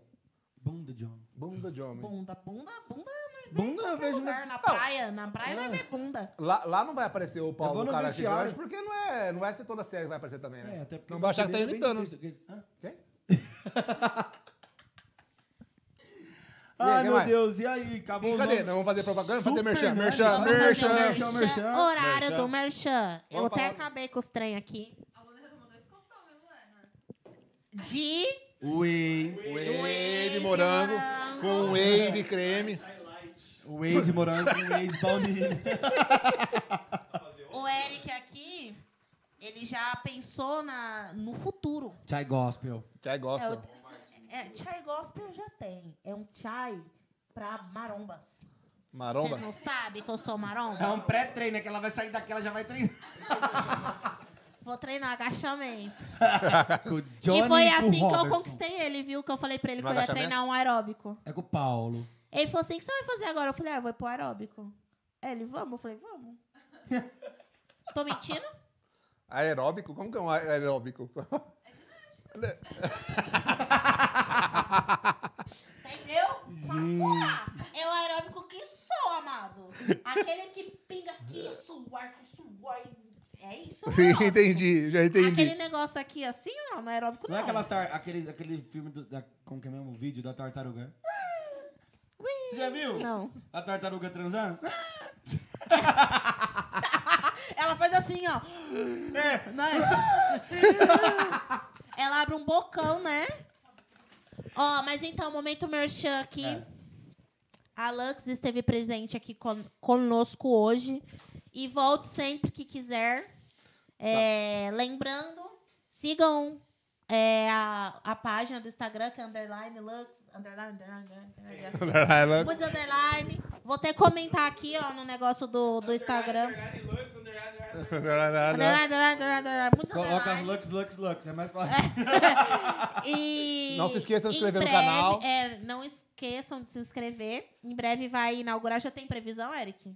[SPEAKER 4] Bunda, John.
[SPEAKER 2] Bunda de homem.
[SPEAKER 1] Bunda, bunda, bunda não vem
[SPEAKER 4] Bunda eu
[SPEAKER 1] em
[SPEAKER 4] vejo.
[SPEAKER 1] lugar. Na praia, na praia vai ver bunda.
[SPEAKER 2] Lá, lá não vai aparecer o
[SPEAKER 4] Eu vou
[SPEAKER 2] pau do
[SPEAKER 4] no
[SPEAKER 2] cara
[SPEAKER 4] vestiário.
[SPEAKER 2] gigante, porque não é, não vai ser toda série que vai aparecer também, né?
[SPEAKER 4] É, até porque.
[SPEAKER 2] não vai achar que tá
[SPEAKER 4] brasileiro é bem
[SPEAKER 2] imitando.
[SPEAKER 4] difícil, porque- Hã?
[SPEAKER 2] Quem? E aí,
[SPEAKER 4] Ai,
[SPEAKER 2] quem
[SPEAKER 4] meu
[SPEAKER 2] mais?
[SPEAKER 4] Deus, e aí? Acabou
[SPEAKER 2] E
[SPEAKER 4] o
[SPEAKER 2] cadê?
[SPEAKER 4] nome?
[SPEAKER 2] Não vamos fazer propaganda? Fazer
[SPEAKER 4] É. Super
[SPEAKER 2] merchan,
[SPEAKER 4] Nani.
[SPEAKER 2] merchan,
[SPEAKER 1] Vamos fazer o
[SPEAKER 2] merchan.
[SPEAKER 1] merchan,
[SPEAKER 4] merchan.
[SPEAKER 1] Horário
[SPEAKER 2] Merchan.
[SPEAKER 1] do merchan. eu
[SPEAKER 2] Vamos
[SPEAKER 1] até
[SPEAKER 2] falar-
[SPEAKER 1] acabei com os trem aqui.
[SPEAKER 8] A Luana já tomou dois copão, né, viu, Luana?
[SPEAKER 1] De
[SPEAKER 4] Whey.
[SPEAKER 2] Whey
[SPEAKER 1] Whey
[SPEAKER 2] de
[SPEAKER 1] de
[SPEAKER 2] morango
[SPEAKER 1] morango.
[SPEAKER 2] com whey de creme.
[SPEAKER 4] Whey de morango com whey de baunilha.
[SPEAKER 1] o Eric aqui, ele já pensou na, no futuro.
[SPEAKER 4] Chai gospel.
[SPEAKER 2] Chai
[SPEAKER 1] É,
[SPEAKER 2] gosta.
[SPEAKER 1] o- é, chai gospel já tem. É um chai pra marombas.
[SPEAKER 2] Maromba.
[SPEAKER 1] Vocês não sabem que eu sou maromba?
[SPEAKER 4] É um pré-treino, é que ela vai sair daqui, ela já vai treinar.
[SPEAKER 1] Vou treinar agachamento.
[SPEAKER 4] Tá Com o Johnny
[SPEAKER 1] e foi
[SPEAKER 4] e com o
[SPEAKER 1] assim que eu
[SPEAKER 4] Robertson.
[SPEAKER 1] conquistei ele, viu? Que eu falei pra ele
[SPEAKER 2] No
[SPEAKER 1] que eu ia
[SPEAKER 2] agachamento?
[SPEAKER 1] treinar um aeróbico.
[SPEAKER 4] É com o Paulo.
[SPEAKER 1] Ele falou assim: o que você vai fazer agora? Eu falei: ah, eu vou pro aeróbico. Aí ele, vamos? Eu falei: vamos. Tô mentindo?
[SPEAKER 2] Aeróbico? Como que é um aeróbico?
[SPEAKER 1] Entendeu? Pra suar. É o aeróbico que sou, amado. Aquele que pinga aqui, suar, que suor. É isso? aeróbico.
[SPEAKER 2] entendi, já
[SPEAKER 1] Aquele
[SPEAKER 2] entendi.
[SPEAKER 1] negócio aqui assim, ó, no aeróbico
[SPEAKER 4] Não,
[SPEAKER 1] não.
[SPEAKER 4] é aquela tar- aquele, aquele filme do. Da, como que é mesmo? O vídeo da tartaruga. Você já viu?
[SPEAKER 1] Não.
[SPEAKER 4] A tartaruga transar?
[SPEAKER 1] Ela faz assim, ó.
[SPEAKER 4] É,
[SPEAKER 1] Né? Ela abre um bocão, né? Ó, mas então, momento merchan aqui. A Lux esteve presente aqui con- conosco hoje. E volte sempre que quiser. É, Lembrando, sigam é, a, a página do Instagram, que é underline Lux. Underline, underline, underline. underline. Muitos underline. Vou até comentar aqui, ó, no negócio do, do Instagram.
[SPEAKER 3] Underline Lux, underline, underline.
[SPEAKER 1] Underline, underline, underline, underline. Muitos
[SPEAKER 4] Coloca as
[SPEAKER 1] underlines.
[SPEAKER 4] Lux, Lux, Lux. É mais fácil.
[SPEAKER 1] E
[SPEAKER 2] Não se esqueça de se
[SPEAKER 1] em
[SPEAKER 2] inscrever no
[SPEAKER 1] breve-
[SPEAKER 2] canal.
[SPEAKER 1] É, não esqueçam de se inscrever. Em breve vai inaugurar. Já tem previsão, Eric?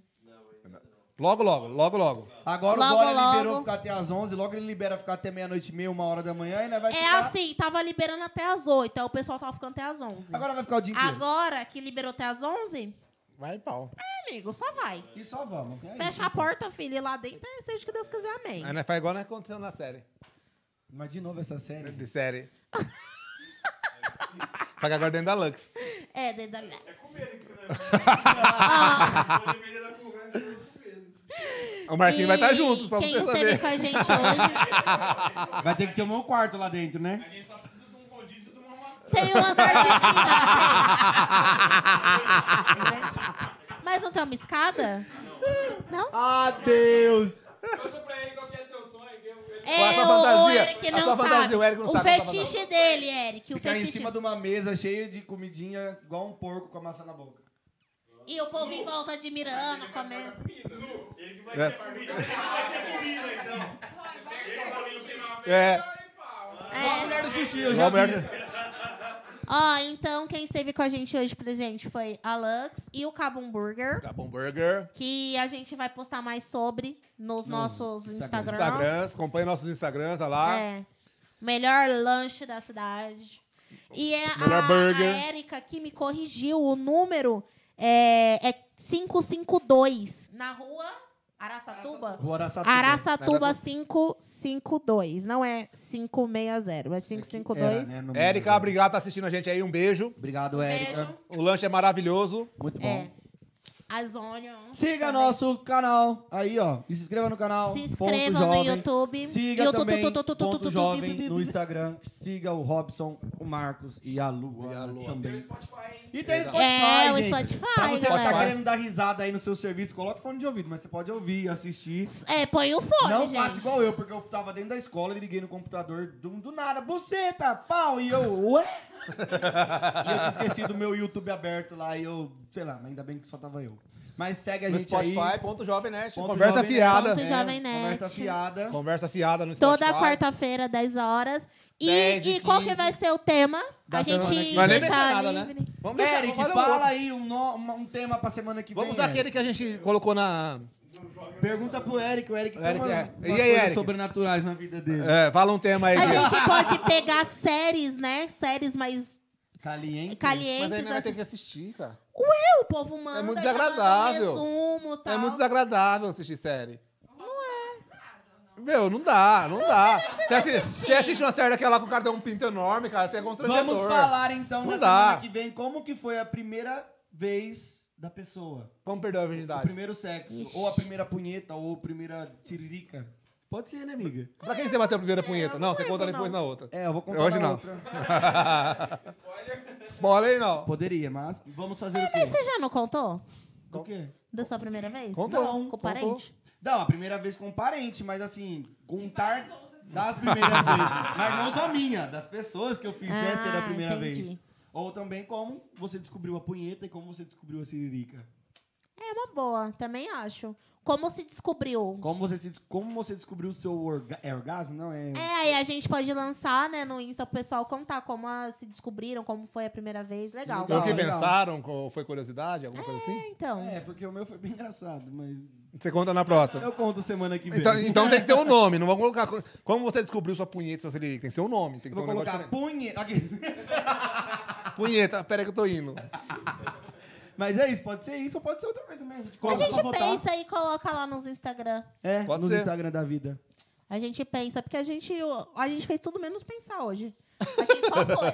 [SPEAKER 2] Logo, logo, logo, logo.
[SPEAKER 4] Agora
[SPEAKER 1] Logo,
[SPEAKER 4] o Dória liberou
[SPEAKER 1] logo.
[SPEAKER 4] ficar até as 11. Logo ele libera ficar até meia-noite e meia, uma hora da manhã. E ainda vai
[SPEAKER 1] É
[SPEAKER 4] ficar...
[SPEAKER 1] assim, tava liberando até as 8. Aí o pessoal tava ficando até as 11. Agora,
[SPEAKER 4] Agora vai
[SPEAKER 2] é
[SPEAKER 4] ficar o dia inteiro.
[SPEAKER 1] que liberou até as 11,
[SPEAKER 2] Vai, pau.
[SPEAKER 1] amigo, só vai.
[SPEAKER 4] E só vamos. É isso.
[SPEAKER 1] Fecha a porta, filho. E lá dentro é seja o que Deus quiser, amém.
[SPEAKER 2] Aí nós é faz igual nós aconteceu na série.
[SPEAKER 4] Mas de novo essa série.
[SPEAKER 2] De série. Só que agora dentro da Lux.
[SPEAKER 1] É, dentro da...
[SPEAKER 3] É com medo que você deve. Vou depender da conversa, eu tô tá com medo.
[SPEAKER 2] O Marquinhos vai estar
[SPEAKER 1] E
[SPEAKER 2] junto, só pra
[SPEAKER 1] quem
[SPEAKER 2] você
[SPEAKER 1] esteve
[SPEAKER 2] saber.
[SPEAKER 1] com a gente hoje
[SPEAKER 4] Vai ter que ter o meu quarto lá dentro, né?
[SPEAKER 3] A gente só precisa de um rodízio e de uma maçã.
[SPEAKER 1] tem o andar de cima. né? Mas não tem uma escada? Não?
[SPEAKER 4] Adeus!
[SPEAKER 3] Conta pra ele qual que é teu sonho. que eu- ele-
[SPEAKER 1] É,
[SPEAKER 2] Qual a sua
[SPEAKER 1] o- o
[SPEAKER 2] fantasia?
[SPEAKER 1] Eric
[SPEAKER 2] A
[SPEAKER 1] não
[SPEAKER 2] sua
[SPEAKER 1] sabe.
[SPEAKER 2] fantasia, o Eric não sabe qual a
[SPEAKER 1] fetiche dele, Eric. O
[SPEAKER 4] Ficar em
[SPEAKER 1] fetiche.
[SPEAKER 4] cima de uma mesa cheia de comidinha, igual um porco com a maçã na boca.
[SPEAKER 1] E o povo em volta admirando, comendo.
[SPEAKER 3] Nu, Ele que vai
[SPEAKER 2] É.
[SPEAKER 3] ser barbeiro. Ele que vai ser comida, então. Ele vai me chamar pra
[SPEAKER 2] É.
[SPEAKER 4] Igual a
[SPEAKER 1] É.
[SPEAKER 4] mulher do sushi, eu já
[SPEAKER 2] Igual a
[SPEAKER 4] vi.
[SPEAKER 2] mulher-
[SPEAKER 1] Ó, então quem esteve com a gente hoje presente foi a Lux e o Cabum Burger.
[SPEAKER 2] Gabon Burger.
[SPEAKER 1] Que a gente vai postar mais sobre nos nossos Instagrams.
[SPEAKER 2] Instagrams. tá? Acompanhe nossos Instagrams, olha lá.
[SPEAKER 1] É. Melhor lanche da cidade. E é
[SPEAKER 2] Melhor
[SPEAKER 1] a,
[SPEAKER 2] burger.
[SPEAKER 1] a Erika que me corrigiu, o número é, é 552. Na rua Araçatuba?
[SPEAKER 4] Vou Araçatuba.
[SPEAKER 1] Araçatuba 552. Não é 560, é 552.
[SPEAKER 4] Era, né, no
[SPEAKER 2] Érica,
[SPEAKER 4] mundo.
[SPEAKER 2] obrigado por tá assistindo a gente aí. Um beijo.
[SPEAKER 4] Obrigado, Érica.
[SPEAKER 1] Beijo.
[SPEAKER 2] O lanche é maravilhoso.
[SPEAKER 4] Muito bom.
[SPEAKER 1] É. As Onions.
[SPEAKER 4] Siga
[SPEAKER 1] também.
[SPEAKER 4] nosso canal aí, ó. E se inscreva no canal.
[SPEAKER 1] Se
[SPEAKER 4] Ponto
[SPEAKER 1] inscrevam no
[SPEAKER 4] Jovem.
[SPEAKER 1] YouTube.
[SPEAKER 4] Siga
[SPEAKER 1] YouTube,
[SPEAKER 4] também
[SPEAKER 1] tu, tu, tu, tu, tu, tu,
[SPEAKER 4] Ponto
[SPEAKER 1] tu, bi, bi,
[SPEAKER 4] Jovem
[SPEAKER 1] bi,
[SPEAKER 4] no
[SPEAKER 1] bi.
[SPEAKER 4] Instagram. Siga o Robson, o Marcos e a Lua,
[SPEAKER 2] E a Luana.
[SPEAKER 3] Tem o
[SPEAKER 4] também.
[SPEAKER 3] Spotify, hein?
[SPEAKER 4] E tem Spotify,
[SPEAKER 1] É, o
[SPEAKER 4] gente.
[SPEAKER 1] Spotify,
[SPEAKER 4] Pra você que tá
[SPEAKER 1] galera.
[SPEAKER 4] querendo dar risada aí no seu serviço, coloca o fone de ouvido, mas você pode ouvir, assistir.
[SPEAKER 1] É, põe o fone,
[SPEAKER 4] não
[SPEAKER 1] gente.
[SPEAKER 4] faça igual eu, porque eu tava dentro da escola e liguei no computador do, do nada. Buceta, pau! E eu, ué? e eu tinha esquecido o meu YouTube aberto lá e eu, sei lá, mas ainda bem que só tava eu. Mas segue a
[SPEAKER 2] No
[SPEAKER 4] gente aí.
[SPEAKER 2] Spotify, ponto Jovem Nerd.
[SPEAKER 4] Ponto
[SPEAKER 2] Conversa
[SPEAKER 4] Jovem
[SPEAKER 2] fiada.
[SPEAKER 1] Ponto
[SPEAKER 4] É,
[SPEAKER 1] Jovem Nerd.
[SPEAKER 4] Conversa fiada.
[SPEAKER 2] Conversa fiada no Spotify.
[SPEAKER 1] Toda quarta-feira, 10 horas. E,
[SPEAKER 2] 10 e
[SPEAKER 1] e qual que
[SPEAKER 2] 15.
[SPEAKER 1] vai ser o tema?
[SPEAKER 4] Da
[SPEAKER 1] a gente
[SPEAKER 4] semana que
[SPEAKER 2] Não vai
[SPEAKER 1] deixar
[SPEAKER 2] nem deixar nada, né?
[SPEAKER 1] livre.
[SPEAKER 2] Vamos deixar,
[SPEAKER 4] Eric,
[SPEAKER 2] vamos fazer um
[SPEAKER 4] fala
[SPEAKER 2] outro.
[SPEAKER 4] aí um, no- uma- um tema pra semana que
[SPEAKER 2] Vamos
[SPEAKER 4] vem.
[SPEAKER 2] usar aquele que a gente colocou na...
[SPEAKER 4] Eric. Pergunta pro Eric, o Eric tem
[SPEAKER 2] Eric,
[SPEAKER 4] umas,
[SPEAKER 2] é.
[SPEAKER 4] umas
[SPEAKER 2] E aí,
[SPEAKER 4] coisas
[SPEAKER 2] Eric?
[SPEAKER 4] sobrenaturais na vida dele.
[SPEAKER 2] É, fala um tema aí.
[SPEAKER 1] A
[SPEAKER 2] gente.
[SPEAKER 1] gente pode pegar séries, né? Séries mais
[SPEAKER 2] É.
[SPEAKER 4] Caliente.
[SPEAKER 2] Mas aí
[SPEAKER 1] calientes.
[SPEAKER 2] nós vai ter
[SPEAKER 1] Assim.
[SPEAKER 2] que assistir, cara.
[SPEAKER 1] Ué, o povo manda.
[SPEAKER 2] É muito
[SPEAKER 1] já manda um
[SPEAKER 2] desagradável.
[SPEAKER 1] resumo, tal.
[SPEAKER 2] É muito desagradável assistir série.
[SPEAKER 1] é.
[SPEAKER 2] Meu, não dá, não dá. Você assi-
[SPEAKER 1] assistir.
[SPEAKER 2] você assiste uma série daquela com o cara tem um pinto enorme, cara, você é constrangedor.
[SPEAKER 4] Vamos falar então
[SPEAKER 2] Não
[SPEAKER 4] na
[SPEAKER 2] dá.
[SPEAKER 4] semana que vem como que foi a primeira vez da pessoa.
[SPEAKER 2] Vamos perder a
[SPEAKER 4] O
[SPEAKER 2] virgindade.
[SPEAKER 4] primeiro sexo,
[SPEAKER 1] Ixi.
[SPEAKER 4] ou a primeira punheta, ou a primeira tiririca. Pode ser, né, amiga?
[SPEAKER 2] Pra quem você bateu a primeira punheta? Não, você
[SPEAKER 1] lembro,
[SPEAKER 2] conta depois
[SPEAKER 1] não.
[SPEAKER 2] na outra.
[SPEAKER 4] É, eu vou contar
[SPEAKER 2] Hoje
[SPEAKER 4] na
[SPEAKER 2] não.
[SPEAKER 4] outra.
[SPEAKER 2] Spoiler não.
[SPEAKER 4] Poderia, mas vamos fazer o quê?
[SPEAKER 1] Ah, Mas você já não contou?
[SPEAKER 4] O quê?
[SPEAKER 1] Da sua primeira vez?
[SPEAKER 2] Contou,
[SPEAKER 1] Não, com
[SPEAKER 2] contou.
[SPEAKER 1] o parente?
[SPEAKER 4] Não, a primeira vez com um parente, mas assim, contar das primeiras vezes. Mas não só minha, das pessoas que eu fiz, né,
[SPEAKER 1] Ah,
[SPEAKER 4] ser a primeira
[SPEAKER 1] entendi.
[SPEAKER 4] vez. Ou também como você descobriu a punheta e como você descobriu a siririca.
[SPEAKER 1] É uma boa, também acho. Como se descobriu?
[SPEAKER 4] Como você, se, como você descobriu o seu orga é orgasmo? Não, é...
[SPEAKER 1] É, aí a gente pode lançar, né, no Insta o pessoal contar como ah, se descobriram, como foi a primeira vez. Legal.
[SPEAKER 2] O que
[SPEAKER 4] legal.
[SPEAKER 2] pensaram? qual Foi curiosidade? Alguma coisa
[SPEAKER 1] É,
[SPEAKER 2] assim?
[SPEAKER 1] então.
[SPEAKER 4] É, porque o meu foi bem engraçado, mas
[SPEAKER 2] Você conta na próxima.
[SPEAKER 4] eu conto semana que vem.
[SPEAKER 2] Então, então tem que ter um nome, não vamos colocar. co- Como você descobriu sua punheta, sua celulite? Tem que ser um nome. Tem
[SPEAKER 4] Eu
[SPEAKER 2] que ter
[SPEAKER 4] vou
[SPEAKER 2] um negócio
[SPEAKER 4] colocar punheta.
[SPEAKER 2] diferente. Punheta, pera que eu tô indo.
[SPEAKER 4] Mas é isso, pode ser isso ou pode ser outra coisa mesmo. gente
[SPEAKER 1] A
[SPEAKER 4] coloca
[SPEAKER 1] gente
[SPEAKER 4] pra votar.
[SPEAKER 1] pensa e coloca lá nos Instagram.
[SPEAKER 4] É,
[SPEAKER 2] Pode
[SPEAKER 4] nos
[SPEAKER 2] ser.
[SPEAKER 4] Instagram da vida.
[SPEAKER 1] A gente pensa, porque a gente, a gente fez tudo menos pensar hoje. A gente só foi.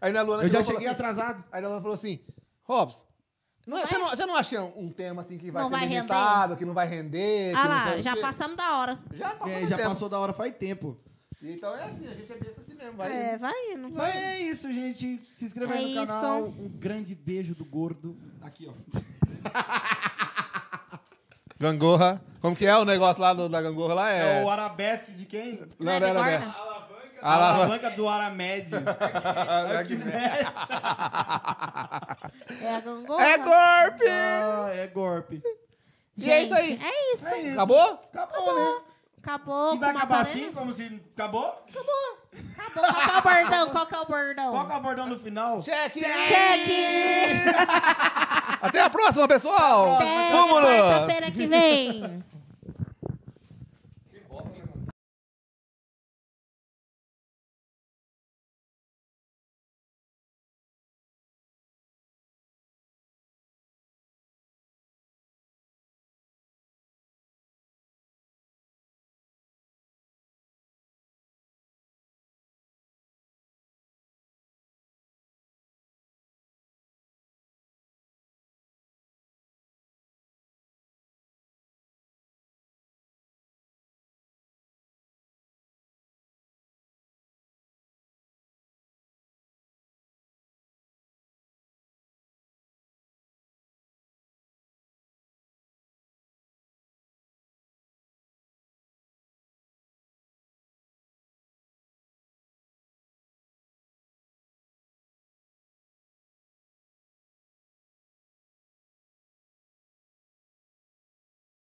[SPEAKER 2] Aí na Luana
[SPEAKER 4] Eu já
[SPEAKER 2] chegou e falou
[SPEAKER 4] cheguei
[SPEAKER 2] assim,
[SPEAKER 4] atrasado.
[SPEAKER 2] Aí ela falou assim: Robson, não é-
[SPEAKER 1] Vai.
[SPEAKER 2] você, não, você não acha que é um um tema assim que vai
[SPEAKER 1] Não
[SPEAKER 2] ser
[SPEAKER 1] vai render.
[SPEAKER 2] limitado, que não vai render? que
[SPEAKER 1] Ah
[SPEAKER 2] não sei
[SPEAKER 1] lá,
[SPEAKER 2] o
[SPEAKER 1] já
[SPEAKER 2] quê?
[SPEAKER 1] passamos da hora.
[SPEAKER 2] Já passou.
[SPEAKER 4] É,
[SPEAKER 2] do
[SPEAKER 4] já
[SPEAKER 2] tempo.
[SPEAKER 4] passou da hora faz tempo.
[SPEAKER 2] Então é assim, a gente é besta assim mesmo. Vai.
[SPEAKER 1] É, vai indo.
[SPEAKER 4] Mas é isso, gente. Se inscreva aí
[SPEAKER 1] É
[SPEAKER 4] no
[SPEAKER 1] isso.
[SPEAKER 4] canal. Um grande beijo do gordo. Aqui, ó.
[SPEAKER 2] Gangorra. Como que é o negócio lá do- da gangorra lá?
[SPEAKER 4] É,
[SPEAKER 2] É,
[SPEAKER 4] o arabesque de quem?
[SPEAKER 2] Não,
[SPEAKER 1] é
[SPEAKER 2] não, não, não.
[SPEAKER 1] bigorna?
[SPEAKER 4] A
[SPEAKER 2] Ah, lá,
[SPEAKER 4] alavanca do Aramedes.
[SPEAKER 2] Ah, que merda.
[SPEAKER 1] É a gangorra?
[SPEAKER 2] É golpe!
[SPEAKER 4] Ah, é golpe.
[SPEAKER 2] E é isso aí.
[SPEAKER 1] Gente, É isso.
[SPEAKER 4] É isso.
[SPEAKER 2] Acabou?
[SPEAKER 4] Acabou, né?
[SPEAKER 1] Acabou.
[SPEAKER 4] E vai
[SPEAKER 1] com
[SPEAKER 4] acabar
[SPEAKER 1] Macarena.
[SPEAKER 4] assim, como se... Acabou?
[SPEAKER 1] Acabou. Qual que é o bordão? Qual que é o bordão?
[SPEAKER 4] Qual que é o bordão do final?
[SPEAKER 2] Check!
[SPEAKER 1] Check!
[SPEAKER 2] Até a próxima, pessoal!
[SPEAKER 1] Até
[SPEAKER 2] Vamos lá!
[SPEAKER 1] quarta-feira que vem.